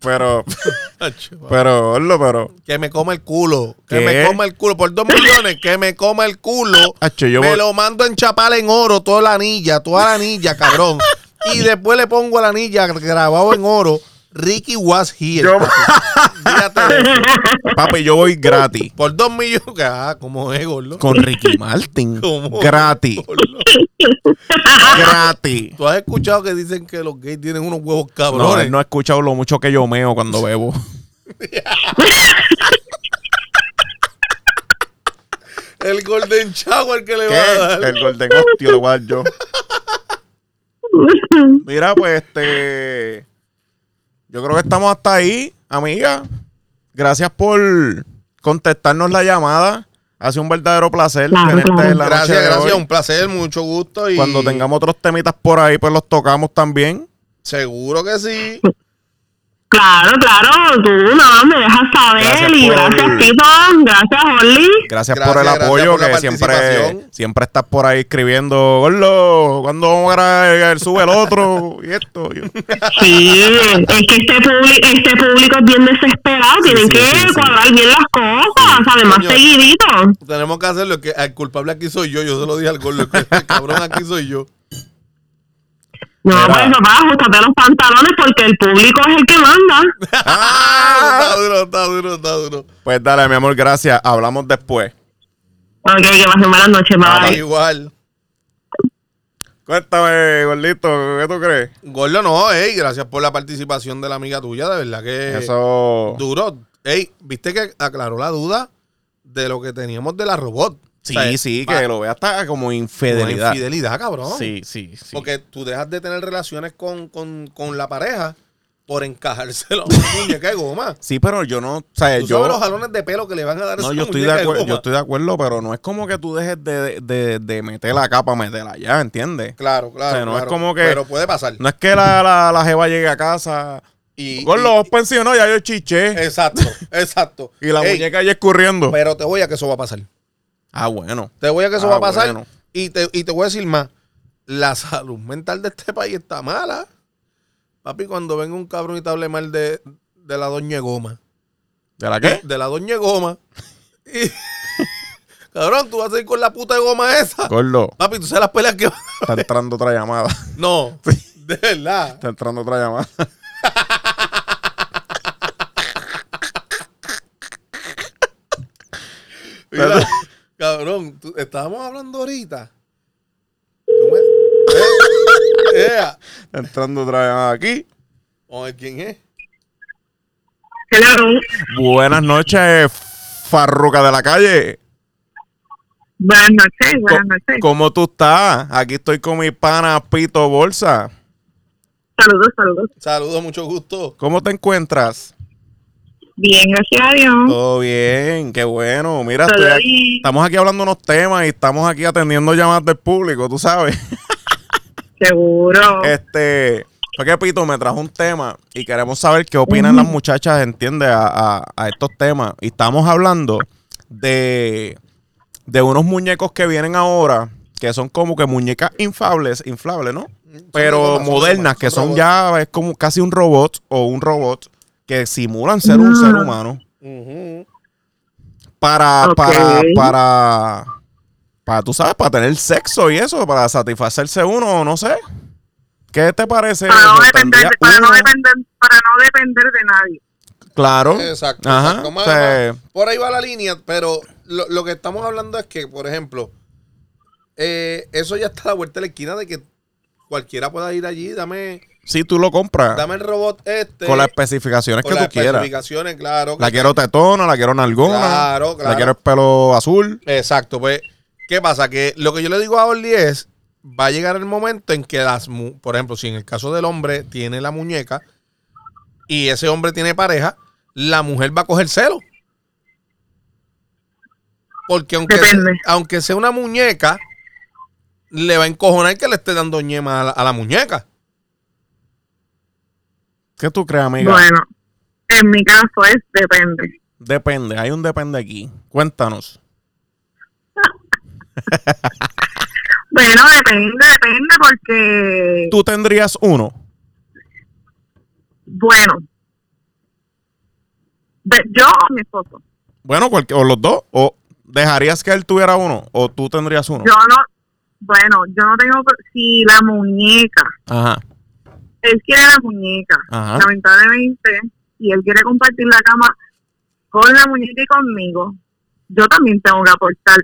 Speaker 2: Pero,
Speaker 1: Chacho,
Speaker 2: pero, Orlo, pero.
Speaker 1: Que me coma el culo. Que
Speaker 2: ¿Qué?
Speaker 1: me coma el culo. Por dos millones, que me coma el culo.
Speaker 2: Hacho, yo
Speaker 1: me
Speaker 2: voy-
Speaker 1: lo mando en chapal en oro, toda la anilla, toda la anilla, cabrón. y después le pongo la anilla grabado en oro. Ricky was here.
Speaker 2: Yo-
Speaker 1: papi. Fíjate de eso.
Speaker 2: Papi, yo voy gratis.
Speaker 1: Por dos millones. Ah, como es, gordo.
Speaker 2: Con Ricky Martin.
Speaker 1: ¿Cómo?
Speaker 2: Gratis.
Speaker 1: Gordo.
Speaker 2: Gratis.
Speaker 1: Tú has escuchado que dicen que los gays tienen unos huevos
Speaker 2: No,
Speaker 1: cabrones.
Speaker 2: él no ha escuchado lo mucho que yo meo cuando bebo.
Speaker 1: El Golden Shower que le
Speaker 2: ¿Qué?
Speaker 1: va a dar.
Speaker 2: El Golden Hostio lo voy a dar yo. Mira, pues este. Yo creo que estamos hasta ahí, amiga. Gracias por contestarnos la llamada. Ha sido un verdadero placer
Speaker 3: Claro,
Speaker 2: tenerte
Speaker 3: claro.
Speaker 2: en la noche
Speaker 1: Gracias,
Speaker 2: de
Speaker 1: gracias.
Speaker 2: hoy.
Speaker 1: Un placer, mucho gusto. Y
Speaker 2: Cuando tengamos otros temitas por ahí, pues los tocamos también.
Speaker 1: Seguro que sí.
Speaker 3: Claro, claro, tú no, me dejas saber
Speaker 2: Gracias
Speaker 3: y
Speaker 2: por-
Speaker 3: gracias Tito, gracias Oli.
Speaker 2: Gracias,
Speaker 1: Gracias,
Speaker 2: por el
Speaker 1: gracias
Speaker 2: apoyo,
Speaker 1: por la
Speaker 2: que siempre,
Speaker 1: participación.
Speaker 2: siempre estás por ahí escribiendo, Gordo, ¿cuándo vamos a grabar? Sube el otro y esto. Yo-
Speaker 3: Sí, es que este, publi- este público es bien desesperado, tienen
Speaker 2: sí,
Speaker 3: que
Speaker 2: sí, sí.
Speaker 3: cuadrar bien las cosas, ¿sabes? Más
Speaker 1: Coño.
Speaker 3: seguidito.
Speaker 1: Tenemos que hacerlo. Que el culpable aquí soy yo. Yo se lo dije al gordo. que El cabrón aquí soy yo.
Speaker 3: No,
Speaker 2: Mira.
Speaker 3: pues papá, ajustate los pantalones porque el público es el que manda.
Speaker 2: Ah.
Speaker 1: Está duro, está duro, está duro.
Speaker 2: Pues dale, mi amor, gracias. Hablamos después.
Speaker 3: Ok, que pasen buenas noches,
Speaker 2: Ah,
Speaker 3: bye.
Speaker 1: Está Igual.
Speaker 2: Cuéntame, gordito, ¿qué tú crees?
Speaker 1: Gordo, no, ey. Gracias por la participación de la amiga tuya. De verdad que.
Speaker 2: Eso.
Speaker 1: Duro. Ey, viste que aclaró la duda de lo que teníamos de la robot.
Speaker 2: Sí,
Speaker 1: O sea,
Speaker 2: sí,
Speaker 1: pa-
Speaker 2: que lo veas hasta como
Speaker 1: una
Speaker 2: infidelidad.
Speaker 1: infidelidad, cabrón.
Speaker 2: Sí, sí, sí.
Speaker 1: Porque tú dejas de tener relaciones con, con, con la pareja por encajárselo a una muñeca de goma.
Speaker 2: Sí, pero yo no, o sea,
Speaker 1: Tú sabes
Speaker 2: Eh, yo
Speaker 1: los jalones de pelo que le van a dar a
Speaker 2: no,
Speaker 1: esa
Speaker 2: yo estoy de
Speaker 1: muñeca
Speaker 2: acuerdo, yo
Speaker 1: goma?
Speaker 2: estoy de acuerdo, pero no es como que tú dejes de, de, de meterla acá para meterla allá, ¿entiendes?
Speaker 1: Claro, claro.
Speaker 2: O sea, no es
Speaker 1: claro.
Speaker 2: como que-
Speaker 1: Pero puede pasar.
Speaker 2: No es que la, la, la jeva llegue a casa
Speaker 1: Y,
Speaker 2: con
Speaker 1: y-
Speaker 2: los pensiones, ya yo chiché
Speaker 1: Exacto, exacto.
Speaker 2: y la
Speaker 1: Ey,
Speaker 2: muñeca ya escurriendo.
Speaker 1: Pero te voy a que eso va a pasar.
Speaker 2: ah, bueno.
Speaker 1: Te voy a que eso
Speaker 2: Ah,
Speaker 1: va a pasar.
Speaker 2: bueno.
Speaker 1: Y, te, y te voy a decir más. La salud mental de este país está mala. Papi, cuando venga un cabrón y te hable mal de, de la doña Goma.
Speaker 2: ¿De la qué?
Speaker 1: De la doña Goma. Y- cabrón, tú vas a ir con la puta de goma esa.
Speaker 2: Gordo,
Speaker 1: Papi, tú sabes las peleas que...
Speaker 2: está entrando otra llamada.
Speaker 1: No, de verdad.
Speaker 2: Está entrando otra llamada.
Speaker 1: Mira,
Speaker 2: Perdón.
Speaker 1: cabrón, tú- estábamos hablando ahorita. Tú me- Eh, eh,
Speaker 2: Está entrando otra llamada aquí.
Speaker 1: Vamos a ver quién es.
Speaker 3: Hello.
Speaker 2: Buenas noches, Farruca de la calle.
Speaker 3: Buenas noches,
Speaker 2: Co- ¿Cómo tú estás? Aquí estoy con mi pana Pito Bolsa.
Speaker 3: Saludos, saludos.
Speaker 1: Saludos, mucho gusto.
Speaker 2: ¿Cómo te encuentras?
Speaker 3: Bien, gracias a Dios.
Speaker 2: Todo bien, qué bueno. Oh, Mira,
Speaker 3: Todo
Speaker 2: estoy aquí-
Speaker 3: bien.
Speaker 2: estamos aquí hablando unos temas y estamos aquí atendiendo llamadas del público, tú sabes.
Speaker 3: Seguro.
Speaker 2: Este, fue que Pito me trajo un tema y queremos saber qué opinan las muchachas, ¿entiendes? A, a- a estos temas. Y estamos hablando de, de unos muñecos que vienen ahora, que son como que muñecas infables, inflables, ¿no? Pero
Speaker 1: robots, son
Speaker 2: modernas,
Speaker 1: robots,
Speaker 2: que
Speaker 1: son
Speaker 2: son ya, es como casi un robot o un robot que simulan ser un ser humano
Speaker 1: Ujú.
Speaker 2: para,
Speaker 3: Ok.
Speaker 2: para, para, para, tú sabes, para tener sexo y eso, para satisfacerse uno, no sé. ¿Qué te parece?
Speaker 4: para no
Speaker 2: ¿Nos
Speaker 4: depender
Speaker 2: tendría
Speaker 4: para no
Speaker 2: uno?
Speaker 4: depender para no depender de nadie
Speaker 2: Claro.
Speaker 1: Exacto.
Speaker 2: Ajá,
Speaker 1: exacto. Más-
Speaker 2: o sea, eh.
Speaker 1: más- por ahí va la línea, pero lo, lo que estamos hablando es que, por ejemplo, eh, eso ya está a la vuelta de la esquina de que cualquiera pueda ir allí, dame,
Speaker 2: Si tú lo compras
Speaker 1: dame el robot este.
Speaker 2: Ah. con las especificaciones
Speaker 1: con
Speaker 2: que
Speaker 1: las
Speaker 2: tú quieras.
Speaker 1: especificaciones, claro.
Speaker 2: La quiero tetona, la quiero nalgona,
Speaker 1: Claro, claro.
Speaker 2: la quiero el pelo azul.
Speaker 1: Exacto, pues, ¿qué pasa? Que lo que yo le digo a Orly es, va a llegar el momento en que las, mu- por ejemplo, si en el caso del hombre tiene la muñeca y ese hombre tiene pareja, la mujer va a coger celo. Porque aunque,
Speaker 3: Depende.
Speaker 1: aunque sea una muñeca, le va a encojonar que le esté dando ñema a la, a la muñeca.
Speaker 2: ¿Qué tú crees, amiga?
Speaker 3: Bueno, en mi caso es depende.
Speaker 2: Depende, hay un depende aquí. Cuéntanos.
Speaker 3: Bueno, depende, depende porque,
Speaker 2: ¿Tú tendrías uno?
Speaker 3: bueno, de- yo o mi esposo,
Speaker 2: Bueno, cualquier, o los dos. ¿O dejarías que él tuviera uno? ¿O tú tendrías uno?
Speaker 3: yo no, bueno, yo no tengo, si la muñeca,
Speaker 2: Ajá.
Speaker 3: él quiere la muñeca,
Speaker 2: Ajá.
Speaker 3: lamentablemente, y él quiere compartir la cama con la muñeca y conmigo, yo también tengo que aportar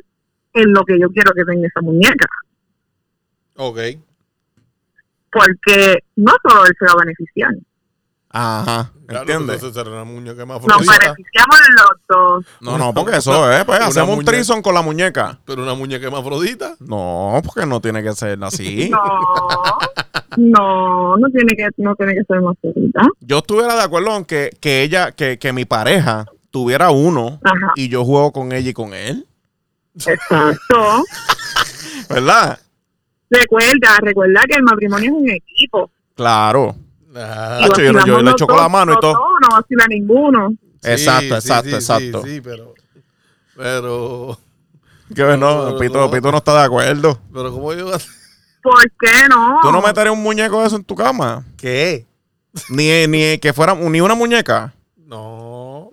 Speaker 3: en lo que yo quiero que tenga esa muñeca,
Speaker 1: Ok.
Speaker 3: porque no solo él se va a beneficiar,
Speaker 2: Ajá. ¿Entiendes?
Speaker 1: Entonces, será una muñeca más
Speaker 3: nos
Speaker 1: afrodisíaca,
Speaker 3: beneficiamos los dos.
Speaker 2: No, no, porque eso es, pues,
Speaker 1: Una
Speaker 2: hacemos un
Speaker 1: muñeca.
Speaker 2: trison con la muñeca.
Speaker 1: Pero una muñeca más afrodita.
Speaker 2: No, porque no tiene que ser así.
Speaker 3: No, no, no tiene que, no tiene que ser más cerita.
Speaker 2: Yo estuviera de acuerdo en que, que ella, que, que mi pareja tuviera uno
Speaker 3: Ajá.
Speaker 2: y yo juego con ella y con él.
Speaker 3: Exacto.
Speaker 2: ¿Verdad?
Speaker 3: recuerda, recuerda que el matrimonio es un equipo.
Speaker 2: Claro.
Speaker 1: Ah,
Speaker 2: Hacho, yo no- yo
Speaker 3: vacilamos
Speaker 2: le
Speaker 3: los
Speaker 2: echo con
Speaker 3: dos,
Speaker 2: la mano y
Speaker 3: los
Speaker 2: todo.
Speaker 3: dos, No vacila ninguno.
Speaker 1: sí,
Speaker 2: exacto,
Speaker 1: sí,
Speaker 2: exacto,
Speaker 1: sí, sí,
Speaker 2: exacto.
Speaker 1: sí, pero... Pero...
Speaker 2: Que no,
Speaker 1: No, no,
Speaker 2: Pito,
Speaker 1: no.
Speaker 2: Pito no está de acuerdo.
Speaker 1: Pero ¿cómo yo voy a hacer?
Speaker 3: ¿Por qué no?
Speaker 2: ¿Tú no meterías un muñeco de eso en tu cama?
Speaker 1: ¿Qué?
Speaker 2: Ni, ni que fuera ni una muñeca.
Speaker 1: No.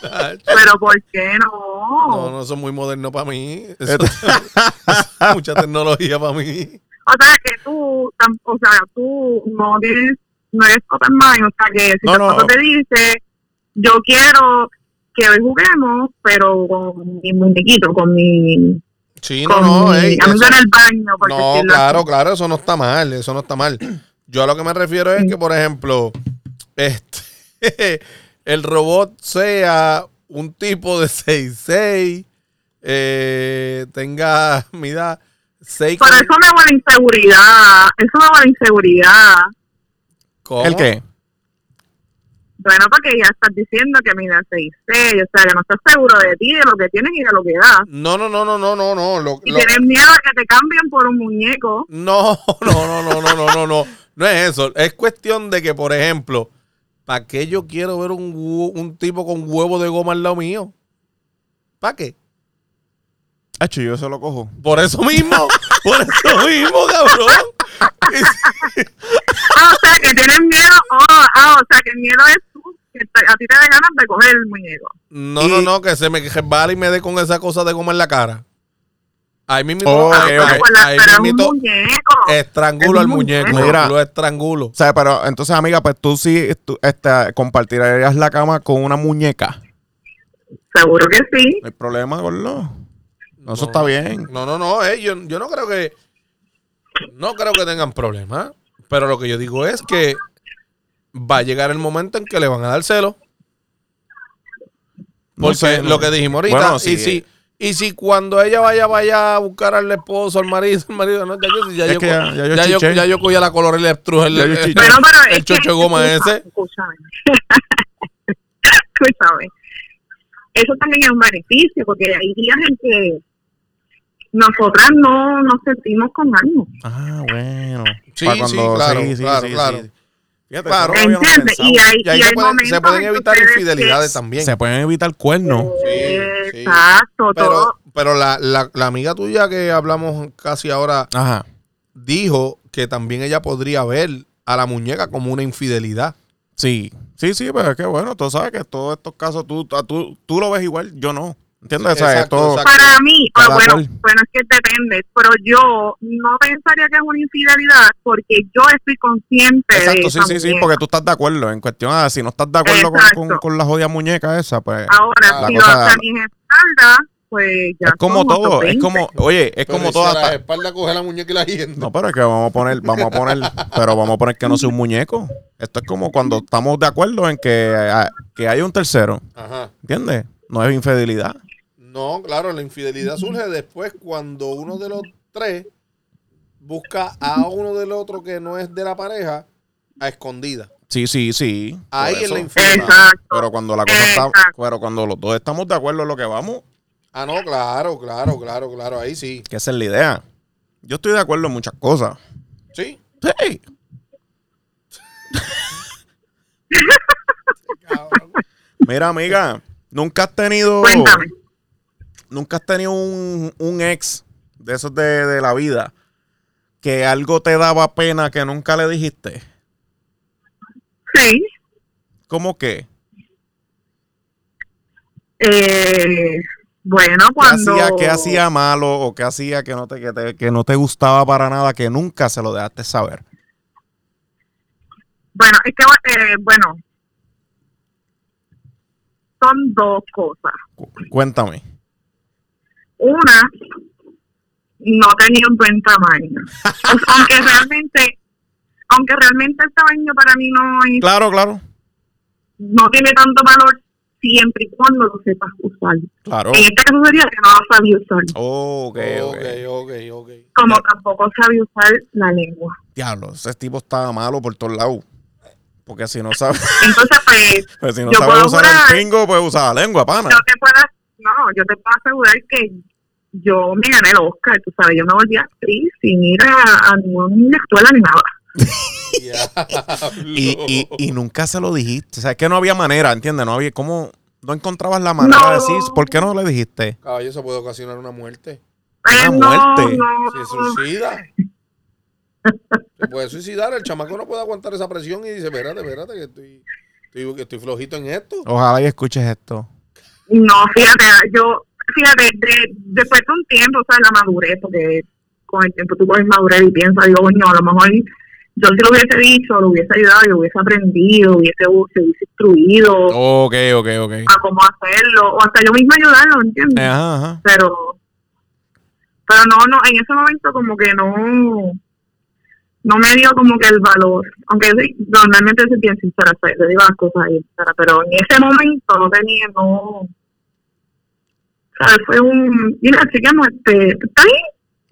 Speaker 3: Pero ¿por qué no?
Speaker 1: No, no, eso es muy moderno para mí. Eso- eso es mucha tecnología para mí.
Speaker 3: O sea, que tú, tam- o sea, tú no tienes, no eres open mind. O sea, que si
Speaker 2: No,
Speaker 3: tu
Speaker 2: no.
Speaker 3: esposo te dice, yo quiero que hoy juguemos, pero con mi muñequito, con mi
Speaker 1: Sí, no,
Speaker 3: con
Speaker 1: no,
Speaker 3: mi
Speaker 1: ey,
Speaker 3: amigo
Speaker 1: eso-
Speaker 3: en el baño. por
Speaker 1: No,
Speaker 3: decirlo
Speaker 1: claro,
Speaker 3: así.
Speaker 1: claro, eso no está mal, eso no está mal. Yo a lo que me refiero es
Speaker 3: Mm.
Speaker 1: que, por ejemplo, este, el robot sea un tipo de 6'6", eh, tenga, mida, 6...
Speaker 3: Pero eso me huele a inseguridad. Eso me huele a inseguridad.
Speaker 1: ¿Cómo?
Speaker 2: ¿El qué?
Speaker 3: Bueno, porque ya estás diciendo que mira 6'6", o sea, que no estás seguro de ti, de lo que tienes y de lo que das.
Speaker 1: No, no, no, no, no, no, no. Lo,
Speaker 3: Y
Speaker 1: lo-
Speaker 3: tienes miedo a que te cambien por un muñeco.
Speaker 1: No, no, no, no, no, no, no, no. No es eso. Es cuestión de que, por ejemplo, ¿para qué yo quiero ver un, hu- un tipo con huevo de goma al lado mío? ¿Para qué?
Speaker 2: Hacho, yo eso lo cojo.
Speaker 1: Por eso mismo. Por eso mismo, cabrón.
Speaker 3: Ah, o sea, que tienes miedo. Oh, ah, o sea, que el miedo es tú. Que te- a ti te da ganas de coger el muñeco.
Speaker 1: No, no, no, que se me resbale y me dé con esa cosa de goma en la cara. Ahí mismo.
Speaker 2: Oh, ok,
Speaker 1: ahí,
Speaker 2: ok.
Speaker 3: Ah, pues la-
Speaker 1: ahí
Speaker 3: pero es un
Speaker 1: mismito Eh.
Speaker 3: muñeco.
Speaker 1: estrangulo
Speaker 3: Es
Speaker 1: al
Speaker 3: un
Speaker 1: muñeco.
Speaker 2: muñeco. Mira.
Speaker 1: Lo estrangulo.
Speaker 2: O sea, pero entonces, amiga, pues tú sí tú, este, compartirías la cama con una muñeca.
Speaker 3: Seguro que sí.
Speaker 2: No hay problema, gordo. No, eso está bien.
Speaker 1: No, no, no, eh, yo, yo no creo que no creo que tengan problemas, pero lo que yo digo es que va a llegar el momento en que le van a dar celo,
Speaker 2: No
Speaker 1: porque
Speaker 2: sé, no.
Speaker 1: lo que dijimos ahorita,
Speaker 2: Bueno,
Speaker 1: y
Speaker 2: sí,
Speaker 1: si
Speaker 2: eh.
Speaker 1: y si cuando ella vaya vaya a buscar al esposo, al marido, al marido, no, ya yo ya
Speaker 2: Es
Speaker 1: yo
Speaker 2: que
Speaker 1: co-
Speaker 2: ya- ya yo
Speaker 1: ya yo
Speaker 2: chiché.
Speaker 1: ya yo cogí a la color y le estruje el,
Speaker 2: Ya yo
Speaker 1: el-
Speaker 2: chiché.
Speaker 1: el-
Speaker 3: Bueno, pero
Speaker 1: el
Speaker 3: es que-
Speaker 1: chocho de goma
Speaker 3: escucha,
Speaker 1: ese.
Speaker 3: Escúchame. Escúchame. Eso también es un beneficio, porque hay días en que nosotras no nos sentimos con ánimo.
Speaker 2: Ah, bueno.
Speaker 1: Sí,
Speaker 2: Pa'
Speaker 1: sí, claro, claro, claro.
Speaker 2: Fíjate,
Speaker 1: Claro.
Speaker 2: eso todavía no lo he
Speaker 3: ¿Entiendes? Y
Speaker 2: pensado.
Speaker 3: hay,
Speaker 1: Y ahí
Speaker 3: y
Speaker 1: se
Speaker 3: hay
Speaker 1: pueden,
Speaker 3: momentos
Speaker 1: se pueden
Speaker 3: en que
Speaker 1: evitar
Speaker 3: ustedes
Speaker 1: infidelidades
Speaker 3: que-
Speaker 1: también.
Speaker 2: Se pueden evitar cuernos.
Speaker 1: Sí, sí.
Speaker 3: Exacto, todo.
Speaker 1: Pero, pero la, la, la amiga tuya que hablamos casi ahora
Speaker 2: Ajá.
Speaker 1: dijo que también ella podría ver a la muñeca como una infidelidad.
Speaker 2: pues Sí. Sí, sí, pero es que bueno, tú sabes que todos estos casos tú, tú, tú lo ves igual, yo no. ¿Entiendes? O sea,
Speaker 1: Exacto,
Speaker 2: esto-
Speaker 1: exacto.
Speaker 3: Para mí, ah,
Speaker 2: Cada
Speaker 3: bueno,
Speaker 2: cual.
Speaker 3: bueno, es que depende, pero yo no pensaría que es una infidelidad porque yo estoy consciente
Speaker 2: Exacto,
Speaker 3: de
Speaker 2: sí, sí, sí,
Speaker 3: también.
Speaker 2: porque tú estás de acuerdo. En cuestión a si no estás de acuerdo con,
Speaker 3: Exacto.
Speaker 2: con, con la jodida muñeca esa, pues.
Speaker 3: Ahora,
Speaker 2: La
Speaker 3: si
Speaker 2: cosa-
Speaker 3: no está mi espalda, pues ya.
Speaker 2: es como
Speaker 3: son
Speaker 2: todo, es
Speaker 3: 120.
Speaker 2: como, oye, es
Speaker 1: Pero
Speaker 2: como
Speaker 1: si
Speaker 2: todo
Speaker 1: a la
Speaker 2: hasta.
Speaker 1: espalda coge la muñeca y la hiende.
Speaker 2: No, pero es que vamos a poner, vamos a poner, pero vamos a poner que no sea un muñeco. Esto es como cuando estamos de acuerdo en que, ah, que hay un tercero,
Speaker 1: Ajá.
Speaker 2: ¿entiendes? No es infidelidad.
Speaker 1: No, claro, la infidelidad surge después cuando uno de los tres busca a uno del otro que no es de la pareja a escondida.
Speaker 2: Sí, sí, sí. por
Speaker 1: Ahí es
Speaker 2: eso.
Speaker 1: la infidelidad.
Speaker 3: Exacto.
Speaker 2: Pero cuando la cosa está, pero cuando los dos estamos de acuerdo en lo que vamos,
Speaker 1: Ah, no, claro, claro, claro, claro. Ahí sí.
Speaker 2: que esa es la idea. Yo estoy de acuerdo en muchas cosas.
Speaker 1: Sí.
Speaker 2: Sí.
Speaker 1: Cabrón.
Speaker 2: Mira, amiga, nunca has tenido.
Speaker 3: Cuéntame.
Speaker 2: Nunca has tenido un, un ex de esos de, de la vida que algo te daba pena que nunca le dijiste.
Speaker 3: Sí.
Speaker 2: ¿Cómo que?
Speaker 3: Eh, bueno,
Speaker 2: ¿Qué
Speaker 3: cuando.
Speaker 2: hacía, qué hacía malo o qué hacía que no te, que te- que no te gustaba para nada que nunca se lo dejaste saber?
Speaker 3: Bueno, es que, eh, bueno. Son dos cosas.
Speaker 2: Cu- cuéntame.
Speaker 3: Una, no tenía un buen tamaño. O- aunque realmente. Aunque realmente el tamaño para mí no es
Speaker 2: Claro, claro.
Speaker 3: no tiene tanto valor siempre y cuando lo sepas usar.
Speaker 2: Claro.
Speaker 3: En este caso sería que no lo sabía usar,
Speaker 2: Oh. Ok, ok.
Speaker 1: ok, ok, ok.
Speaker 3: como tampoco sabía usar la lengua.
Speaker 2: Diablo, ese tipo estaba malo por todos lados. Porque si no sabe,
Speaker 3: Entonces, pues,
Speaker 2: pues si no
Speaker 3: Yo
Speaker 2: sabe
Speaker 3: puedo
Speaker 2: usar
Speaker 3: jurar.
Speaker 2: el pingo, pues usa la lengua, pana.
Speaker 3: yo te puedo, no, yo te puedo asegurar que yo me gané el Oscar, tú sabes, yo me volví actriz sin ir a, a ninguna escuela ni nada.
Speaker 2: Y, y, y nunca se lo dijiste. O sea, es que no había manera, ¿entiendes? No había cómo. No encontrabas la manera
Speaker 3: No.
Speaker 2: de decir. ¿Por qué no le dijiste?
Speaker 1: Caballo, eso puede ocasionar una muerte.
Speaker 3: Ay,
Speaker 2: Una
Speaker 3: Eh, no,
Speaker 2: muerte.
Speaker 3: no.
Speaker 1: Se suicida. Se puede suicidar. El chamaco no puede aguantar esa presión y dice, espérate, espérate, que estoy, estoy, que estoy flojito en esto.
Speaker 2: Ojalá y escuches esto.
Speaker 3: No, fíjate, ah, yo, fíjate, de- después de un tiempo, o sea, la madurez, porque con el tiempo tú puedes madurar y piensas, digo, coño, a lo mejor yo si lo hubiese dicho, lo hubiese ayudado, yo hubiese aprendido, hubiese, se hubiese instruido
Speaker 2: Ok, ok, ok.
Speaker 3: a cómo hacerlo, o hasta yo misma ayudarlo, ¿entiendes?
Speaker 2: Ajá, ajá.
Speaker 3: Pero, pero no, no, en ese momento como que no, no me dio como que el valor, aunque sí, normalmente soy bien sincera, o sea, le digo las cosas bien sinceras, pero en ese momento no tenía, no, ¿sabes? Fue un, mira, sigamos, este, ¿está bien?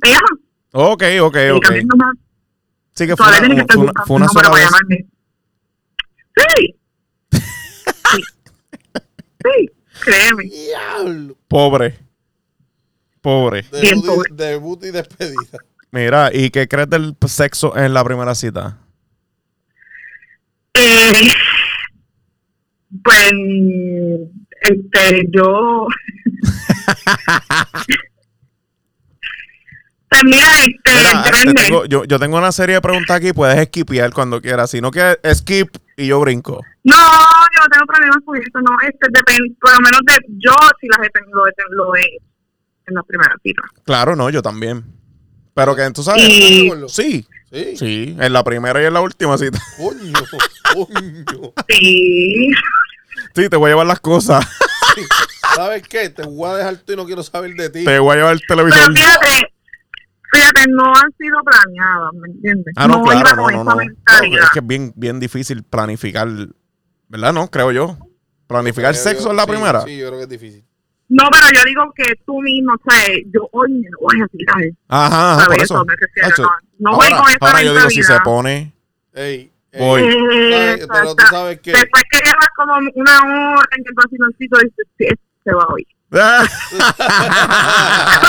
Speaker 3: Te llamo.
Speaker 2: Ok, ok,
Speaker 3: Y
Speaker 2: ok.
Speaker 3: cambiando más,
Speaker 2: Sí que fue
Speaker 3: todavía tienes que
Speaker 2: una,
Speaker 3: estar
Speaker 2: fue una,
Speaker 3: buscando
Speaker 2: fue
Speaker 3: un
Speaker 2: una
Speaker 3: número
Speaker 2: sola
Speaker 3: para
Speaker 2: vez.
Speaker 3: llamarme. Sí. sí. Sí, créeme.
Speaker 1: Diablo.
Speaker 2: Pobre. Pobre.
Speaker 3: Bien,
Speaker 1: Debut,
Speaker 3: pobre.
Speaker 1: y- debut y despedida.
Speaker 2: Mira, ¿y qué crees del sexo en la primera cita?
Speaker 3: Eh, pues, este, yo. pues mira, este,
Speaker 2: Mira, te
Speaker 3: depende.
Speaker 2: tengo- yo, yo tengo una serie de preguntas aquí, puedes esquipear cuando quieras. Si no quieres, skip y yo brinco.
Speaker 3: No, yo no tengo problemas con eso, no. Este, depende, por lo menos de, yo sí las he tenido, lo, he en la primera cita.
Speaker 2: Claro, no, yo también. Pero que tú sabes.
Speaker 3: Y,
Speaker 2: Sí,
Speaker 1: Sí.
Speaker 2: sí, en la primera y en la última cita.
Speaker 1: Coño, coño.
Speaker 3: sí,
Speaker 2: Sí, te voy a llevar las cosas.
Speaker 1: ¿Sabes qué? Te voy a dejar tú y no quiero saber de ti.
Speaker 2: Te voy a llevar Pues el televisor.
Speaker 3: pero fíjate, fíjate, no han sido planeadas, ¿me entiendes?
Speaker 2: Ah, no,
Speaker 3: iba
Speaker 2: claro,
Speaker 3: con
Speaker 2: no, no,
Speaker 3: esa
Speaker 2: no.
Speaker 3: mentalidad.
Speaker 2: No, es que es bien, bien difícil planificar, ¿verdad? No, creo yo. Planificar
Speaker 1: Yo-
Speaker 2: sexo en la
Speaker 1: sí,
Speaker 2: primera.
Speaker 1: Sí, yo creo que es difícil.
Speaker 3: No, pero yo digo que tú mismo, o sea, yo hoy me lo voy a tirar.
Speaker 2: Ajá, ajá, Ah, por
Speaker 3: ¿sabes?
Speaker 2: eso.
Speaker 3: me refiero,
Speaker 2: Nacho,
Speaker 3: no no voy
Speaker 2: ahora
Speaker 3: con esa
Speaker 2: ahora yo digo, si se
Speaker 3: mentalidad.
Speaker 2: pone,
Speaker 1: Ey, ey.
Speaker 2: Voy.
Speaker 3: Eh,
Speaker 1: Ay, Pero tú
Speaker 3: exacto.
Speaker 1: sabes que.
Speaker 3: Después que llevas como una hora en el vaciloncito, dices, sí, esto se va hoy.
Speaker 2: Ah.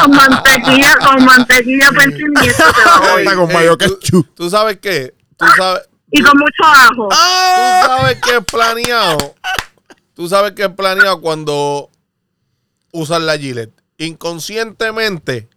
Speaker 3: Con mantequilla, con mantequilla, pues sin miedo se va hoy.
Speaker 2: Está con
Speaker 1: Ey,
Speaker 2: mayo
Speaker 1: tú-
Speaker 2: ketchup.
Speaker 1: Tú sabes que. Tú sabes.
Speaker 3: Y con mucho ajo.
Speaker 2: Ah,
Speaker 1: Tú sabes que es planeado. Tú sabes que es planeado cuando usas la Gillette. Inconscientemente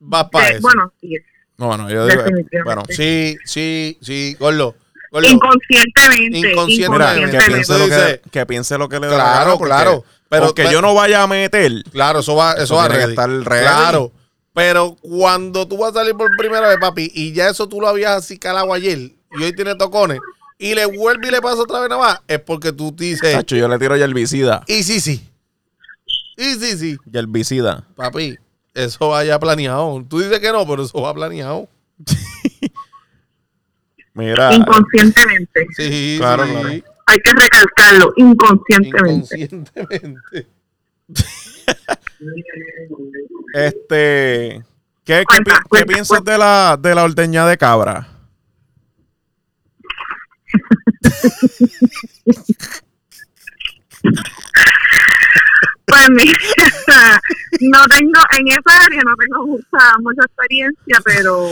Speaker 1: vas para
Speaker 3: Eh,
Speaker 1: eso.
Speaker 3: bueno, sí,
Speaker 2: No, bueno, yo digo,
Speaker 3: Definitivamente.
Speaker 2: bueno,
Speaker 1: Sí, sí, sí, Gordo. Gordo.
Speaker 3: inconscientemente.
Speaker 1: Inconscientemente.
Speaker 2: Mira, que
Speaker 3: inconscientemente.
Speaker 2: piense, lo que,
Speaker 1: Entonces,
Speaker 2: que piense lo que le da. la
Speaker 1: Claro,
Speaker 2: gana, porque
Speaker 1: claro.
Speaker 2: Pero
Speaker 1: Pero-
Speaker 2: que
Speaker 1: pero-
Speaker 2: yo no vaya a meter.
Speaker 1: Claro, eso va, eso,
Speaker 2: Eso
Speaker 1: va
Speaker 2: tiene que
Speaker 1: ready.
Speaker 2: estar ready.
Speaker 1: Claro. Pero cuando tú vas a salir por primera vez, papi, y ya eso tú lo habías así calado ayer, y hoy tiene tocones, y le vuelve y le pasa otra vez nada más, es porque tú te dices,
Speaker 2: Tacho, yo le tiro herbicida.
Speaker 1: y sí, sí. Y sí, sí.
Speaker 2: Herbicida.
Speaker 1: Papi, eso va ya planeado. Tú dices que no, pero eso va planeado.
Speaker 2: Mira.
Speaker 3: Inconscientemente.
Speaker 1: Sí,
Speaker 2: Claro,
Speaker 1: sí.
Speaker 2: claro.
Speaker 3: Hay que recalcarlo, inconscientemente.
Speaker 1: Inconscientemente.
Speaker 2: Este, ¿qué, qué,
Speaker 3: Cuenta,
Speaker 2: pi- qué
Speaker 3: cuenta,
Speaker 2: piensas
Speaker 3: cuenta.
Speaker 2: de la de la ordeña de cabra?
Speaker 3: Pues mira, no tengo, en esa área no tengo mucha, mucha experiencia, pero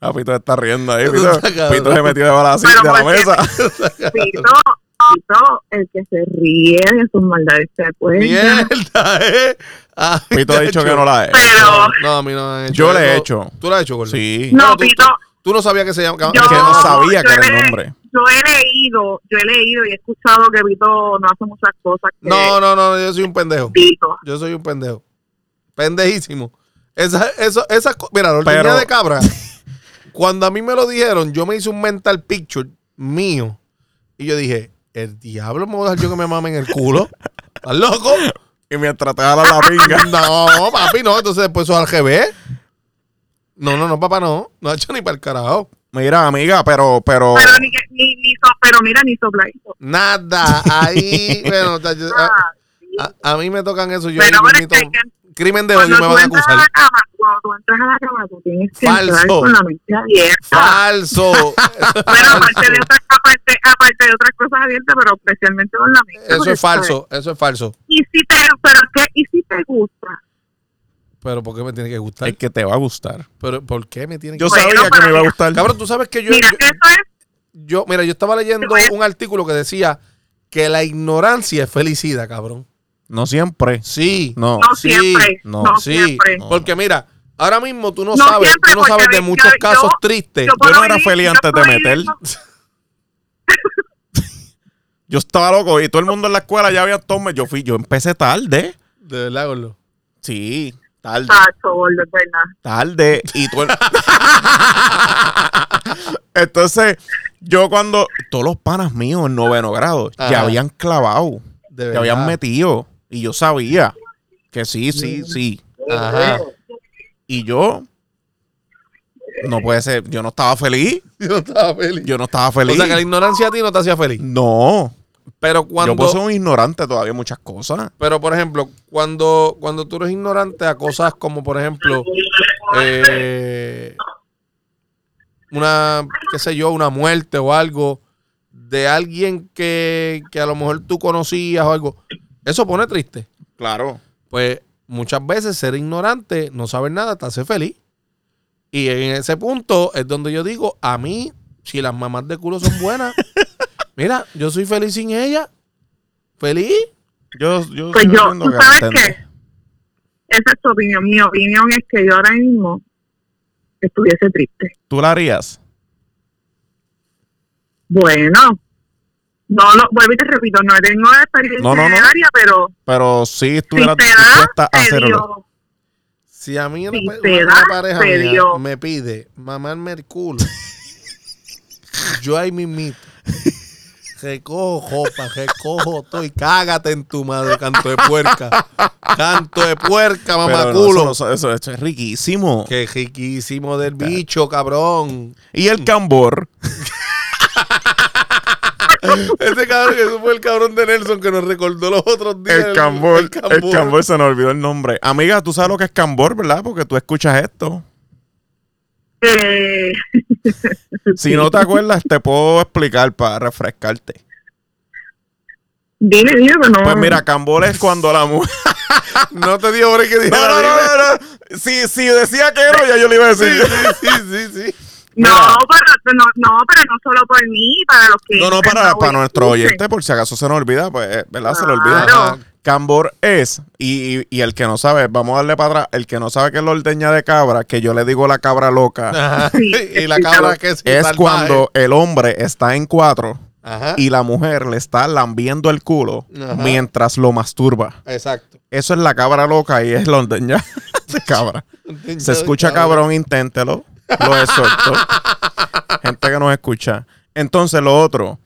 Speaker 2: Ah, Pito está riendo ahí.
Speaker 1: Tú
Speaker 2: Pito,
Speaker 1: estás cabrón.
Speaker 2: Pito se metió debajo de la, silla, de
Speaker 3: Pero
Speaker 2: la
Speaker 3: cualquier-
Speaker 2: mesa.
Speaker 3: Pito, Pito, el que se ríe de sus maldades se acuerda.
Speaker 1: Mierda, ¿eh? Ah,
Speaker 2: Pito ha dicho que no la es.
Speaker 3: Pero
Speaker 1: No, a mí no me han hecho
Speaker 2: Yo le he
Speaker 1: eso.
Speaker 2: hecho.
Speaker 1: ¿Tú la has hecho, gordo?
Speaker 2: Sí. Eh.
Speaker 3: No,
Speaker 1: Bueno, tú-
Speaker 3: Pito.
Speaker 1: Tú no sabías que se llama.
Speaker 3: Yo-
Speaker 2: Es que no sabía que
Speaker 3: yo
Speaker 2: era el
Speaker 3: le-
Speaker 2: nombre.
Speaker 3: Yo he leído, yo he leído y he escuchado que Pito no hace muchas cosas que
Speaker 1: No, no, no, yo soy un pendejo.
Speaker 3: Pito.
Speaker 1: Yo soy un pendejo. Pendejísimo. Esa, eso, esa, co- mira, la ordeña
Speaker 2: Pero-
Speaker 1: de cabra. cuando a mí me lo dijeron, yo me hice un mental picture mío. Y yo dije, el diablo me voy a dejar yo que me mamen el culo. ¿Estás loco?
Speaker 2: Y mientras te jalan la pinga.
Speaker 1: No, papi, no. Entonces después eso es al revés. No, no, no, papá, no. No ha hecho ni para el carajo.
Speaker 2: Mira, amiga, pero, pero.
Speaker 3: Pero ni, que- ni, ni so- pero mira, ni sopladito.
Speaker 1: Nada. Ahí, bueno, ta- yo- a,
Speaker 3: Ah,
Speaker 1: a- a mí me tocan eso. Yo ahí
Speaker 3: pero bueno, es
Speaker 1: mismito,
Speaker 3: que- que
Speaker 1: crimen de odio
Speaker 3: cuando
Speaker 1: me van
Speaker 3: tú
Speaker 1: a
Speaker 3: entras a
Speaker 1: acusar.
Speaker 3: la cama, cuando tú entras a la cama, tú tienes que entrar
Speaker 1: Falso.
Speaker 3: con la mente abierta.
Speaker 1: Falso.
Speaker 3: Bueno, aparte de, otras, aparte, aparte de otras cosas abiertas, pero especialmente con la mente.
Speaker 1: Eso
Speaker 3: porque
Speaker 1: es falso, eso es falso.
Speaker 3: sabes. Y si te, pero es que, y si te gusta.
Speaker 1: Pero ¿por qué me tiene que gustar?
Speaker 2: Es que te va a gustar.
Speaker 1: Pero ¿por qué me tiene que
Speaker 2: Yo
Speaker 3: Bueno,
Speaker 2: sabía que
Speaker 3: para
Speaker 2: me iba a
Speaker 3: mí.
Speaker 2: gustar.
Speaker 1: Cabrón, tú sabes que yo,
Speaker 3: Mira,
Speaker 1: yo,
Speaker 3: eso es
Speaker 1: yo- mira, yo estaba leyendo un artículo que decía que la ignorancia es felicidad, cabrón.
Speaker 2: No siempre.
Speaker 1: Sí.
Speaker 2: No.
Speaker 3: no
Speaker 1: sí,
Speaker 3: siempre.
Speaker 2: Oh, no,
Speaker 3: No,
Speaker 1: sí.
Speaker 3: siempre.
Speaker 2: No.
Speaker 1: Porque mira, ahora mismo tú no,
Speaker 3: No
Speaker 1: sabes,
Speaker 3: siempre,
Speaker 1: tú no sabes
Speaker 3: porque
Speaker 1: de
Speaker 3: yo-
Speaker 1: muchos
Speaker 3: yo-
Speaker 1: casos tristes.
Speaker 3: puedo
Speaker 2: no era
Speaker 3: vivir-
Speaker 2: feliz
Speaker 3: yo
Speaker 2: antes de
Speaker 3: puedo vivir
Speaker 2: meter.
Speaker 3: con-
Speaker 2: Yo estaba loco y todo el mundo en la escuela ya había tomado. Yo fui, yo empecé tarde.
Speaker 1: De verdad, gordo.
Speaker 2: Sí, tarde.
Speaker 3: Exacto, gordo, es verdad.
Speaker 2: tarde y tú entonces yo cuando todos los panas míos en noveno grado ya
Speaker 1: Ajá.
Speaker 2: habían clavado
Speaker 1: De
Speaker 2: ya
Speaker 1: verdad.
Speaker 2: habían metido y yo sabía que sí sí sí
Speaker 1: Ajá.
Speaker 2: y yo no puede ser yo no estaba feliz
Speaker 1: Yo no estaba feliz.
Speaker 2: yo no estaba
Speaker 1: O
Speaker 2: feliz
Speaker 1: sea que la ignorancia a ti no te hacía feliz.
Speaker 2: no
Speaker 1: Pero cuando
Speaker 2: yo puedo ser un ignorante todavía en muchas cosas
Speaker 1: Pero, por ejemplo, cuando, cuando tú eres ignorante a cosas como, por ejemplo, eh, una, qué sé yo, una muerte o algo de alguien que, que a lo mejor tú conocías o algo, eso pone triste.
Speaker 2: claro
Speaker 1: Pues muchas veces ser ignorante, no saber nada, te hace feliz. Y en ese punto es donde yo digo, a mí, si las mamás de culo son buenas, mira, yo soy feliz sin ella. Feliz.
Speaker 2: yo yo
Speaker 3: Pues
Speaker 2: sigo
Speaker 3: yo,
Speaker 2: siendo
Speaker 3: ¿tú sabes
Speaker 2: adolescente.
Speaker 3: Esa es tu opinión. Mi opinión es que yo ahora mismo estuviese triste.
Speaker 2: tú la harías
Speaker 3: Bueno, no lo, vuelvo y te repito, no tengo experiencia
Speaker 2: No, no,
Speaker 3: en
Speaker 2: no.
Speaker 3: el área, pero
Speaker 2: pero sí
Speaker 3: si te
Speaker 2: estuvieras dispuesta
Speaker 3: da,
Speaker 2: a
Speaker 3: te
Speaker 2: hacerlo
Speaker 3: dio.
Speaker 1: Si a mí una,
Speaker 3: Sí,
Speaker 1: pe-
Speaker 3: te
Speaker 1: una-
Speaker 3: da,
Speaker 1: una pareja
Speaker 3: te
Speaker 1: mía
Speaker 3: dio.
Speaker 1: me pide mamarme el culo, yo ahí mismito recojo jopa, recojo todo y cágate en tu madre, canto de puerca. Canto de puerca,
Speaker 2: Pero no,
Speaker 1: mamaculo.
Speaker 2: eso, no- eso- eso es riquísimo
Speaker 1: Qué riquísimo del bicho, cabrón.
Speaker 2: Y el cambor.
Speaker 1: Ese cabrón, que fue el cabrón de Nelson que nos recordó los otros días.
Speaker 2: El cambor. El cambor. se nos olvidó el nombre. Amiga, tú sabes lo que es cambor, ¿verdad? Porque tú escuchas esto.
Speaker 3: Eh,
Speaker 2: Si no te acuerdas, te puedo explicar para refrescarte.
Speaker 3: dile, dile, pero no.
Speaker 2: Pues mira, cambor es cuando la mujer.
Speaker 1: No te dio break que
Speaker 2: No,
Speaker 1: dijera.
Speaker 2: no,
Speaker 1: dime.
Speaker 2: no, no, no. Si, si decía que no, ya yo le iba a decir.
Speaker 1: Sí, sí, sí.
Speaker 3: no,
Speaker 2: mira.
Speaker 3: para, no, no, pero no solo por mí, para los que.
Speaker 2: No, no, para,
Speaker 3: entran,
Speaker 2: para nuestro
Speaker 3: escuchen.
Speaker 2: oyente, por si acaso se nos olvida, pues, eh, ¿verdad? Se lo olvida.
Speaker 3: Claro.
Speaker 1: Ajá.
Speaker 2: Cambor es, y, y- y el que no sabe, vamos a darle para atrás, el que no sabe que es la ordeña de cabra, que yo le digo la cabra loca.
Speaker 1: Ajá.
Speaker 3: Sí,
Speaker 1: y la cabra que
Speaker 2: es
Speaker 1: salvaje.
Speaker 2: cuando el hombre está en cuatro
Speaker 1: Ajá.
Speaker 2: y la mujer le está lambiendo el culo
Speaker 1: Ajá.
Speaker 2: mientras lo masturba.
Speaker 1: Exacto.
Speaker 2: Eso es la cabra loca y es London ya. cabra. Se escucha cabrón, inténtelo. Lo exhorto. Gente que nos escucha. Entonces, lo otro.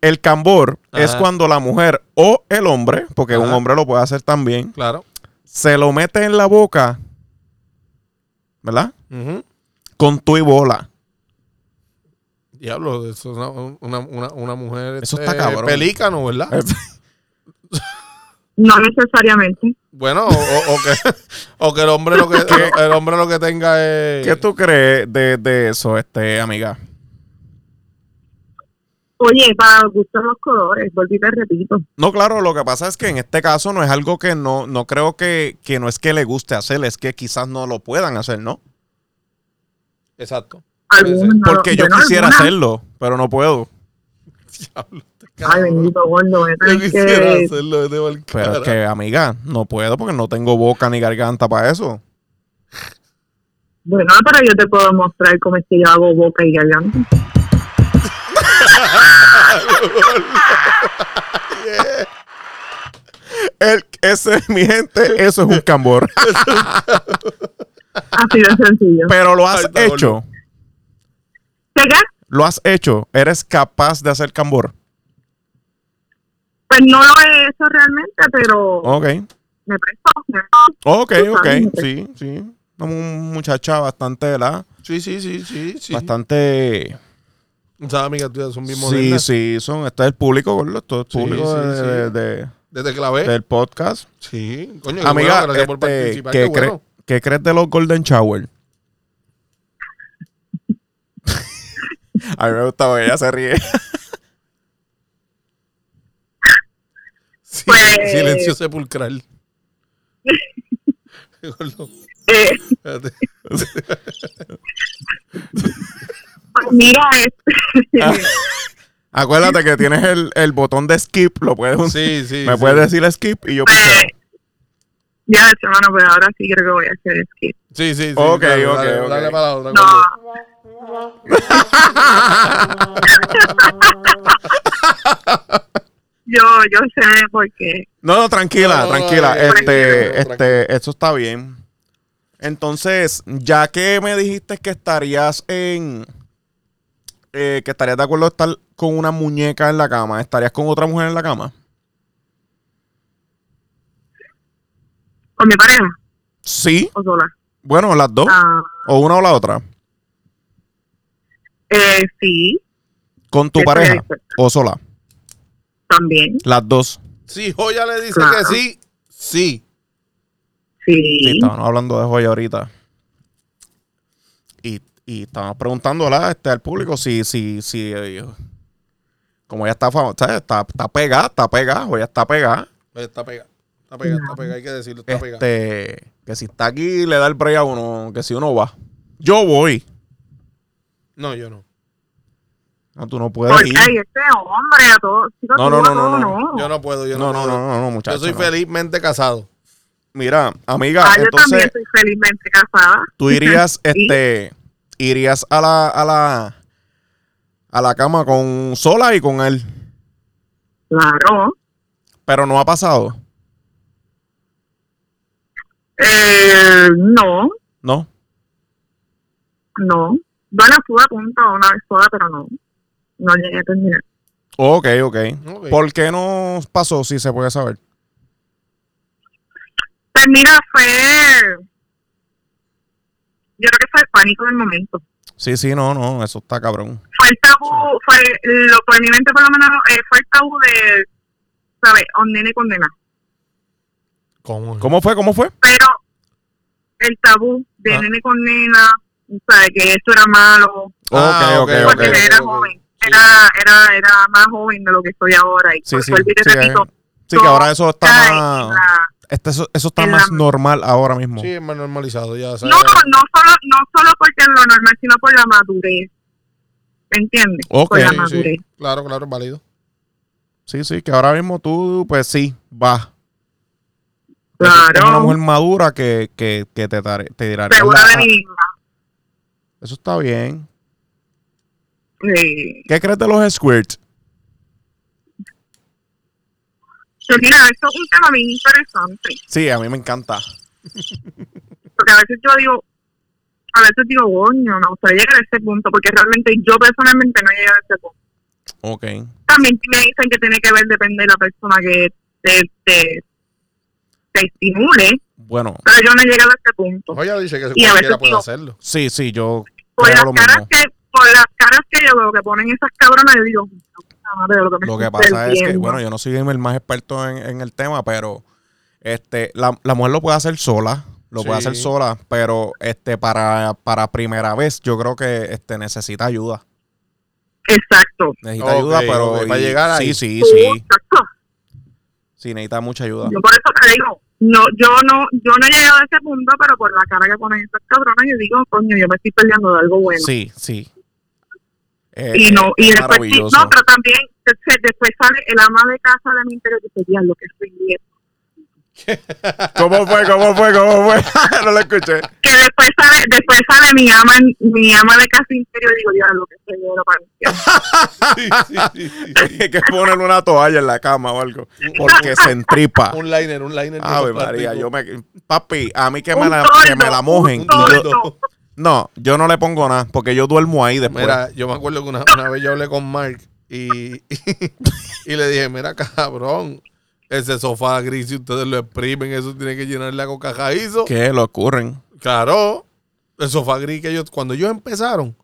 Speaker 2: El cambor es
Speaker 1: Ajá.
Speaker 2: cuando la mujer o el hombre, porque un
Speaker 1: Ajá.
Speaker 2: hombre lo puede hacer también,
Speaker 1: Claro.
Speaker 2: se lo mete en la boca, ¿verdad?
Speaker 1: Ujú.
Speaker 2: Con tu y bola.
Speaker 1: Diablo, eso es una, una, una, una mujer. este,
Speaker 2: Eso está cabrón. Eh.
Speaker 1: Pelícano, ¿verdad?
Speaker 3: No necesariamente.
Speaker 1: Bueno, o, o- o que, o que el hombre lo que el hombre lo que tenga es.
Speaker 2: ¿Qué tú crees de, de eso, este, amiga?
Speaker 3: Oye, para gustos los colores, volví y te repito.
Speaker 2: No, claro, lo que pasa es que en este caso no es algo que no, no creo que, que no es que le guste hacer, es que quizás no lo puedan hacer, ¿no?
Speaker 1: Exacto.
Speaker 3: Algunos no-
Speaker 2: Porque yo
Speaker 3: bueno,
Speaker 2: quisiera
Speaker 3: algunas-
Speaker 2: hacerlo, pero no puedo.
Speaker 1: Diablo, este
Speaker 3: Ay,
Speaker 1: cabrón.
Speaker 3: bendito gordo, me
Speaker 1: Yo
Speaker 3: tenés que-
Speaker 1: quisiera hacerlo de mal
Speaker 2: Pero es
Speaker 1: cara.
Speaker 2: que, amiga, no puedo porque no tengo boca ni garganta para eso.
Speaker 3: Bueno, ah, pero yo te puedo mostrar cómo es que yo hago boca y garganta.
Speaker 2: El- ese, mi gente, eso es un cambor.
Speaker 3: Así de sencillo.
Speaker 2: Pero lo has
Speaker 1: Ay, está
Speaker 2: hecho,
Speaker 3: ¿Qué, qué?
Speaker 2: lo has hecho. Eres capaz de hacer cambor.
Speaker 3: Pues no lo he hecho realmente, pero
Speaker 2: Ok,
Speaker 3: me presto. me presto.
Speaker 2: ok,
Speaker 3: Tú
Speaker 2: ok.
Speaker 3: sabes.
Speaker 2: Sí, sí. Una mu- muchacha bastante, ¿verdad?
Speaker 1: Sí, sí, sí, sí, sí.
Speaker 2: Bastante.
Speaker 1: O sea, amigas tuyas son bien
Speaker 2: Sí,
Speaker 1: modernas.
Speaker 2: sí, son. Esto es el público, gordo. Esto es
Speaker 1: Sí,
Speaker 2: público
Speaker 1: sí,
Speaker 2: de-
Speaker 1: sí.
Speaker 2: de- de-
Speaker 1: Desde que la ves.
Speaker 2: del podcast.
Speaker 1: Sí, coño. qué
Speaker 2: Amiga,
Speaker 1: bueno, gracias por
Speaker 2: este,
Speaker 1: participar.
Speaker 2: ¿qué,
Speaker 1: Qué,
Speaker 2: cre-
Speaker 1: bueno.
Speaker 2: qué crees de los Golden Shower? A mí me gustaba, ella se ríe.
Speaker 1: Sí,
Speaker 3: Pues-
Speaker 1: Silencio sepulcral. Gordo,
Speaker 3: Eh,
Speaker 1: espérate.
Speaker 3: pues mira, este,
Speaker 2: Acuérdate que tienes el, el botón de skip, lo puedes
Speaker 1: Sí, sí.
Speaker 2: Me
Speaker 1: sí.
Speaker 2: puedes decir skip y yo
Speaker 3: pues,
Speaker 2: puedo.
Speaker 3: ya, hermano, pues ahora sí creo que voy a hacer skip.
Speaker 1: Sí, sí, sí.
Speaker 2: Ok,
Speaker 1: dale,
Speaker 2: ok,
Speaker 1: dale,
Speaker 2: ok.
Speaker 1: dale para la otra.
Speaker 3: No,
Speaker 1: gordo.
Speaker 3: yo, yo sé porque
Speaker 2: No, no, tranquila,
Speaker 1: No, no,
Speaker 2: tranquila.
Speaker 1: no, no,
Speaker 2: este,
Speaker 1: tranquila,
Speaker 2: este, eso está bien. Entonces, ya que me dijiste que estarías en. eh, que estarías de acuerdo estar con una muñeca en la cama, ¿estarías con otra mujer en la cama?
Speaker 3: con mi pareja
Speaker 2: Sí.
Speaker 3: o sola.
Speaker 2: Bueno, las dos.
Speaker 3: Ah,
Speaker 2: O una o la otra.
Speaker 3: eh, sí,
Speaker 2: Con tu
Speaker 3: Estoy
Speaker 2: pareja.
Speaker 3: dispuesta.
Speaker 2: O sola.
Speaker 3: también,
Speaker 2: Las dos.
Speaker 1: Si Joya le dice
Speaker 3: Claro.
Speaker 1: que sí, sí.
Speaker 3: sí.
Speaker 2: Sí, estábamos hablando de joya ahorita. Y, y estábamos preguntándola este, al público si, si, si eh, como ella está famosa, ¿sabes? está, está pegada, está pegada, joya está pegada.
Speaker 1: Oye, Está pegada. Está pegada, está pegada. Hay que decirlo, está pegada.
Speaker 2: Este, que si está aquí le da el break a uno, que si uno va. Yo voy.
Speaker 1: No, yo no.
Speaker 2: No, tú no puedes
Speaker 3: Porque,
Speaker 2: ir.
Speaker 3: ay, este hombre, a todos. chicos,
Speaker 2: No, no,
Speaker 3: tú a
Speaker 2: no, no,
Speaker 3: todos,
Speaker 2: no.
Speaker 1: Yo no puedo, yo no,
Speaker 2: No, no, no,
Speaker 1: puedo.
Speaker 2: no, no,
Speaker 1: Yo
Speaker 2: muchacho.
Speaker 1: soy
Speaker 2: no.
Speaker 1: felizmente casado.
Speaker 2: Mira, amiga,
Speaker 3: Ah, yo también
Speaker 2: entonces
Speaker 3: estoy felizmente casada.
Speaker 2: tú irías, este, irías a la, a la, a la cama con sola y con él.
Speaker 3: Claro.
Speaker 2: Pero no ha pasado,
Speaker 3: Eh, no,
Speaker 2: ¿no?
Speaker 3: no. Bueno, estuve a punto una vez sola, pero no. No llegué a terminar.
Speaker 2: Oh, Ok, ok.
Speaker 1: Ok.
Speaker 2: ¿Por qué no pasó, si se puede saber?
Speaker 3: Pues mira, fue. Yo creo que fue el pánico del momento.
Speaker 2: Sí, sí, no, no, eso está cabrón.
Speaker 3: Fue el tabú, fue lo por mi mente, por lo menos, eh, fue el tabú de, ¿sabes? Un nene condena.
Speaker 1: ¿Cómo?
Speaker 2: ¿Cómo fue? ¿Cómo fue?
Speaker 3: Pero el tabú de
Speaker 1: Ah.
Speaker 3: nene con nena, ¿sabes? Que eso era malo.
Speaker 1: Ah, ok,
Speaker 2: ok, ok,
Speaker 3: Porque
Speaker 2: ok.
Speaker 3: era
Speaker 1: ok.
Speaker 3: joven.
Speaker 1: Sí.
Speaker 3: Era, era, era más joven de lo que soy ahora. Y
Speaker 2: Sí,
Speaker 3: por-
Speaker 2: sí,
Speaker 3: vuelvo y te
Speaker 2: sí, eh.
Speaker 3: repito,
Speaker 2: Sí, que ahora
Speaker 3: todo
Speaker 2: eso está
Speaker 3: cae en
Speaker 2: más,
Speaker 3: la-
Speaker 2: este- eso, eso está
Speaker 3: en
Speaker 2: más
Speaker 3: la-
Speaker 2: normal ahora mismo.
Speaker 1: Sí, es más normalizado, ya sabes.
Speaker 3: No, no solo, no solo porque es lo normal, sino por la madurez. ¿Me entiendes?
Speaker 2: Ok.
Speaker 3: Por la
Speaker 1: Sí, sí.
Speaker 3: madurez.
Speaker 1: Claro, claro, es válido.
Speaker 2: Sí, sí, que ahora mismo tú, pues sí, vas. Es una
Speaker 3: Claro.
Speaker 2: mujer madura que, que, que te, dar- te dirá.
Speaker 3: Segura de mí misma.
Speaker 2: Eso está bien.
Speaker 3: Sí. eh,
Speaker 2: ¿Qué crees de los squirts?
Speaker 3: Pero pues mira, esto es un tema bien interesante.
Speaker 2: Sí, a mí me encanta.
Speaker 3: Porque a veces yo digo, a veces digo, coño, me gustaría llegar a ese punto, porque realmente yo personalmente no he llegado a ese punto.
Speaker 2: Ok.
Speaker 3: También me dicen que tiene que ver, depende de la persona que te, te, te estimule,
Speaker 2: Bueno,
Speaker 3: pero yo no he llegado a ese punto.
Speaker 1: Oye, dice que
Speaker 3: Y a
Speaker 1: cualquiera
Speaker 3: veces
Speaker 1: puede
Speaker 3: digo-
Speaker 1: hacerlo.
Speaker 2: sí, sí, yo
Speaker 3: Por
Speaker 2: creo
Speaker 3: las
Speaker 2: lo
Speaker 3: caras
Speaker 2: mismo.
Speaker 3: que, por las caras que yo veo que ponen esas cabronas, yo digo, "Puta madre, lo que, me
Speaker 2: Lo que
Speaker 3: estoy
Speaker 2: pasa es que,
Speaker 3: perdiendo".
Speaker 2: bueno, yo no soy el más experto en, en el tema, pero este, la, la mujer lo puede hacer sola, lo puede
Speaker 1: Sí.
Speaker 2: hacer sola, pero este, para, para primera vez yo creo que este, necesita ayuda.
Speaker 3: Exacto.
Speaker 2: Necesita
Speaker 1: Ok,
Speaker 2: ayuda, pero...
Speaker 1: ok, para
Speaker 2: y-
Speaker 1: llegar ahí.
Speaker 2: Sí, sí, sí.
Speaker 3: Exacto.
Speaker 2: Sí, necesita mucha ayuda.
Speaker 3: Yo por eso te digo, no, yo no, yo no he llegado a ese punto, pero por la cara que ponen esas cabronas, yo digo, coño, yo me estoy perdiendo de algo bueno.
Speaker 2: Sí, sí. Eh,
Speaker 3: y no, y
Speaker 2: es
Speaker 3: después sí,
Speaker 2: maravilloso.
Speaker 3: no, pero también se- se- después sale el ama de casa de mi interior y dice, lo que estoy bien.
Speaker 2: ¿Cómo fue? ¿Cómo fue? ¿Cómo fue? no lo escuché.
Speaker 3: Que después sale, después sale mi ama, en- mi ama de casa interior y digo, ya lo que estoy bien, para
Speaker 1: Sí,
Speaker 3: mí".
Speaker 1: sí, sí, sí.
Speaker 2: Hay que ponerle una toalla en la cama o algo. Porque se entripa.
Speaker 1: Un liner, un liner. de
Speaker 2: Ave
Speaker 1: esos
Speaker 2: María,
Speaker 1: plásticos.
Speaker 2: yo me. Papi, a mí que me
Speaker 3: Un
Speaker 2: la,
Speaker 3: toldo,
Speaker 2: que me la mojen.
Speaker 3: un
Speaker 2: yo-
Speaker 3: toldo.
Speaker 2: no, yo no le pongo nada, porque yo duermo ahí después.
Speaker 1: Mira, yo me acuerdo que una, una vez yo hablé con Mark y, y, le dije, mira, cabrón, ese sofá gris, si ustedes lo exprimen, eso tiene que llenarla con cajaizo.
Speaker 2: que lo ocurren.
Speaker 1: Claro, el sofá gris que ellos, cuando ellos empezaron,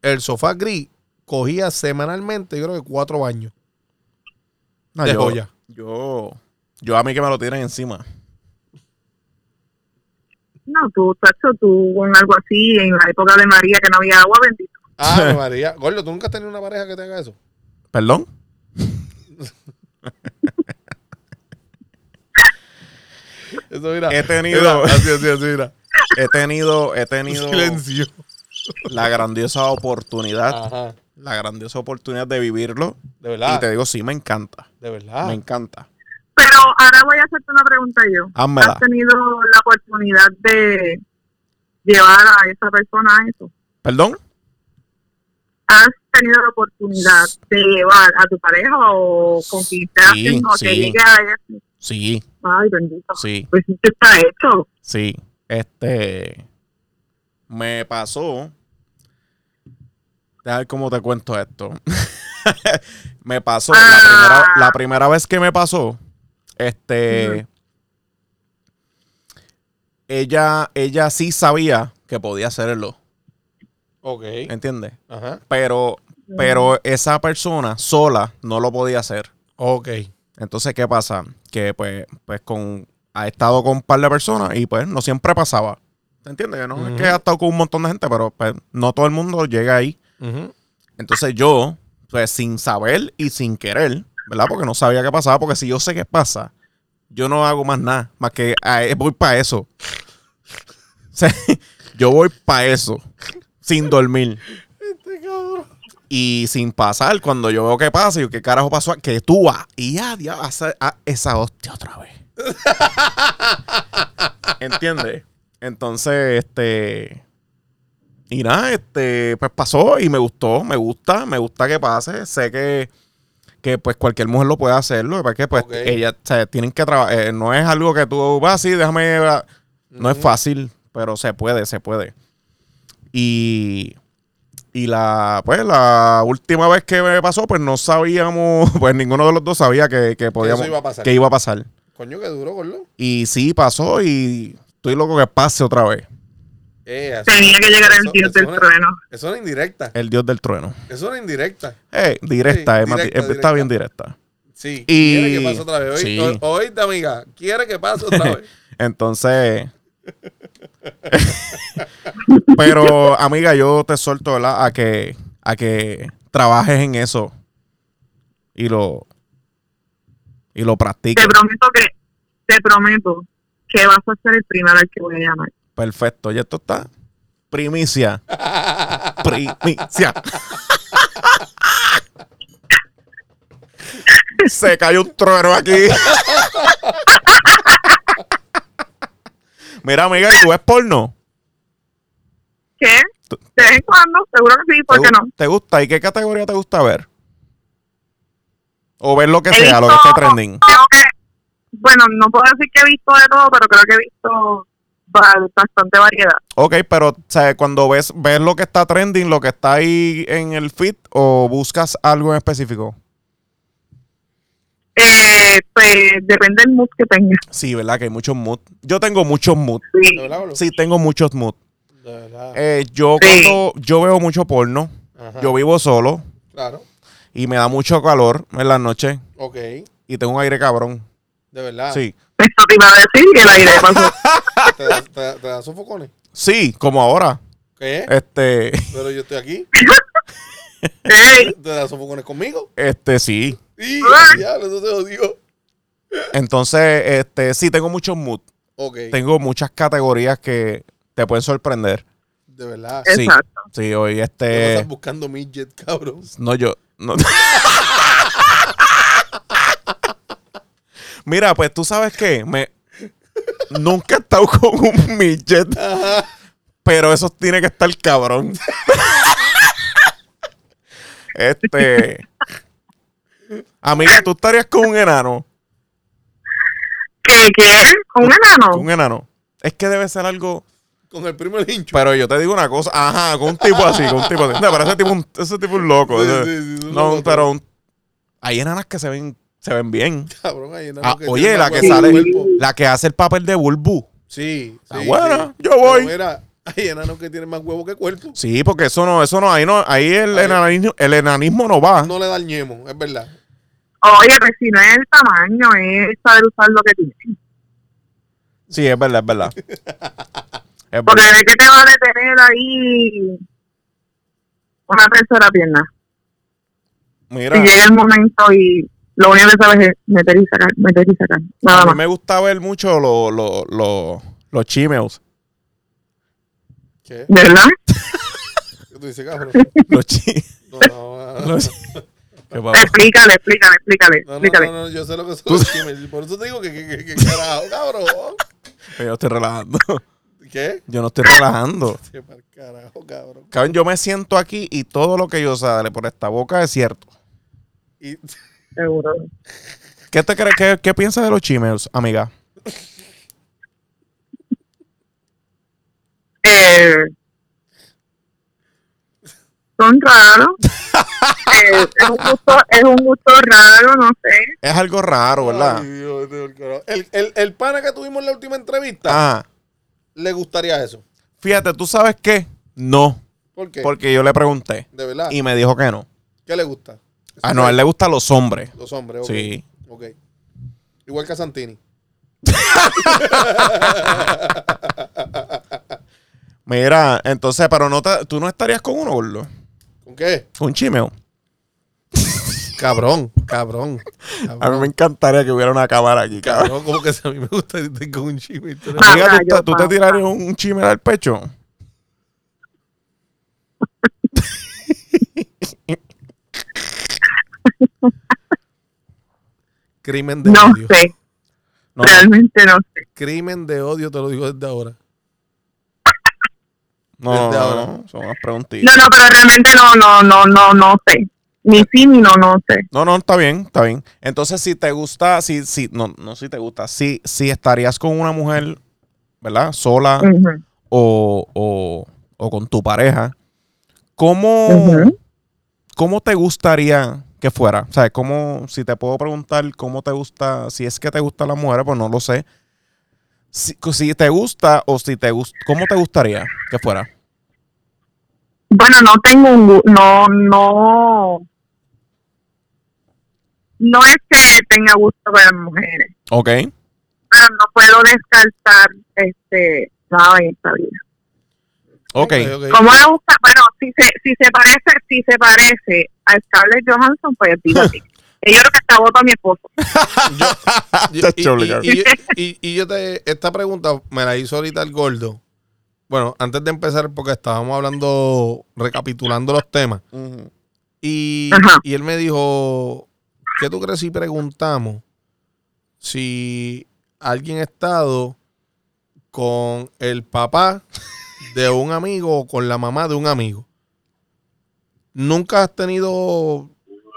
Speaker 1: el sofá gris cogía semanalmente, yo creo que cuatro baños
Speaker 2: No,
Speaker 1: de
Speaker 2: yo,
Speaker 1: joya.
Speaker 2: yo. Yo a mí que me lo tiren encima.
Speaker 3: No, tú, tacho, tú con algo así, en la época de María que no había agua, bendito.
Speaker 1: Ah, María. Gordo, ¿tú nunca has tenido una pareja que te haga eso?
Speaker 2: ¿Perdón?
Speaker 1: Eso mira.
Speaker 2: He
Speaker 1: Ah.
Speaker 2: tenido-
Speaker 1: mira, así, así, así, mira.
Speaker 2: He tenido, he
Speaker 1: Un
Speaker 2: tenido
Speaker 1: silencio. Ah.
Speaker 2: la grandiosa oportunidad,
Speaker 1: Ajá.
Speaker 2: la grandiosa oportunidad de vivirlo.
Speaker 1: De verdad.
Speaker 2: Y te digo, sí, me encanta.
Speaker 1: De verdad.
Speaker 2: Me encanta.
Speaker 3: Pero ahora voy a hacerte una pregunta yo.
Speaker 2: Házmela.
Speaker 3: ¿Has tenido la oportunidad de llevar a esa persona a eso?
Speaker 2: ¿Perdón?
Speaker 3: ¿Has tenido la oportunidad de llevar a tu pareja o con quien estés
Speaker 2: Sí,
Speaker 3: haciendo que
Speaker 2: sí.
Speaker 3: llegue a eso?
Speaker 2: Sí,
Speaker 3: Ay, bendito.
Speaker 2: sí,
Speaker 3: Pues sí que está hecho.
Speaker 2: sí. Este. Me pasó. Deja ver cómo te cuento esto. me pasó. La
Speaker 3: Ah.
Speaker 2: primera, la primera vez que me pasó, este. Ella, ella sí sabía que podía hacerlo,
Speaker 1: Ok.
Speaker 2: ¿entiendes?
Speaker 1: Ajá.
Speaker 2: Pero, pero esa persona sola no lo podía hacer.
Speaker 1: Ok.
Speaker 2: Entonces, ¿qué pasa? Que pues, pues con ha estado con un par de personas y pues no siempre pasaba. ¿Te entiendes? Que No es que
Speaker 1: Ujú.
Speaker 2: ha estado con un montón de gente, pero pues, no todo el mundo llega ahí.
Speaker 1: Ujú.
Speaker 2: Entonces yo, pues sin saber y sin querer, ¿verdad? Porque no sabía qué pasaba, porque si yo sé qué pasa, yo no hago más nada, más que ah, eh, voy para eso. O sea, yo voy para eso, sin dormir. Y sin pasar, cuando yo veo qué pasa, yo qué carajo pasó, que tú vas y ya, ya, a esa- a esa hostia otra vez. ¿Entiendes? Entonces, este. Y nada, este, pues pasó y me gustó, me gusta, me gusta que pase. Sé que, que pues cualquier mujer lo puede hacerlo, porque pues
Speaker 1: Ok.
Speaker 2: ellas o sea, tienen que trabajar. no es algo que tú vas así, déjame. ah, No es
Speaker 1: Ujú.
Speaker 2: fácil, pero se puede, se puede. Y. Y la, pues, la última vez que me pasó, pues no sabíamos, pues ninguno de los dos sabía que, que podíamos,
Speaker 1: iba a pasar.
Speaker 2: que iba a pasar.
Speaker 1: Coño, qué duro, gordo.
Speaker 2: Y sí, pasó y estoy loco que pase otra vez.
Speaker 1: Eh, eso-
Speaker 3: Tenía que llegar el
Speaker 1: eso-
Speaker 3: dios
Speaker 1: eso
Speaker 3: del
Speaker 1: es-
Speaker 3: trueno.
Speaker 1: Es una indirecta.
Speaker 2: El dios del trueno.
Speaker 1: Es una indirecta.
Speaker 2: Eh, directa,
Speaker 1: Sí,
Speaker 2: eh, Mati-
Speaker 1: directa,
Speaker 2: eh,
Speaker 1: directa.
Speaker 2: está bien directa.
Speaker 1: Sí.
Speaker 2: Y-
Speaker 1: Quiere que pase otra vez. Oí-
Speaker 2: Sí.
Speaker 1: o- Oíste, amiga. Quiere que pase otra vez.
Speaker 2: Entonces... Pero, amiga, yo te suelto, ¿verdad? A que, a que trabajes en eso. Y lo... Y lo practiques.
Speaker 3: Te prometo que, te prometo que vas a ser el primero al que voy a llamar.
Speaker 2: Perfecto. Y esto está... Primicia. Primicia. Se cayó un trueno aquí. Mira, amiga, ¿tú ves porno?
Speaker 3: ¿Qué?
Speaker 2: Tú-
Speaker 3: De vez en cuando, seguro que sí, ¿por
Speaker 2: ¿Te
Speaker 3: qué
Speaker 2: gu-
Speaker 3: no?
Speaker 2: ¿Te gusta? ¿Y qué categoría te gusta ver? O ver lo que
Speaker 3: He
Speaker 2: sea, lo que
Speaker 3: visto-
Speaker 2: esté trending.
Speaker 3: creo que- bueno, no puedo decir que he visto de todo, pero creo que he visto ba- bastante variedad.
Speaker 2: Ok, pero o sea, cuando ves, ves lo que está trending, lo que está ahí en el feed, o buscas algo en específico.
Speaker 3: Eh, pues depende del mood que tenga.
Speaker 2: Sí, ¿verdad? Que hay muchos moods. Yo tengo muchos moods.
Speaker 3: Sí.
Speaker 1: ¿De verdad, bro?
Speaker 2: Sí, tengo muchos moods.
Speaker 1: De verdad.
Speaker 2: Eh, yo
Speaker 3: Sí.
Speaker 2: cuando yo veo mucho porno,
Speaker 1: Ajá.
Speaker 2: yo vivo solo
Speaker 1: Claro.
Speaker 2: y me da mucho calor en la noche
Speaker 1: Ok. De
Speaker 2: y tengo un aire cabrón.
Speaker 1: verdad.
Speaker 2: Sí.
Speaker 3: Eso te iba a decir que el aire pasó.
Speaker 1: ¿Te da, te, da- te da sofocones?
Speaker 2: Sí, como ahora.
Speaker 1: ¿Qué?
Speaker 2: Este,
Speaker 1: Pero yo estoy aquí.
Speaker 3: Ey,
Speaker 1: ¿Te da sofocones conmigo?
Speaker 2: este sí.
Speaker 1: Y
Speaker 3: Ah.
Speaker 1: diablo, eso te lo digo.
Speaker 2: Entonces, este, sí tengo muchos moods.
Speaker 1: Ok.
Speaker 2: Tengo muchas categorías que te pueden sorprender.
Speaker 1: De verdad.
Speaker 2: Sí.
Speaker 3: Exacto.
Speaker 2: Sí, hoy
Speaker 1: Tú no
Speaker 2: este
Speaker 1: estás buscando midget, cabrón.
Speaker 2: no yo no. Mira, pues tú sabes que me nunca he estado con un midget.
Speaker 1: Ajá.
Speaker 2: Pero eso tiene que estar cabrón. este. Amiga, ¿tú estarías con un enano?
Speaker 3: ¿Qué? ¿Qué? ¿Un
Speaker 2: Con
Speaker 3: enano?
Speaker 2: un enano. Es que debe ser algo.
Speaker 1: Con el primer hincho.
Speaker 2: Pero yo te digo una cosa. Ajá, con un tipo así, con un tipo así. No, pero ese tipo, un- ese tipo es un loco.
Speaker 1: Sí,
Speaker 2: ese-
Speaker 1: sí, sí, es un
Speaker 2: eh, no,
Speaker 1: loco.
Speaker 2: pero un- hay enanas que se ven, se ven bien.
Speaker 1: Cabrón, ahí en
Speaker 2: Ah, oye, la que sale, la que hace el papel de Bulbu.
Speaker 1: Sí.
Speaker 2: Ah,
Speaker 1: sí,
Speaker 2: bueno,
Speaker 1: sí.
Speaker 2: yo
Speaker 1: Pero
Speaker 2: voy.
Speaker 1: Mira, hay enanos que tienen más huevo que cuerpo.
Speaker 2: Sí, porque eso no, eso no, ahí no, ahí el
Speaker 1: Ahí.
Speaker 2: enanismo, el enanismo no va.
Speaker 1: No le da el ñemo, es verdad.
Speaker 3: Oye, pero si no es el tamaño, es saber usar lo que tienes.
Speaker 2: Sí, es verdad, es verdad. Es
Speaker 3: Porque
Speaker 2: verdad.
Speaker 3: de qué te va a detener ahí una tercera pierna.
Speaker 2: Mira.
Speaker 3: Si llega el momento y lo único que sabes es meter y sacar, meter y sacar. Nada
Speaker 2: A mí
Speaker 3: más.
Speaker 2: me gusta ver mucho lo- lo- lo- los chimeos.
Speaker 1: ¿Qué?
Speaker 3: ¿De verdad?
Speaker 1: ¿Qué tú dices, cabrón?
Speaker 2: Los chi-
Speaker 1: No, no, no.
Speaker 2: los- ¿Qué pasó?
Speaker 3: Explícale, explícale, explícale,
Speaker 1: No, no,
Speaker 3: explícale.
Speaker 1: no, no, yo sé lo que son los chimes. Por eso te digo que, que, que, que carajo, cabrón.
Speaker 2: Yo estoy relajando.
Speaker 1: ¿Qué?
Speaker 2: Yo no estoy relajando.
Speaker 1: Sí, para el carajo, cabrón.
Speaker 2: Cabrón, yo me siento aquí y todo lo que yo sale por esta boca es cierto.
Speaker 1: Y
Speaker 3: Seguro.
Speaker 2: ¿Qué te crees? ¿Qué, qué piensas de los chimeos, amiga?
Speaker 3: Eh, son raros. Eh, es, un gusto, es un gusto raro, no sé.
Speaker 2: Es algo raro, ¿verdad?
Speaker 1: Ay, Dios, del carajo. El, el, el pana que tuvimos en la última entrevista,
Speaker 2: Ajá.
Speaker 1: le gustaría eso.
Speaker 2: Fíjate, ¿tú sabes qué? No.
Speaker 1: ¿Por qué?
Speaker 2: Porque yo le pregunté
Speaker 1: de verdad.
Speaker 2: y me dijo que no.
Speaker 1: ¿Qué le gusta?
Speaker 2: Ah, no, a él le gustan los hombres.
Speaker 1: Los hombres, ok.
Speaker 2: Sí.
Speaker 1: Ok. Igual que a Santini.
Speaker 2: Mira, entonces, pero no te- tú no estarías con uno, gordo.
Speaker 1: ¿Con qué?
Speaker 2: Un chimeo.
Speaker 1: Cabrón, cabrón.
Speaker 2: A mí me
Speaker 1: Cabrón,
Speaker 2: encantaría que hubiera una cámara aquí, cabrón.
Speaker 1: cabrón como que si a mí me gusta irte con un chime.
Speaker 3: Ah,
Speaker 2: Amiga, ¿tú,
Speaker 3: rayos,
Speaker 2: te- tú te
Speaker 3: papá.
Speaker 2: tirarías un chimera al pecho?
Speaker 1: Crimen de
Speaker 3: No
Speaker 1: odio.
Speaker 3: sé,
Speaker 2: No.
Speaker 3: realmente no sé.
Speaker 1: Crimen de odio, te lo digo desde ahora.
Speaker 2: No, no,
Speaker 1: Desde ahora.
Speaker 2: no, son unas
Speaker 3: No,
Speaker 2: preguntitas.
Speaker 3: no, pero realmente no, no, no, no, no sé. Ni sí ni no, no sé.
Speaker 2: No, no, está bien, está bien. Entonces, si te gusta, si, si, no, no si te gusta, si, si estarías con una mujer, ¿verdad? Sola
Speaker 1: Ah.
Speaker 3: Ujú.
Speaker 2: o, o- o con tu pareja, ¿cómo,
Speaker 3: Ujú.
Speaker 2: ¿cómo te gustaría que fuera? O sea, ¿cómo, si te puedo preguntar cómo te gusta, si es que te gusta la mujer, pues no lo sé. Si, si te gusta o si te gusta, ¿cómo te gustaría que fuera?
Speaker 3: Bueno, no tengo un... gu- No, no... No es que tenga gusto por las mujeres,
Speaker 2: Ok.
Speaker 3: pero no puedo descartar este, nada en esta vida.
Speaker 2: Ok.
Speaker 3: ¿Cómo la busca? Bueno, si se, si se parece, si se parece a Scarlett Johansson, pues fíjate. Yo creo que hasta voto a mi esposo.
Speaker 1: Yo- y-
Speaker 2: Chacho,
Speaker 1: y-
Speaker 2: legal.
Speaker 1: y- y- y yo te, esta pregunta me la hizo ahorita el gordo. Bueno, antes de empezar, porque estábamos hablando, recapitulando los temas. Y,
Speaker 3: Ajá.
Speaker 1: y él me dijo, ¿qué tú crees si preguntamos si alguien ha estado con el papá de un amigo o con la mamá de un amigo? Nunca has tenido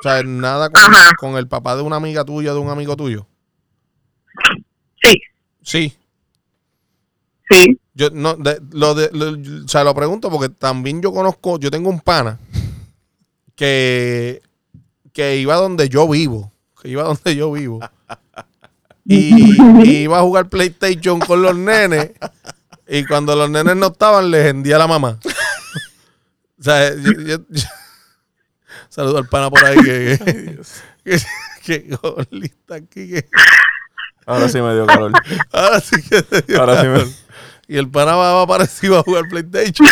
Speaker 5: sea, nada con,
Speaker 3: Ajá.
Speaker 5: con el papá de una amiga tuya, de un amigo tuyo.
Speaker 3: Sí,
Speaker 5: Sí.
Speaker 3: sí.
Speaker 5: Yo no, de- lo de, lo- o sea, lo pregunto porque también yo conozco, yo tengo un pana que, que iba donde yo vivo, que iba donde yo vivo. Y, y iba a jugar PlayStation con los nenes y cuando los nenes no estaban les hendía a la mamá. O sea, yo, yo- yo- saludo al pana por ahí que, que, que, que golista aquí que
Speaker 2: Ahora sí me dio calor.
Speaker 5: ahora sí que se dio
Speaker 2: Ahora sí me.
Speaker 5: y el pana va a aparecer y va a jugar PlayStation.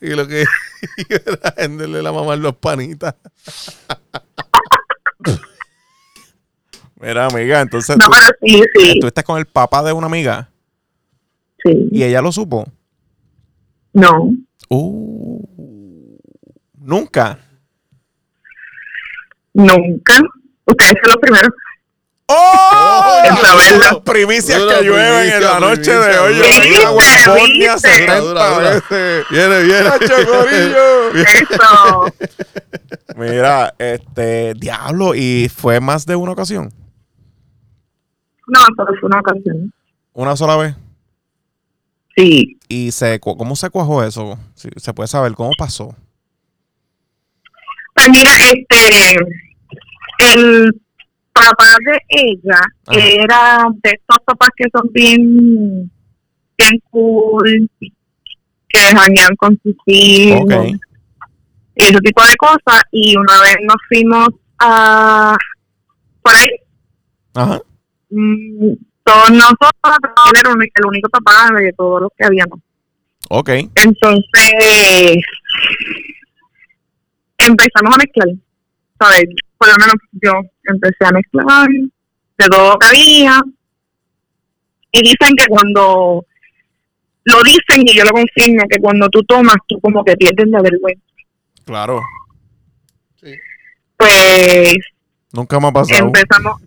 Speaker 5: Y lo que era venderle la mamá en los panitas.
Speaker 2: Mira, amiga, entonces
Speaker 3: No,
Speaker 2: tú,
Speaker 3: pero sí, sí,
Speaker 2: tú estás con el papá de una amiga
Speaker 3: sí.
Speaker 2: y ella lo supo.
Speaker 3: No,
Speaker 2: Uh, nunca.
Speaker 3: nunca. Ustedes son los primeros.
Speaker 2: ¡Oh!
Speaker 5: En saberlo.
Speaker 2: Las primicias
Speaker 5: Dura
Speaker 2: que llueven en la
Speaker 5: primicia,
Speaker 2: noche de
Speaker 5: primicia,
Speaker 2: hoy. Yo hago en
Speaker 3: dura,
Speaker 5: dura,
Speaker 3: dura,
Speaker 2: California
Speaker 3: viste.
Speaker 2: 70
Speaker 5: Dura, dura.
Speaker 2: veces.
Speaker 5: Viene, viene.
Speaker 2: Chacho, corillo.
Speaker 3: Eso.
Speaker 2: Mira, este, diablo, y fue más de una ocasión,
Speaker 3: No, solo fue una ocasión.
Speaker 2: una sola vez.
Speaker 3: Sí.
Speaker 2: ¿Y se, cu- cómo se cuajó eso? Si se puede saber cómo pasó.
Speaker 3: Pues mira, este, el papá de ella
Speaker 2: Ajá.
Speaker 3: era de estos papás que son bien, bien cool, que janguean con sus hijos,
Speaker 2: Ok.
Speaker 3: ese tipo de cosas. Y una vez nos fuimos a, por ahí,
Speaker 2: Ajá.
Speaker 3: mm, todos nosotros, pero él era un- el único papá de todos los que habíamos.
Speaker 2: Ok.
Speaker 3: Entonces, empezamos a mezclar. ¿Sabes? Por lo menos yo empecé a mezclar de todo lo que había. Y dicen que cuando lo dicen y yo lo confirmo, que cuando tú tomas, tú como que pierdes la vergüenza.
Speaker 2: Claro.
Speaker 3: Pues
Speaker 2: Nunca me ha pasado.
Speaker 3: empezamos,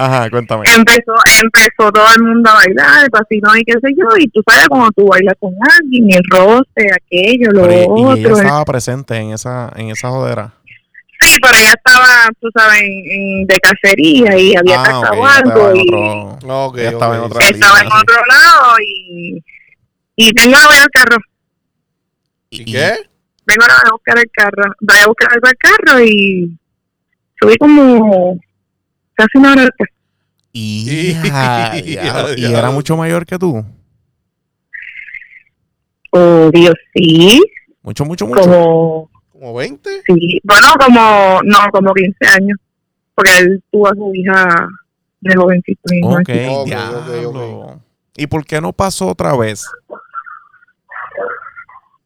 Speaker 2: Ajá, cuéntame.
Speaker 3: empezó, empezó todo el mundo a bailar, el pasino y qué sé yo, y tú sabes cuando tú bailas con alguien, el roce, aquello, lo
Speaker 2: Pero y- y, ella
Speaker 3: otro, el
Speaker 2: estaba presente en esa, en esa jodera.
Speaker 3: Sí, pero ella estaba, tú sabes, en- en- de cacería y había
Speaker 2: Ah, ok,
Speaker 3: cazado
Speaker 2: ya estaba
Speaker 3: algo
Speaker 2: en
Speaker 3: y
Speaker 2: otro-
Speaker 5: Ok,
Speaker 2: Ya estaba en
Speaker 5: ok.
Speaker 2: otra
Speaker 3: estaba en
Speaker 2: liga, sí.
Speaker 3: otro lado y, y tengo que voy al carro,
Speaker 5: ¿Y qué?
Speaker 3: vengo ahora a buscar el carro, voy a buscar el carro y subí como casi una hora después.
Speaker 2: Y,
Speaker 5: Ya,
Speaker 2: diablo, y
Speaker 5: diablo.
Speaker 2: era mucho mayor que tú.
Speaker 3: Oh, Dios, sí,
Speaker 2: Mucho, mucho, mucho.
Speaker 3: como,
Speaker 5: ¿Como 20?
Speaker 3: sí, bueno, como, no, como 15 años, porque él tuvo a su hija de jovencito. y no
Speaker 2: Ok,
Speaker 3: así.
Speaker 5: ok, ok,
Speaker 2: diablo.
Speaker 5: ok.
Speaker 2: ¿Y por qué no pasó otra vez?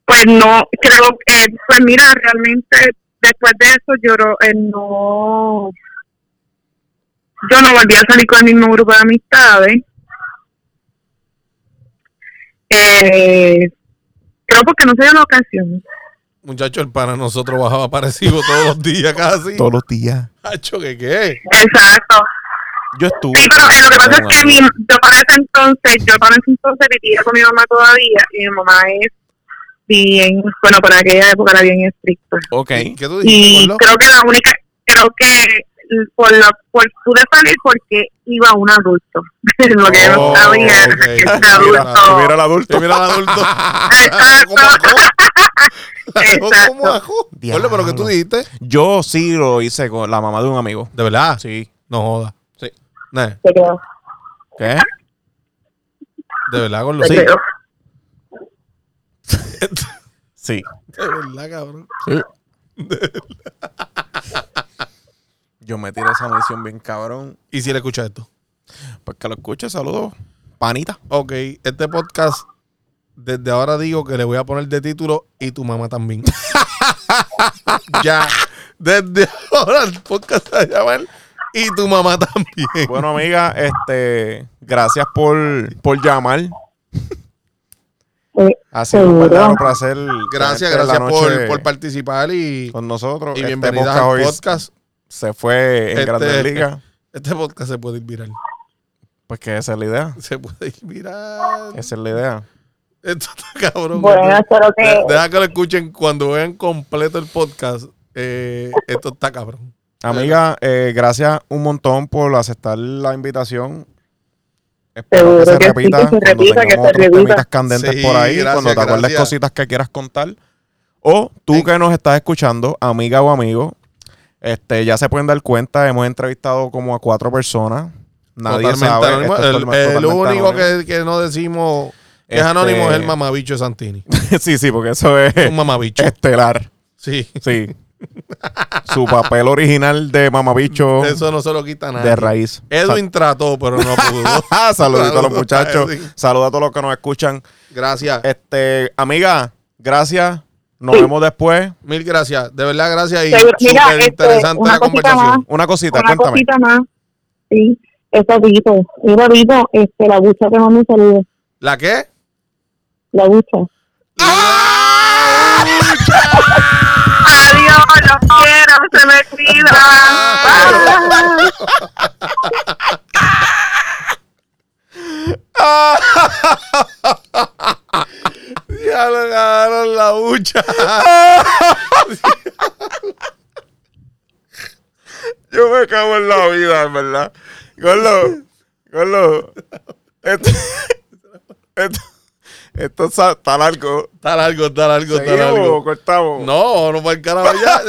Speaker 3: pues no creo eh, pues mira realmente después de eso yo no- eh, no yo no volví a salir con el mismo grupo de amistades eh, creo porque no se dio la ocasión
Speaker 5: Muchacho, el pana nosotros bajaba parecido todos los días casi.
Speaker 2: Todos los días.
Speaker 5: Muchacho, ¿qué qué?
Speaker 3: exacto
Speaker 2: Yo estuve.
Speaker 3: sí pero eh, lo que pasa es que mi, yo para ese entonces yo para ese entonces vivía con mi mamá todavía y mi mamá es bien bueno para aquella época era bien estricta
Speaker 2: Ok.
Speaker 5: ¿Qué tú
Speaker 3: y
Speaker 5: dijiste, Carlos?
Speaker 3: creo que la única creo que por la por pude salir porque iba un adulto lo que yo
Speaker 5: Oh,
Speaker 3: no sabía
Speaker 5: ok.
Speaker 3: que un adulto
Speaker 5: Mira,
Speaker 2: el adulto.
Speaker 5: Sí, mira al adulto.
Speaker 3: Exacto.
Speaker 5: ¿Cómo ajó? ¿Cómo
Speaker 3: Exacto.
Speaker 5: ajó? Carlos, pero ¿qué
Speaker 2: Diablo.
Speaker 5: tú dijiste?
Speaker 2: Yo sí lo hice con la mamá de un amigo.
Speaker 5: ¿De verdad?
Speaker 2: Sí.
Speaker 5: No joda. Sí. Ne,
Speaker 3: Te creo,
Speaker 2: ¿Qué?
Speaker 5: De verdad, con los
Speaker 3: te creo.
Speaker 2: Sí.
Speaker 5: De verdad, cabrón.
Speaker 2: Yo me tiré esa misión bien cabrón.
Speaker 5: ¿Y si le escucha esto?
Speaker 2: Pues que lo escuche, saludos. Panita.
Speaker 5: Ok, este podcast, desde ahora digo que le voy a poner de título y tu mamá también. ya, desde ahora el podcast se va a llamar y tu mamá también.
Speaker 2: Bueno, amiga, este, gracias por, por llamar.
Speaker 3: Eh,
Speaker 2: Ha sido un
Speaker 3: Seguro.
Speaker 2: verdadero placer.
Speaker 5: Gracias,
Speaker 2: tenerte en la
Speaker 5: gracias por,
Speaker 2: noche
Speaker 5: por participar y,
Speaker 2: con nosotros.
Speaker 5: y
Speaker 2: Este
Speaker 5: bienvenidas
Speaker 2: podcast
Speaker 5: al
Speaker 2: hoy
Speaker 5: podcast.
Speaker 2: se fue en
Speaker 5: Este-
Speaker 2: Grandes Ligas.
Speaker 5: Este podcast se puede ir viral.
Speaker 2: Pues que esa es la idea.
Speaker 5: Se puede ir viral.
Speaker 2: Esa es la idea.
Speaker 5: Esto está cabrón.
Speaker 6: Bueno, espero que.
Speaker 3: eh,
Speaker 5: Deja- Deja que lo escuchen cuando vean completo el podcast. Eh, esto está cabrón.
Speaker 2: Amiga, eh, gracias un montón por aceptar la invitación. Espero
Speaker 6: Seguro que sí, que se repita, que se
Speaker 2: otros
Speaker 6: repita.
Speaker 2: temitas candentes
Speaker 5: Sí,
Speaker 2: por ahí,
Speaker 5: gracias,
Speaker 2: cuando te acuerdes
Speaker 5: gracias.
Speaker 2: cositas que quieras contar. O tú
Speaker 5: Sí.
Speaker 2: que nos estás escuchando, amiga o amigo, este, ya se pueden dar cuenta, hemos entrevistado como a cuatro personas. Nadie
Speaker 5: Totalmente
Speaker 2: sabe.
Speaker 5: anónimo.
Speaker 2: esto es to-
Speaker 5: El, el
Speaker 2: totalmente
Speaker 5: único
Speaker 2: anónimo.
Speaker 5: que, que no decimos que es
Speaker 2: Este-
Speaker 5: anónimo es el mamabicho de Santini.
Speaker 2: sí, sí, porque eso es
Speaker 5: Un mamabicho.
Speaker 2: Este estelar.
Speaker 5: Sí.
Speaker 2: Sí. Su papel original de mamabicho
Speaker 5: Eso no se lo quita nada.
Speaker 2: de raíz.
Speaker 5: Edwin trató, pero no pudo.
Speaker 2: Ah, saludito a los
Speaker 5: Saludos,
Speaker 2: muchachos.
Speaker 5: sí.
Speaker 2: Saludos a todos los que nos escuchan.
Speaker 5: Gracias.
Speaker 2: Este, amiga, gracias. Nos vemos después.
Speaker 5: Mil gracias. De verdad, gracias. Y
Speaker 6: Seguro- Mira,
Speaker 5: súper
Speaker 6: este,
Speaker 5: interesante
Speaker 6: una
Speaker 5: la
Speaker 6: cosita
Speaker 5: conversación.
Speaker 2: Una cosita,
Speaker 6: Una
Speaker 2: cuéntame.
Speaker 6: cosita más. Sí, eso Vito. Mira, Vito, este, la bucha te manda un saludo.
Speaker 5: ¿La qué?
Speaker 6: La bucha.
Speaker 2: ¡Ah!
Speaker 7: Adiós, los quiero, se me cuidan.
Speaker 5: Ya le ganaron la hucha.
Speaker 2: Yo me cago en la vida, en verdad. Gordo, gordo. Esto, esto, esto sa- está largo.
Speaker 5: Está largo, está largo, está
Speaker 2: ¿Seguimos o
Speaker 5: largo.
Speaker 2: cortamos?
Speaker 5: No, no va el carajo ya.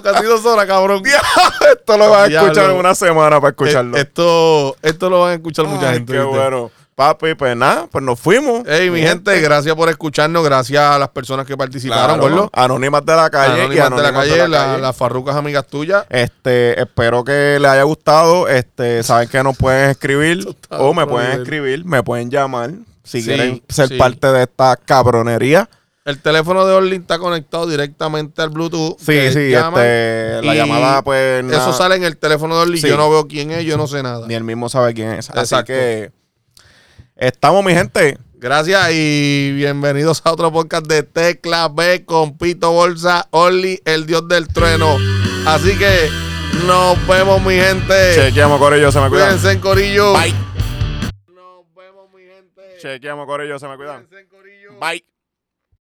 Speaker 5: Casi dos horas, cabrón.
Speaker 2: Esto lo vas a
Speaker 5: Diablo.
Speaker 2: escuchar en una semana para escucharlo.
Speaker 5: Eh, Esto, esto lo van a escuchar mucha
Speaker 2: Ay,
Speaker 5: gente.
Speaker 2: Qué
Speaker 5: ¿viste?
Speaker 2: bueno. Papi, pues nada, pues nos fuimos.
Speaker 5: Ey, mi gente, gracias por escucharnos. Gracias a las personas que participaron,
Speaker 2: Claro,
Speaker 5: gordo.
Speaker 2: Anónimas de la calle. y
Speaker 5: Anónimas de la calle, la-
Speaker 2: calle.
Speaker 5: las farrucas amigas tuyas.
Speaker 2: Este, espero que les haya gustado. Este, saben que nos pueden escribir
Speaker 5: está
Speaker 2: o me
Speaker 5: otro
Speaker 2: pueden
Speaker 5: nivel.
Speaker 2: escribir, me pueden llamar si
Speaker 5: Sí,
Speaker 2: quieren ser
Speaker 5: sí.
Speaker 2: parte de esta cabronería.
Speaker 5: El teléfono de Orlin está conectado directamente al Bluetooth.
Speaker 2: Sí,
Speaker 5: Ustedes
Speaker 2: sí,
Speaker 5: llaman.
Speaker 2: este, la
Speaker 5: y
Speaker 2: llamada pues
Speaker 5: Eso
Speaker 2: na-
Speaker 5: sale en el teléfono de Orlin.
Speaker 2: Sí.
Speaker 5: Yo no veo quién es, yo no sé nada.
Speaker 2: ni él mismo sabe quién es. Así
Speaker 5: Exacto.
Speaker 2: que estamos mi gente.
Speaker 5: Gracias y bienvenidos a otro podcast de Tecla B con Pito Bolsa, Orly, el dios del trueno. Así que nos vemos, mi gente.
Speaker 2: Chequeamos corillo, se me cuidan.
Speaker 5: Eh. Cuídense en Corillo.
Speaker 2: Bye.
Speaker 5: Nos vemos, mi gente.
Speaker 2: Chequeamos corillo, se me cuidan.
Speaker 5: Eh, Cuídense en Corillo.
Speaker 2: Bye.